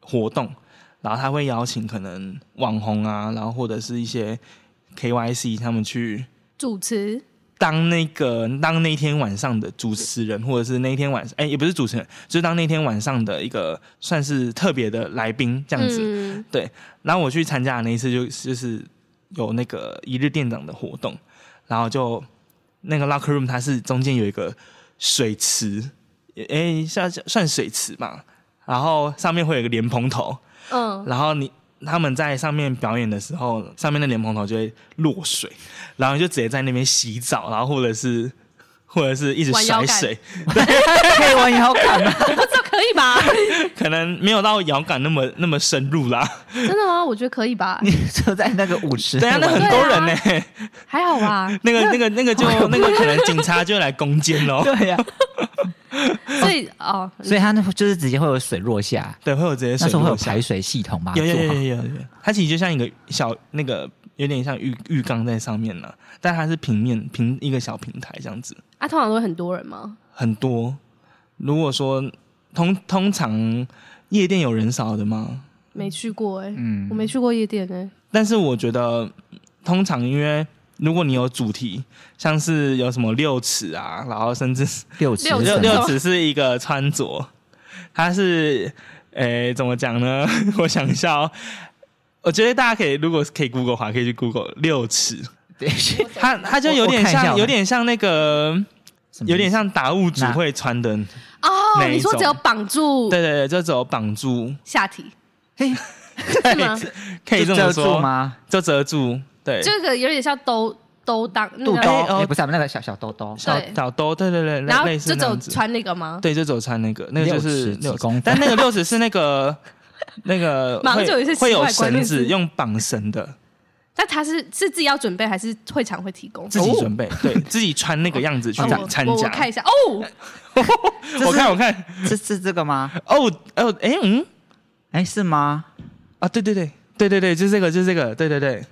[SPEAKER 3] 活动，然后他会邀请可能网红啊，然后或者是一些 KYC 他们去
[SPEAKER 1] 主持，
[SPEAKER 3] 当那个当那天晚上的主持人，或者是那天晚上，哎、也不是主持人，就是当那天晚上的一个算是特别的来宾这样子。
[SPEAKER 1] 嗯、
[SPEAKER 3] 然后我去参加的那一次就就是有那个一日店长的活动，然后就那个 locker room 哎它是中间有一个水池，诶、算算水池吧，然后上面会有一个莲蓬头， (laughs)
[SPEAKER 1] 嗯，
[SPEAKER 3] 然后你他们在上面表演的时候，上面的莲蓬头就会落水，然后你就直接在那边洗澡，然后或者是 (laughs) 或者是一直
[SPEAKER 1] 弯腰
[SPEAKER 3] 甩
[SPEAKER 1] 杆
[SPEAKER 3] 水，
[SPEAKER 2] 可以玩摇杆吗？
[SPEAKER 1] 这可以吧？
[SPEAKER 3] (laughs)
[SPEAKER 1] (laughs)
[SPEAKER 3] 可能没有到摇杆那么那么深入啦。 (laughs)
[SPEAKER 1] 真的吗？我觉得可以吧，
[SPEAKER 2] 你就在那个舞池，
[SPEAKER 3] 对啊，那很
[SPEAKER 1] 对
[SPEAKER 3] 多
[SPEAKER 1] 啊
[SPEAKER 3] 人呢、
[SPEAKER 1] 还好啊吧。
[SPEAKER 3] (laughs) 那个那个那 (laughs) 个就那个可能警察就会来攻坚 (laughs) 喽。
[SPEAKER 2] 对呀、
[SPEAKER 1] 所以哦，
[SPEAKER 2] 所以它那就是直接会有水落下，
[SPEAKER 3] 对，会有直接
[SPEAKER 2] 那
[SPEAKER 3] 水
[SPEAKER 2] 时候会有
[SPEAKER 3] 落下
[SPEAKER 2] 排水系统嘛？
[SPEAKER 3] 有有
[SPEAKER 2] 做
[SPEAKER 3] 有
[SPEAKER 2] 好
[SPEAKER 3] 有有有，它其实就像一个小那个，有点像浴浴缸在上面呢、但它是平面平一个小平台这样子，
[SPEAKER 1] 啊，通常都会很多人吗？
[SPEAKER 3] 很多。如果说通通常夜店有人少的吗？
[SPEAKER 1] 没去过哎、
[SPEAKER 2] 嗯
[SPEAKER 1] 我没去过夜店哎、
[SPEAKER 3] 但是我觉得通常因为如果你有主题，像是有什么六尺啊，然后甚至是
[SPEAKER 2] (laughs) 六尺
[SPEAKER 1] 六尺
[SPEAKER 3] 六
[SPEAKER 1] 什
[SPEAKER 2] 什么
[SPEAKER 3] 六
[SPEAKER 1] 么
[SPEAKER 3] 尺是一个穿着，它是诶、怎么讲呢？ (laughs) 我想一下哦，我觉得大家可以如果可以 Google 的话，可以去 Google 六尺，
[SPEAKER 2] 对是
[SPEAKER 3] 它它就有
[SPEAKER 2] 我我
[SPEAKER 3] 点
[SPEAKER 2] 看一下
[SPEAKER 3] 像
[SPEAKER 2] 我
[SPEAKER 3] 有点像那个
[SPEAKER 2] 什么
[SPEAKER 3] 有点像打物主会穿的，
[SPEAKER 1] 哦，
[SPEAKER 3] 哪一
[SPEAKER 1] 你说
[SPEAKER 3] 种
[SPEAKER 1] 只有绑住
[SPEAKER 3] 对对对，就只有绑住，
[SPEAKER 1] 下体
[SPEAKER 2] 嘿
[SPEAKER 1] 是
[SPEAKER 3] (laughs)
[SPEAKER 1] 吗？
[SPEAKER 3] 可以这么
[SPEAKER 2] 遮住
[SPEAKER 3] 说？
[SPEAKER 2] 吗？
[SPEAKER 3] 就遮住，对，
[SPEAKER 1] 这个有点像兜兜裆那
[SPEAKER 2] 肚
[SPEAKER 1] 个
[SPEAKER 3] 哎
[SPEAKER 2] 兜
[SPEAKER 3] 哦
[SPEAKER 2] 也不是啊，那个小小兜兜，
[SPEAKER 3] 小
[SPEAKER 1] 对
[SPEAKER 3] 小兜，对对对，类
[SPEAKER 1] 然后
[SPEAKER 3] 类似
[SPEAKER 1] 就
[SPEAKER 3] 那
[SPEAKER 1] 走
[SPEAKER 3] 样子，
[SPEAKER 1] 穿那个吗？
[SPEAKER 3] 对，就走穿那个，那个就
[SPEAKER 2] 六
[SPEAKER 3] 是
[SPEAKER 2] 尺几
[SPEAKER 3] 六
[SPEAKER 2] 公分
[SPEAKER 3] 但那个六尺是那
[SPEAKER 1] (laughs)
[SPEAKER 3] 个。那个
[SPEAKER 1] 马上
[SPEAKER 3] 会
[SPEAKER 1] 就有一些奇
[SPEAKER 3] 会有
[SPEAKER 1] 怪观
[SPEAKER 3] 绳
[SPEAKER 1] 念
[SPEAKER 3] 子，
[SPEAKER 1] 是
[SPEAKER 3] 用绑绳的，
[SPEAKER 1] 那他是是自己要准备还是会场会提供？
[SPEAKER 3] 自己准备，
[SPEAKER 1] (laughs)
[SPEAKER 3] 对自己穿那个样子去
[SPEAKER 1] 哦我
[SPEAKER 3] 参
[SPEAKER 1] 我我
[SPEAKER 3] 加。
[SPEAKER 1] 看一下哦，
[SPEAKER 2] 是
[SPEAKER 3] 我看，我看，
[SPEAKER 2] 是是这个吗？
[SPEAKER 3] 哦哦，哎，嗯，
[SPEAKER 2] 哎，是吗？
[SPEAKER 3] 啊，对对对，对对对，就是这个，就是这个，对对对，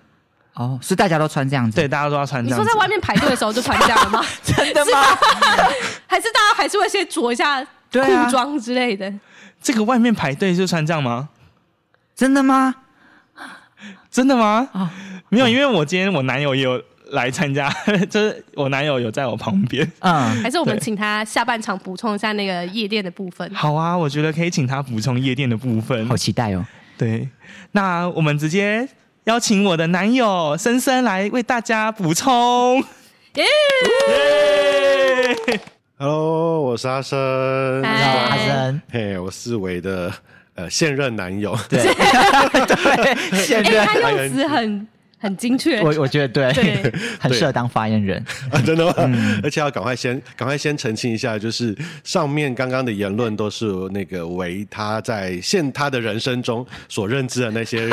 [SPEAKER 2] 哦，是大家都穿这样子，
[SPEAKER 3] 对，，大家都要穿
[SPEAKER 1] 你
[SPEAKER 3] 这样
[SPEAKER 1] 说
[SPEAKER 3] 子
[SPEAKER 1] 在。外面排队的时候就穿这样了吗？
[SPEAKER 2] 真的吗？
[SPEAKER 1] 还是大家还是会先着一下裤
[SPEAKER 2] 对啊
[SPEAKER 1] 装之类的？
[SPEAKER 3] 这个外面排队就穿这样吗？
[SPEAKER 2] (laughs) 真的吗？
[SPEAKER 3] 真的吗？
[SPEAKER 2] 啊
[SPEAKER 3] 没有，因为我今天我男友也有来参加， (laughs) 就是我男友有在我旁边。
[SPEAKER 2] 嗯，
[SPEAKER 1] 还是我们
[SPEAKER 3] 对
[SPEAKER 1] 请他下半场补充一下那个夜店的部分？
[SPEAKER 3] 好啊，我觉得可以请他补充夜店的部分
[SPEAKER 2] 好。期待哦。
[SPEAKER 3] 对，那我们直接邀请我的男友深深来为大家补充。
[SPEAKER 1] 耶！
[SPEAKER 3] 耶
[SPEAKER 4] Hello，我是阿生。
[SPEAKER 1] 嗨
[SPEAKER 2] 然后阿
[SPEAKER 1] 哎
[SPEAKER 2] 生，
[SPEAKER 4] 嘿我是维的呃现任男友。 (laughs)
[SPEAKER 2] 对对，现
[SPEAKER 1] 哎，
[SPEAKER 2] 任
[SPEAKER 1] 他用词很很精确，
[SPEAKER 2] 我我觉得对
[SPEAKER 1] 对，
[SPEAKER 2] 很适合当发言人。
[SPEAKER 4] 啊，真的吗？
[SPEAKER 1] 嗯
[SPEAKER 4] 而且要赶快先赶快先澄清一下，就是上面刚刚的言论都是那个为他在现他的人生中所认知的
[SPEAKER 1] (laughs)
[SPEAKER 4] 那些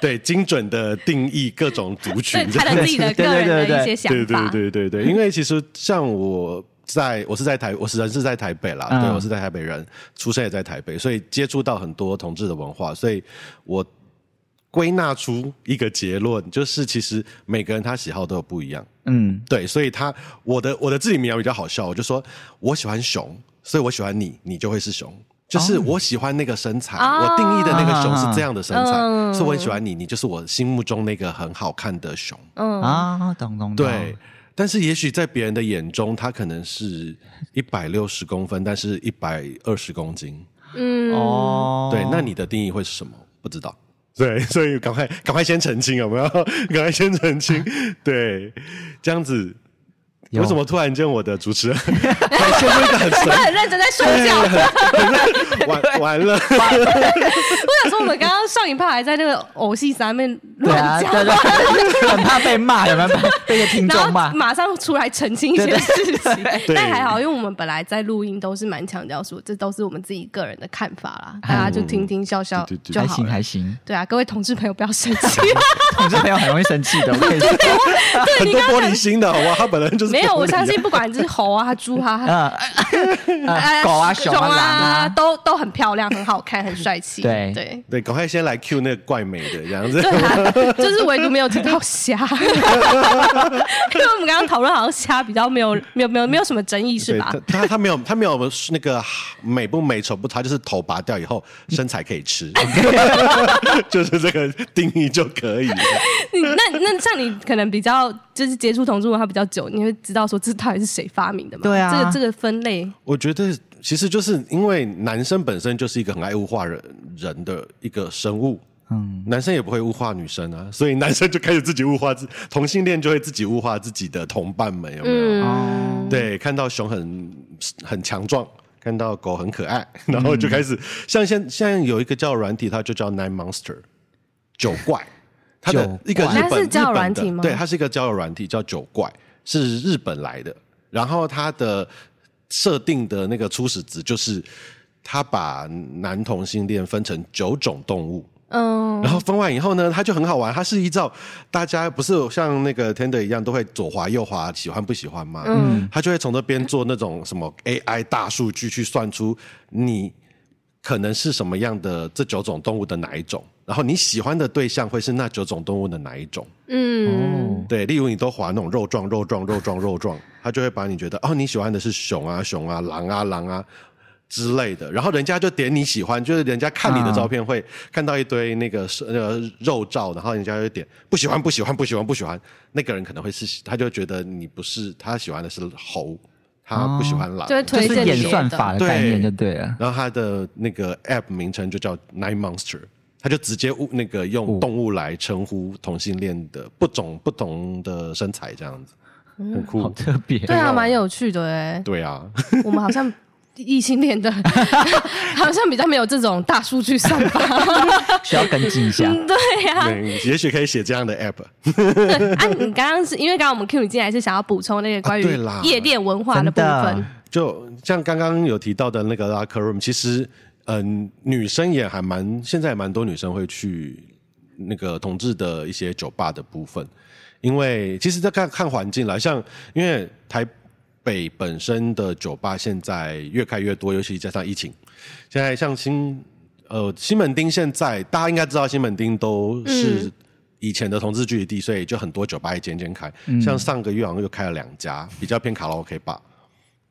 [SPEAKER 4] 对精准的定义各种族群
[SPEAKER 1] 对
[SPEAKER 4] 这
[SPEAKER 1] 他
[SPEAKER 4] 样
[SPEAKER 1] 的自己的个人的一些想
[SPEAKER 4] 对
[SPEAKER 1] 法
[SPEAKER 4] 对。对对对，因为其实像我在我是在台，我是人是在台北啦，
[SPEAKER 2] 嗯
[SPEAKER 4] 对我是在台北人，出生也在台北，所以接触到很多同志的文化，所以我归纳出一个结论，就是其实每个人他喜好都有不一样。
[SPEAKER 2] 嗯，
[SPEAKER 4] 对，所以他我的我的自己民谣比较好笑，我就说我喜欢熊，所以我喜欢你，你就会是熊。就是我喜欢那个身材，
[SPEAKER 1] 哦
[SPEAKER 4] 我定义的那个熊是这样的身材，
[SPEAKER 1] 嗯
[SPEAKER 4] 所以我很喜欢你，你就是我心目中那个很好看的熊。
[SPEAKER 1] 嗯，
[SPEAKER 2] 啊，懂懂懂，
[SPEAKER 4] 对，但是也许在别人的眼中，他可能是一百六十公分，但是一百二十公斤。
[SPEAKER 1] 嗯
[SPEAKER 2] 哦，
[SPEAKER 4] 对，那你的定义会是什么？不知道。对， (laughs) 所以赶快赶快先澄清，有没 (laughs) 有？赶快先澄 (laughs) 清。对，这样子。
[SPEAKER 2] 有
[SPEAKER 4] 为什么突然间我的主 (laughs) 持人突然陷入一个很
[SPEAKER 1] 他
[SPEAKER 4] 神
[SPEAKER 1] 很认真在睡觉。
[SPEAKER 4] 完完
[SPEAKER 1] (laughs)
[SPEAKER 4] 了？
[SPEAKER 1] 我想说，我们刚刚上一趴还在那个偶戏上面
[SPEAKER 2] 对啊，
[SPEAKER 1] 乱
[SPEAKER 2] 对
[SPEAKER 1] 讲，
[SPEAKER 2] 对， (laughs) 对很怕
[SPEAKER 1] (laughs)
[SPEAKER 2] 被骂，有没有被被一些听众
[SPEAKER 1] 然
[SPEAKER 2] 骂
[SPEAKER 1] 后？马上出来澄清一些事
[SPEAKER 2] (laughs)
[SPEAKER 1] 情。
[SPEAKER 4] 对
[SPEAKER 1] 但还好，因为我们本来在录音都是蛮强调说，这都是我们自己个人的看法
[SPEAKER 2] 嗯
[SPEAKER 1] 啦，大家就听听笑笑
[SPEAKER 4] 对对对
[SPEAKER 1] 就
[SPEAKER 2] 还
[SPEAKER 1] 好
[SPEAKER 2] 行
[SPEAKER 1] 了 (laughs)
[SPEAKER 2] 还。行，
[SPEAKER 1] 对啊，各位同志朋友不要生
[SPEAKER 2] (laughs)
[SPEAKER 1] 气。
[SPEAKER 2] 同志朋友很容易生气的，我
[SPEAKER 1] (laughs)
[SPEAKER 2] 跟你说，
[SPEAKER 4] 很多玻璃心的好不好？他本来就是
[SPEAKER 1] 没有，
[SPEAKER 4] 玻璃
[SPEAKER 1] 我
[SPEAKER 4] 啊
[SPEAKER 1] 相信不管是猴啊、猪啊、
[SPEAKER 2] 嗯，
[SPEAKER 1] 哎
[SPEAKER 2] (laughs) 呃狗啊、熊啊、
[SPEAKER 1] 啊
[SPEAKER 2] 狼啊，
[SPEAKER 1] 都都很漂亮、很好看、很帅气。
[SPEAKER 2] 对
[SPEAKER 1] 对。
[SPEAKER 4] 对，赶快先来 Q 那个怪美的这样子。
[SPEAKER 1] 对啊，就是唯独没有提到
[SPEAKER 2] (laughs)
[SPEAKER 1] 虾，因为我们刚刚讨论好像虾比较没有没有没有没有什么争议是
[SPEAKER 4] 对
[SPEAKER 1] 吧
[SPEAKER 4] 他？他他没有他没有那个美不美丑不丑，他就是头拔掉以后
[SPEAKER 1] 嗯
[SPEAKER 4] 身材可
[SPEAKER 1] (laughs)
[SPEAKER 4] 以吃，就是这个定义就可以了。
[SPEAKER 1] (laughs) 你嗯那那像你可能比较就是接触同志文化比较久，你会知道说这到底是谁发明的嘛？
[SPEAKER 2] 对啊
[SPEAKER 1] 这个这个分类
[SPEAKER 4] 我觉得其实就是因为男生本身就是一个很爱物化人人的一个生物。嗯，男生也不会物化女生啊，所以男生就开始自己物化自同性恋，就会自己物
[SPEAKER 1] 嗯
[SPEAKER 2] 哦
[SPEAKER 4] 化自己的同伴们，有没有？对，看到熊很很强壮，看到狗很可爱，
[SPEAKER 2] 嗯
[SPEAKER 4] 然后就开始、像现现在有一个叫软体，它就叫 Nine Monster 九怪，它的一个
[SPEAKER 2] 九
[SPEAKER 4] 日
[SPEAKER 2] 怪
[SPEAKER 4] 本
[SPEAKER 1] 它是交友
[SPEAKER 4] 日本的
[SPEAKER 1] 软体吗
[SPEAKER 4] 对，它是一个交友软体，叫九怪，是日本来的。然后它的设定的那个初始值就是，它把男同性恋分成九种动物。
[SPEAKER 1] 嗯，
[SPEAKER 4] 然后分完以后呢，它就很好玩。它是依照大家不是像那个 Tender 一样都会左滑右滑，喜欢不喜欢嘛？嗯，它就会从这边做那种什么 AI 大数据去算出你可能是什么样的这九种动物的哪一种，然后你喜欢的对象会是那九种动物的哪一种。
[SPEAKER 1] 嗯，
[SPEAKER 2] 哦，
[SPEAKER 4] 对，例如你都滑那种肉状、肉状、肉状、肉状， (laughs) 他就会把你觉得哦，你喜欢的是熊啊、熊啊、狼啊、狼啊之类的，然后人家就点你喜欢，就是人家看你的照片
[SPEAKER 2] 啊
[SPEAKER 4] 会看到一堆那个是呃肉照，然后人家就点不喜欢、不喜欢、不喜欢、不喜欢，那个人可能会是他就觉得你不是他喜欢的是猴，他不喜欢狼，
[SPEAKER 1] 就会
[SPEAKER 2] 哦就
[SPEAKER 1] 推
[SPEAKER 2] 是
[SPEAKER 1] 荐
[SPEAKER 2] 演
[SPEAKER 1] 别的
[SPEAKER 2] 算法的概念就
[SPEAKER 4] 对
[SPEAKER 2] 对了。
[SPEAKER 4] 然后它的那个 App 名称就叫 Nine Monster，它就直接物那个用动物来称呼同性恋的不种不同的身材这样子，很
[SPEAKER 2] 好
[SPEAKER 4] 酷。
[SPEAKER 2] 特别，
[SPEAKER 1] 对啊，蛮有趣的哎。
[SPEAKER 4] 对啊， (laughs)
[SPEAKER 1] 我们好像异性恋的， (laughs) 好像比较没有这种大数据算法。
[SPEAKER 2] 需要跟进一下。
[SPEAKER 1] (laughs) 嗯对呀、啊，
[SPEAKER 4] 对也许可以写这样的 App。
[SPEAKER 1] 啊，你刚刚是因为刚刚我们 Q 你进来是想要补充那个关
[SPEAKER 4] 啊
[SPEAKER 1] 于
[SPEAKER 4] 对啦
[SPEAKER 1] 夜店文化的
[SPEAKER 2] 真
[SPEAKER 1] 部分
[SPEAKER 2] 的，，
[SPEAKER 4] 就像刚刚有提到的那个 Locker Room，其实嗯、女生也还蛮现在也蛮多女生会去那个同志的一些酒吧的部分，因为其实在看看环境啦，像因为台北本身的酒吧现在越开越多，尤其加上疫情，现在像新呃西门町现在大家应该知道西门町都是以前的同志聚集地，所以就很多酒吧一间间开，像上个月好像又开了两家，比较偏卡拉 OK 吧。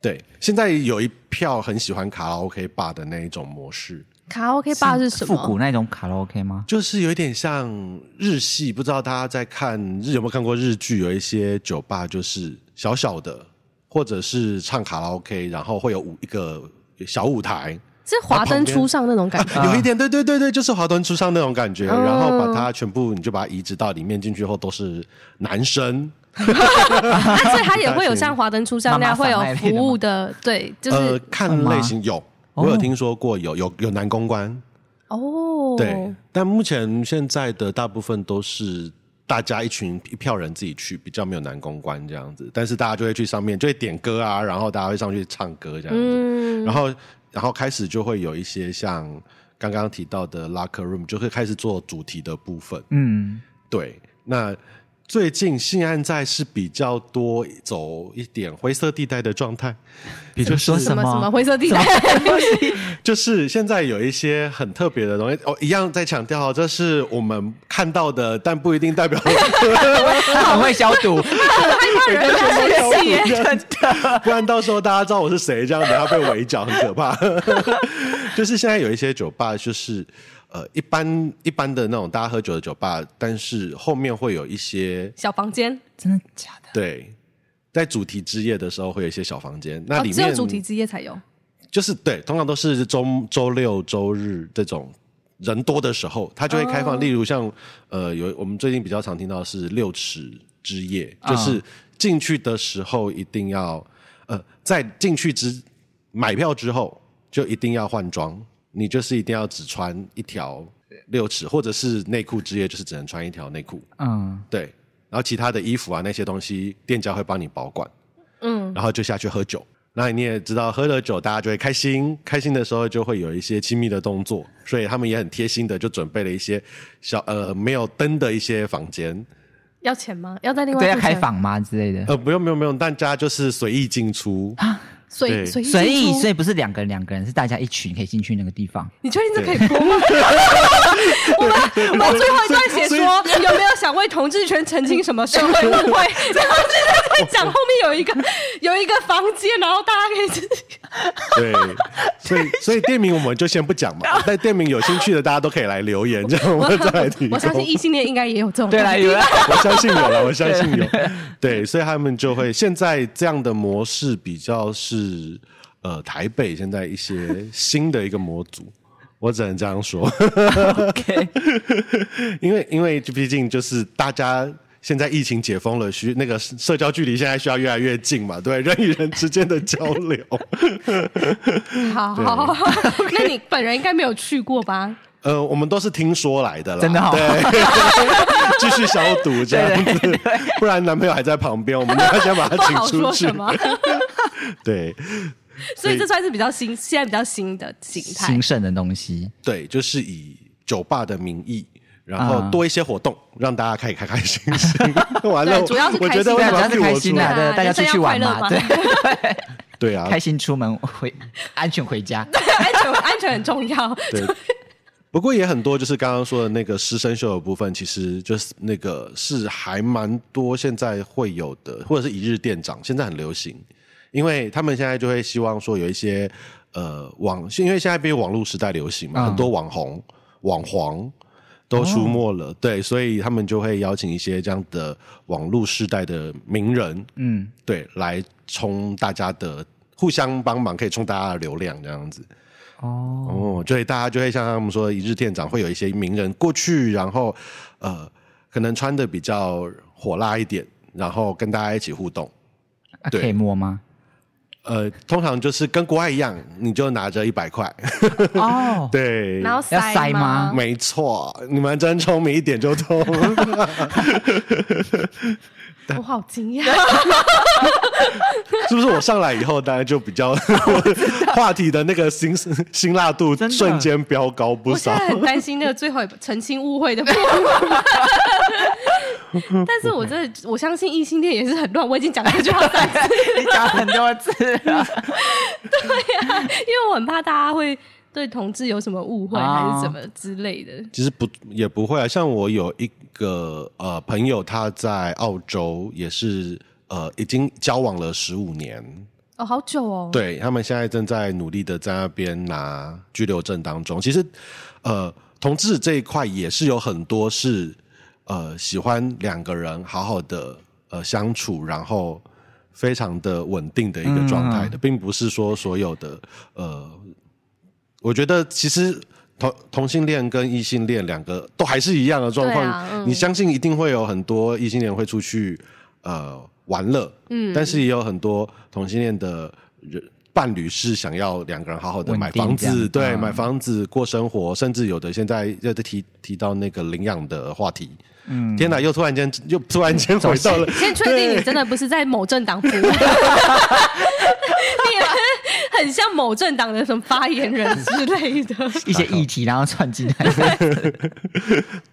[SPEAKER 4] 对，现在有一票很喜欢卡拉 OK 吧的那一种模式，
[SPEAKER 1] 卡拉 OK 吧是什
[SPEAKER 2] 复古
[SPEAKER 1] 么？
[SPEAKER 2] 那种卡拉 OK 吗？
[SPEAKER 4] 就是有一点像日系，不知道大家在看日有没有看过日剧，有一些酒吧就是小小的，或者是唱卡拉 OK，然后会有舞一个小舞台，
[SPEAKER 1] 是华灯初上那种
[SPEAKER 2] (laughs)
[SPEAKER 1] 感觉。
[SPEAKER 4] 有一点对对对对，就是华灯初上那种感觉，
[SPEAKER 1] 嗯
[SPEAKER 4] 然后把它全部你就把它移植到里面进去后都是男生，
[SPEAKER 1] 但是啊它也会有像华灯初上那样会
[SPEAKER 2] 妈妈
[SPEAKER 1] 有
[SPEAKER 2] 桑那一
[SPEAKER 1] 服
[SPEAKER 2] 类的
[SPEAKER 1] 务的，对，就是、
[SPEAKER 4] 呃，看类型有，我有
[SPEAKER 2] 哦
[SPEAKER 4] 听说过有有有男公关。
[SPEAKER 1] 哦，
[SPEAKER 4] 对，但目前现在的大部分都是大家一群一票人自己去，比较没有男公关这样子。但是大家就会去上面，就会点歌啊，然后大家会上去唱歌这样子。
[SPEAKER 1] 嗯
[SPEAKER 4] 然后，然后开始就会有一些像刚刚提到的 locker room，就会开始做主题的部分。
[SPEAKER 1] (laughs)
[SPEAKER 2] 嗯，
[SPEAKER 4] 对，那最近性暗在是比较多走一点灰色地带的状态，
[SPEAKER 2] 比如说
[SPEAKER 1] 什么什么
[SPEAKER 2] 么
[SPEAKER 1] 灰色地带，
[SPEAKER 4] 就是现在有一些很特别的东西，哦，一样在强调，这是我们看到的，但不一定代表
[SPEAKER 1] (laughs)
[SPEAKER 2] 他很会消毒，
[SPEAKER 1] 害怕 (laughs) 人家生气耶。
[SPEAKER 2] (laughs) 真的。
[SPEAKER 4] 不然到时候大家知道我是谁，这样等下被围剿很可怕。 (laughs) 就是现在有一些酒吧，就是呃一般一般的那种大家喝酒的酒吧，但是后面会有一些
[SPEAKER 1] 小房间，
[SPEAKER 2] 真的假的？
[SPEAKER 4] 对，在主题之夜的时候会有一些小房间，那
[SPEAKER 1] 哦，
[SPEAKER 4] 里
[SPEAKER 1] 只
[SPEAKER 4] 面、
[SPEAKER 1] 有主题之夜才有。
[SPEAKER 4] 就是对，通常都是周周六周日这种人多的时候，它就会开放。例如像呃，有我们最近比较常听到的是六尺之夜，
[SPEAKER 2] 啊
[SPEAKER 4] 就是进去的时候一定要呃，在进去之买票之后就一定要换装，你就是一定要只穿一条六尺，或者是内裤之夜，就是只能穿一条内裤。
[SPEAKER 2] 嗯，
[SPEAKER 4] 对，然后其他的衣服啊那些东西，店家会帮你保管。嗯，然后就下去喝酒。那你也知道，喝了酒大家就会开心，开心的时候就会有一些亲密的动作，所以他们也很贴心的就准备了一些小呃没有灯的一些房间，
[SPEAKER 1] 要钱吗？要在另外
[SPEAKER 2] 对，要
[SPEAKER 1] 付钱
[SPEAKER 2] 开房吗之类的？
[SPEAKER 4] 呃不用不用不用，大家就是随意进出，
[SPEAKER 1] 随
[SPEAKER 4] 对
[SPEAKER 1] 随意
[SPEAKER 2] 所以，
[SPEAKER 1] 进出
[SPEAKER 2] 所以不是两个人，两个人是大家一群可以进去那个地方。
[SPEAKER 1] 你确定这可以播吗？ (laughs) 我们我们最后一段写说有没有想为同志圈澄清什么社会误会？然后就在讲后面有一个有一个房间，然后大家可以自己
[SPEAKER 4] 对，所以所以店名我们就先不讲嘛，但店名有兴趣的大家都可以来留言，这样我们再来提供。
[SPEAKER 1] 我相信异性恋应该也有这种
[SPEAKER 2] 对啦，有啦， (laughs)
[SPEAKER 4] (laughs) 我相信有了，我相信有。对，所以他们就会现在这样的模式比较是呃台北现在一些新的一个模组， (laughs) 我只能这样说， (laughs)
[SPEAKER 2] OK，
[SPEAKER 4] 因为因为毕竟就是大家。现在疫情解封了，需那个社交距离现在需要越来越近嘛，对， (laughs) 人与人之间的
[SPEAKER 1] (laughs)
[SPEAKER 4] 交流。
[SPEAKER 1] 好，那你本人应该没有去过吧？
[SPEAKER 4] 呃，我们都是听说来的啦，
[SPEAKER 2] 真的哦
[SPEAKER 4] 对， (laughs) 继续消毒这样子，不然男朋友还在旁边，我们要先把
[SPEAKER 1] (laughs)
[SPEAKER 4] 他
[SPEAKER 1] 不好
[SPEAKER 4] 啊请出
[SPEAKER 1] 说
[SPEAKER 4] 去
[SPEAKER 1] 什。么，
[SPEAKER 4] 对
[SPEAKER 1] 所以这算是比较新，现在比较新的形态
[SPEAKER 2] 兴。盛的东西，
[SPEAKER 4] 对，就是以酒吧的名义。然后
[SPEAKER 2] 嗯
[SPEAKER 4] 多一些活动，让大家可以开开心心。完了，
[SPEAKER 1] 对主要是
[SPEAKER 4] 我
[SPEAKER 1] 开
[SPEAKER 4] 觉得
[SPEAKER 1] 心
[SPEAKER 4] 为
[SPEAKER 2] 对，
[SPEAKER 4] 什么
[SPEAKER 2] 只
[SPEAKER 4] 要
[SPEAKER 2] 要
[SPEAKER 4] 逼
[SPEAKER 2] 是
[SPEAKER 4] 我
[SPEAKER 2] 开
[SPEAKER 4] 出
[SPEAKER 2] 心
[SPEAKER 4] 来？
[SPEAKER 2] 啦，
[SPEAKER 1] 对
[SPEAKER 2] 对，大家出去玩嘛，
[SPEAKER 1] 人
[SPEAKER 2] 对
[SPEAKER 1] 生，
[SPEAKER 4] 对啊，
[SPEAKER 2] 开心出门 (laughs) 回安全回家，
[SPEAKER 1] (laughs) 安全安全很重要，
[SPEAKER 4] (laughs) 对。不过也很多，就是刚刚说的那个师生秀的部分，其实就是那个是还蛮多现在会有的，或者是一日店长，现在很流行，因为他们现在就会希望说有一些呃网，因为现在被网络时代流行嘛，
[SPEAKER 2] 嗯
[SPEAKER 4] 很多网红、网黄都出没了，对，所以他们就会邀请一些这样的网络时代的名人，
[SPEAKER 2] 嗯，
[SPEAKER 4] 对，来冲大家的互相帮忙，可以冲大家的流量这样子。
[SPEAKER 2] 哦，
[SPEAKER 4] 哦，所以大家就会像他们说，一日店长会有一些名人过去，然后呃，可能穿的比较火辣一点，然后跟大家一起互动。
[SPEAKER 2] 啊
[SPEAKER 4] 对
[SPEAKER 2] 可以摸吗？
[SPEAKER 4] 呃，通常就是跟国外一样，你就拿着一百块， (laughs)
[SPEAKER 2] (laughs) 哦，
[SPEAKER 4] 对，
[SPEAKER 1] 然后
[SPEAKER 2] 要塞
[SPEAKER 1] 吗
[SPEAKER 2] 吗？
[SPEAKER 4] 没错，你们真聪明，一点就通。
[SPEAKER 1] 我好惊讶，
[SPEAKER 4] 是不是我上来以后，大家就比较 (laughs) 话题的那个辛辛辣度
[SPEAKER 2] 真的
[SPEAKER 4] 瞬间飙高不
[SPEAKER 1] 我现
[SPEAKER 4] 少？
[SPEAKER 1] 在很担心那个最后一步澄清误会的部分。 (laughs) 但是我真的我相信异性恋也是很乱，我已经讲这句话三次，
[SPEAKER 2] 你讲很多次了，
[SPEAKER 1] 因为我很怕大家会对同志有什么误会还
[SPEAKER 2] 哦
[SPEAKER 1] 是什么之类的。
[SPEAKER 4] 其实不也不会啊，像我有一个呃朋友，他在澳洲也是呃已经交往了十五年，
[SPEAKER 1] 哦，好久哦，
[SPEAKER 4] 对他们现在正在努力的在那边拿居留证当中。其实呃同志这一块也是有很多是呃喜欢两个人好好的呃相处，然后。非常的稳定的一个状态
[SPEAKER 1] 嗯
[SPEAKER 4] 的，并不是说所有的呃我觉得其实同同性恋跟异性恋两个都还是一样的状况，
[SPEAKER 1] 对啊嗯
[SPEAKER 4] 你相信一定会有很多异性恋会出去呃玩乐，嗯，但是也有很多同性恋的人。伴侣是想要两个人好好的
[SPEAKER 2] 稳
[SPEAKER 4] 买
[SPEAKER 2] 定
[SPEAKER 4] 房
[SPEAKER 2] 这
[SPEAKER 4] 子，
[SPEAKER 2] 样
[SPEAKER 4] 对，
[SPEAKER 2] 嗯
[SPEAKER 4] 买房子过生活，甚至有的现在又在提提到那个领养的话题，嗯，天哪，又突然间又突然间回
[SPEAKER 2] (laughs)
[SPEAKER 4] 到了，
[SPEAKER 1] 先确定你真的不是在某政党服务，你很像某政党的什么发言人之类的。
[SPEAKER 2] 一些议题然后串
[SPEAKER 4] (laughs)
[SPEAKER 2] 进来，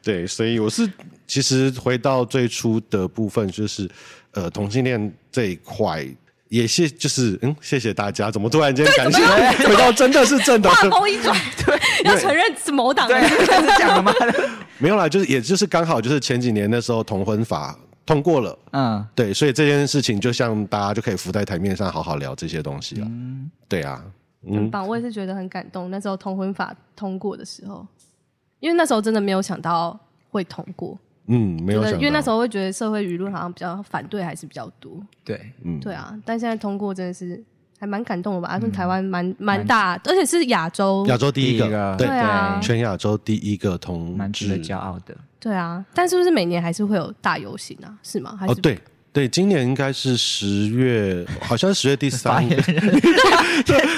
[SPEAKER 4] 对，所以我是其实回到最初的部分，就是呃同性恋这一块，也谢就是嗯谢谢大家，怎么突然间感谢回到真的是正
[SPEAKER 2] (laughs)
[SPEAKER 1] (laughs)
[SPEAKER 4] 的
[SPEAKER 1] 话
[SPEAKER 4] (laughs)
[SPEAKER 1] 锋一转，要承认是某党的
[SPEAKER 2] 对，这是讲了
[SPEAKER 4] (laughs)
[SPEAKER 2] 吗？
[SPEAKER 4] 没有啦，就是也就是刚好就是前几年那时候同婚法通过了。
[SPEAKER 2] 嗯，
[SPEAKER 4] 对，所以这件事情就像大家就可以浮在台面上好好聊这些东西了。对啊，
[SPEAKER 1] 很棒，我也是觉得很感动。那时候同婚法通过的时候，因为那时候真的没有想到会通过，
[SPEAKER 4] 嗯，没有
[SPEAKER 1] 觉得
[SPEAKER 4] 想到，
[SPEAKER 1] 因为那时候会觉得社会舆论好像比较反对还是比较多，
[SPEAKER 2] 对，
[SPEAKER 4] 嗯
[SPEAKER 1] 对啊。但现在通过真的是还蛮感动的吧？而且台湾蛮蛮大，而且是亚洲，
[SPEAKER 4] 亚洲第一个，
[SPEAKER 2] 第一个
[SPEAKER 4] 对，
[SPEAKER 1] 对啊
[SPEAKER 4] 全亚洲第一个同
[SPEAKER 2] 嗯蛮值
[SPEAKER 4] 志
[SPEAKER 2] 得骄傲的。 (laughs)
[SPEAKER 1] 对啊。但是不是每年还是会有大游行啊？是吗？还是
[SPEAKER 4] 哦，对对，今年应该是十月，好像是十月
[SPEAKER 2] (laughs)
[SPEAKER 4] 第
[SPEAKER 2] 发
[SPEAKER 4] 三
[SPEAKER 2] 言人，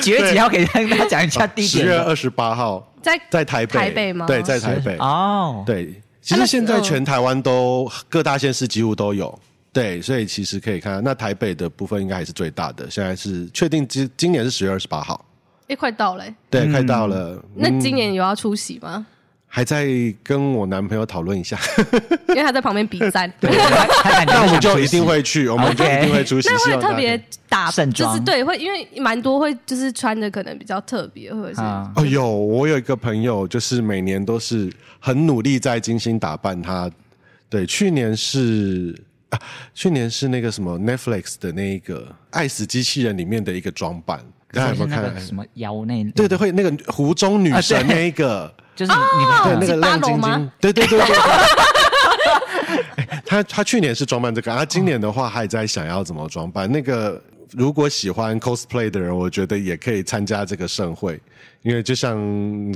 [SPEAKER 2] 几月几号给大家讲一下地
[SPEAKER 4] 十
[SPEAKER 2] 点
[SPEAKER 4] 月
[SPEAKER 2] 呢？
[SPEAKER 4] 二十八号
[SPEAKER 1] 在
[SPEAKER 4] 在台北，
[SPEAKER 1] 台北吗
[SPEAKER 4] 对，在台北。
[SPEAKER 2] 哦，
[SPEAKER 4] 对，其
[SPEAKER 1] 啊那
[SPEAKER 4] 实
[SPEAKER 1] 是
[SPEAKER 4] 现在
[SPEAKER 1] 嗯
[SPEAKER 4] 全台湾都各大县市几乎都有。对，所以其实可以看，那台北的部分应该还是最大的。现在是确定今今年是十月二十八号，
[SPEAKER 1] 哎，快到嘞、
[SPEAKER 4] 对，快到了。
[SPEAKER 1] 那
[SPEAKER 4] 嗯
[SPEAKER 1] 今年有要出席吗？
[SPEAKER 4] 还在跟我男朋友讨论一
[SPEAKER 2] (laughs)
[SPEAKER 4] 下，
[SPEAKER 1] 因为他在旁边比赞。
[SPEAKER 2] 对，他他感觉
[SPEAKER 4] 那我们
[SPEAKER 2] 想
[SPEAKER 4] 就
[SPEAKER 2] 出
[SPEAKER 4] 一
[SPEAKER 2] 席
[SPEAKER 4] 定会去，我们就
[SPEAKER 2] OK
[SPEAKER 4] 一定会出席。
[SPEAKER 1] (laughs) 那
[SPEAKER 4] 希
[SPEAKER 1] 会
[SPEAKER 4] 望大
[SPEAKER 1] 特
[SPEAKER 4] 家
[SPEAKER 1] 别
[SPEAKER 4] 可以
[SPEAKER 1] 打，
[SPEAKER 2] 盛
[SPEAKER 1] 就
[SPEAKER 2] 装
[SPEAKER 1] 是对，会因为蛮多会就是穿的可能比较特别，或者是、
[SPEAKER 2] (laughs)
[SPEAKER 1] 嗯
[SPEAKER 2] 啊，
[SPEAKER 4] 哦，有我有一个朋友，就是每年都是很努力在精心打扮他。对，去年是啊，去年是那个什么 Netflix 的那一个《爱死机器人》里面的一个装扮，大家有没
[SPEAKER 2] 哦就是
[SPEAKER 4] 有
[SPEAKER 2] 那
[SPEAKER 4] 看
[SPEAKER 2] 个？什么啊腰那，
[SPEAKER 4] 对对，，会那个湖中女神那一个，
[SPEAKER 2] 就是你
[SPEAKER 4] 啊对那个
[SPEAKER 1] 吉巴
[SPEAKER 4] 亮
[SPEAKER 1] 龙
[SPEAKER 4] 晶晶
[SPEAKER 1] 吗，
[SPEAKER 4] 对对对对。 (laughs) 哎他他去年是装扮这个，他今年的话还在想要怎么装扮。那个如果喜欢 cosplay 的人，我觉得也可以参加这个盛会，因为就像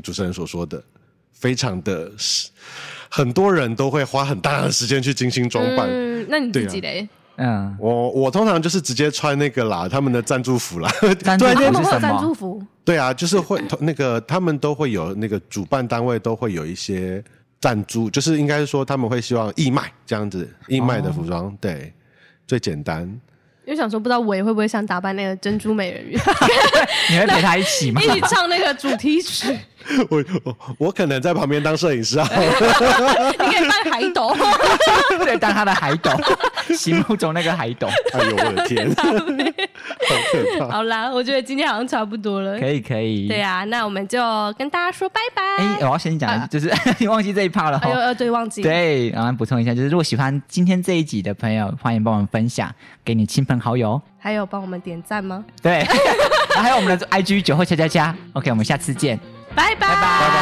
[SPEAKER 4] 主持人所说的，非常的， (laughs) 很多人都会花很大量的时间去精心装扮。啊
[SPEAKER 1] 嗯，那你自己嘞？
[SPEAKER 2] 嗯，
[SPEAKER 4] 我我通常就是直接穿那个啦，他们的赞助服啦。
[SPEAKER 2] 赞助
[SPEAKER 4] 对
[SPEAKER 2] 服
[SPEAKER 1] 他
[SPEAKER 2] 是
[SPEAKER 1] 们会有
[SPEAKER 2] 什
[SPEAKER 1] 赞助
[SPEAKER 2] 么？
[SPEAKER 1] 服，
[SPEAKER 4] 对啊，就是会那个他们都会有那个主办单位都会有一些赞助，就是应该是说他们会希望义卖这样子，义卖的服装、对最简单。 (laughs)
[SPEAKER 1] 因为想说不知道我会不会想打扮那个珍珠美人鱼，
[SPEAKER 2] 你会陪他一起吗
[SPEAKER 1] 一？起唱那个主题曲，你
[SPEAKER 4] 我我我可能在旁边当摄影师啊，
[SPEAKER 1] 可以扮海斗，啊
[SPEAKER 2] (laughs) 对，当他的海斗，心目中那
[SPEAKER 1] (laughs)
[SPEAKER 2] 个海斗，
[SPEAKER 4] 哎呦我的天，好可怕！
[SPEAKER 1] 好啦，我觉得今天好像差不多了。
[SPEAKER 2] 可以可以。
[SPEAKER 1] 对啊，那我们就跟大家说拜
[SPEAKER 2] 哎，
[SPEAKER 1] 拜。
[SPEAKER 2] 我要先
[SPEAKER 1] 啊
[SPEAKER 2] 讲，就是 (laughs) 你忘记这一趴了
[SPEAKER 1] 哎呦，
[SPEAKER 2] 哦。
[SPEAKER 1] 呃，对，忘记了。
[SPEAKER 2] 对，然后补充一下，就是如果喜欢今天这一集的朋友，欢迎帮我们分享给你亲朋好友。
[SPEAKER 1] 还有帮我们点赞吗？
[SPEAKER 2] (laughs) 对，然后还有我们的 IG 酒后恰恰恰。OK，我们下次见，
[SPEAKER 1] 拜拜，拜
[SPEAKER 2] 拜拜。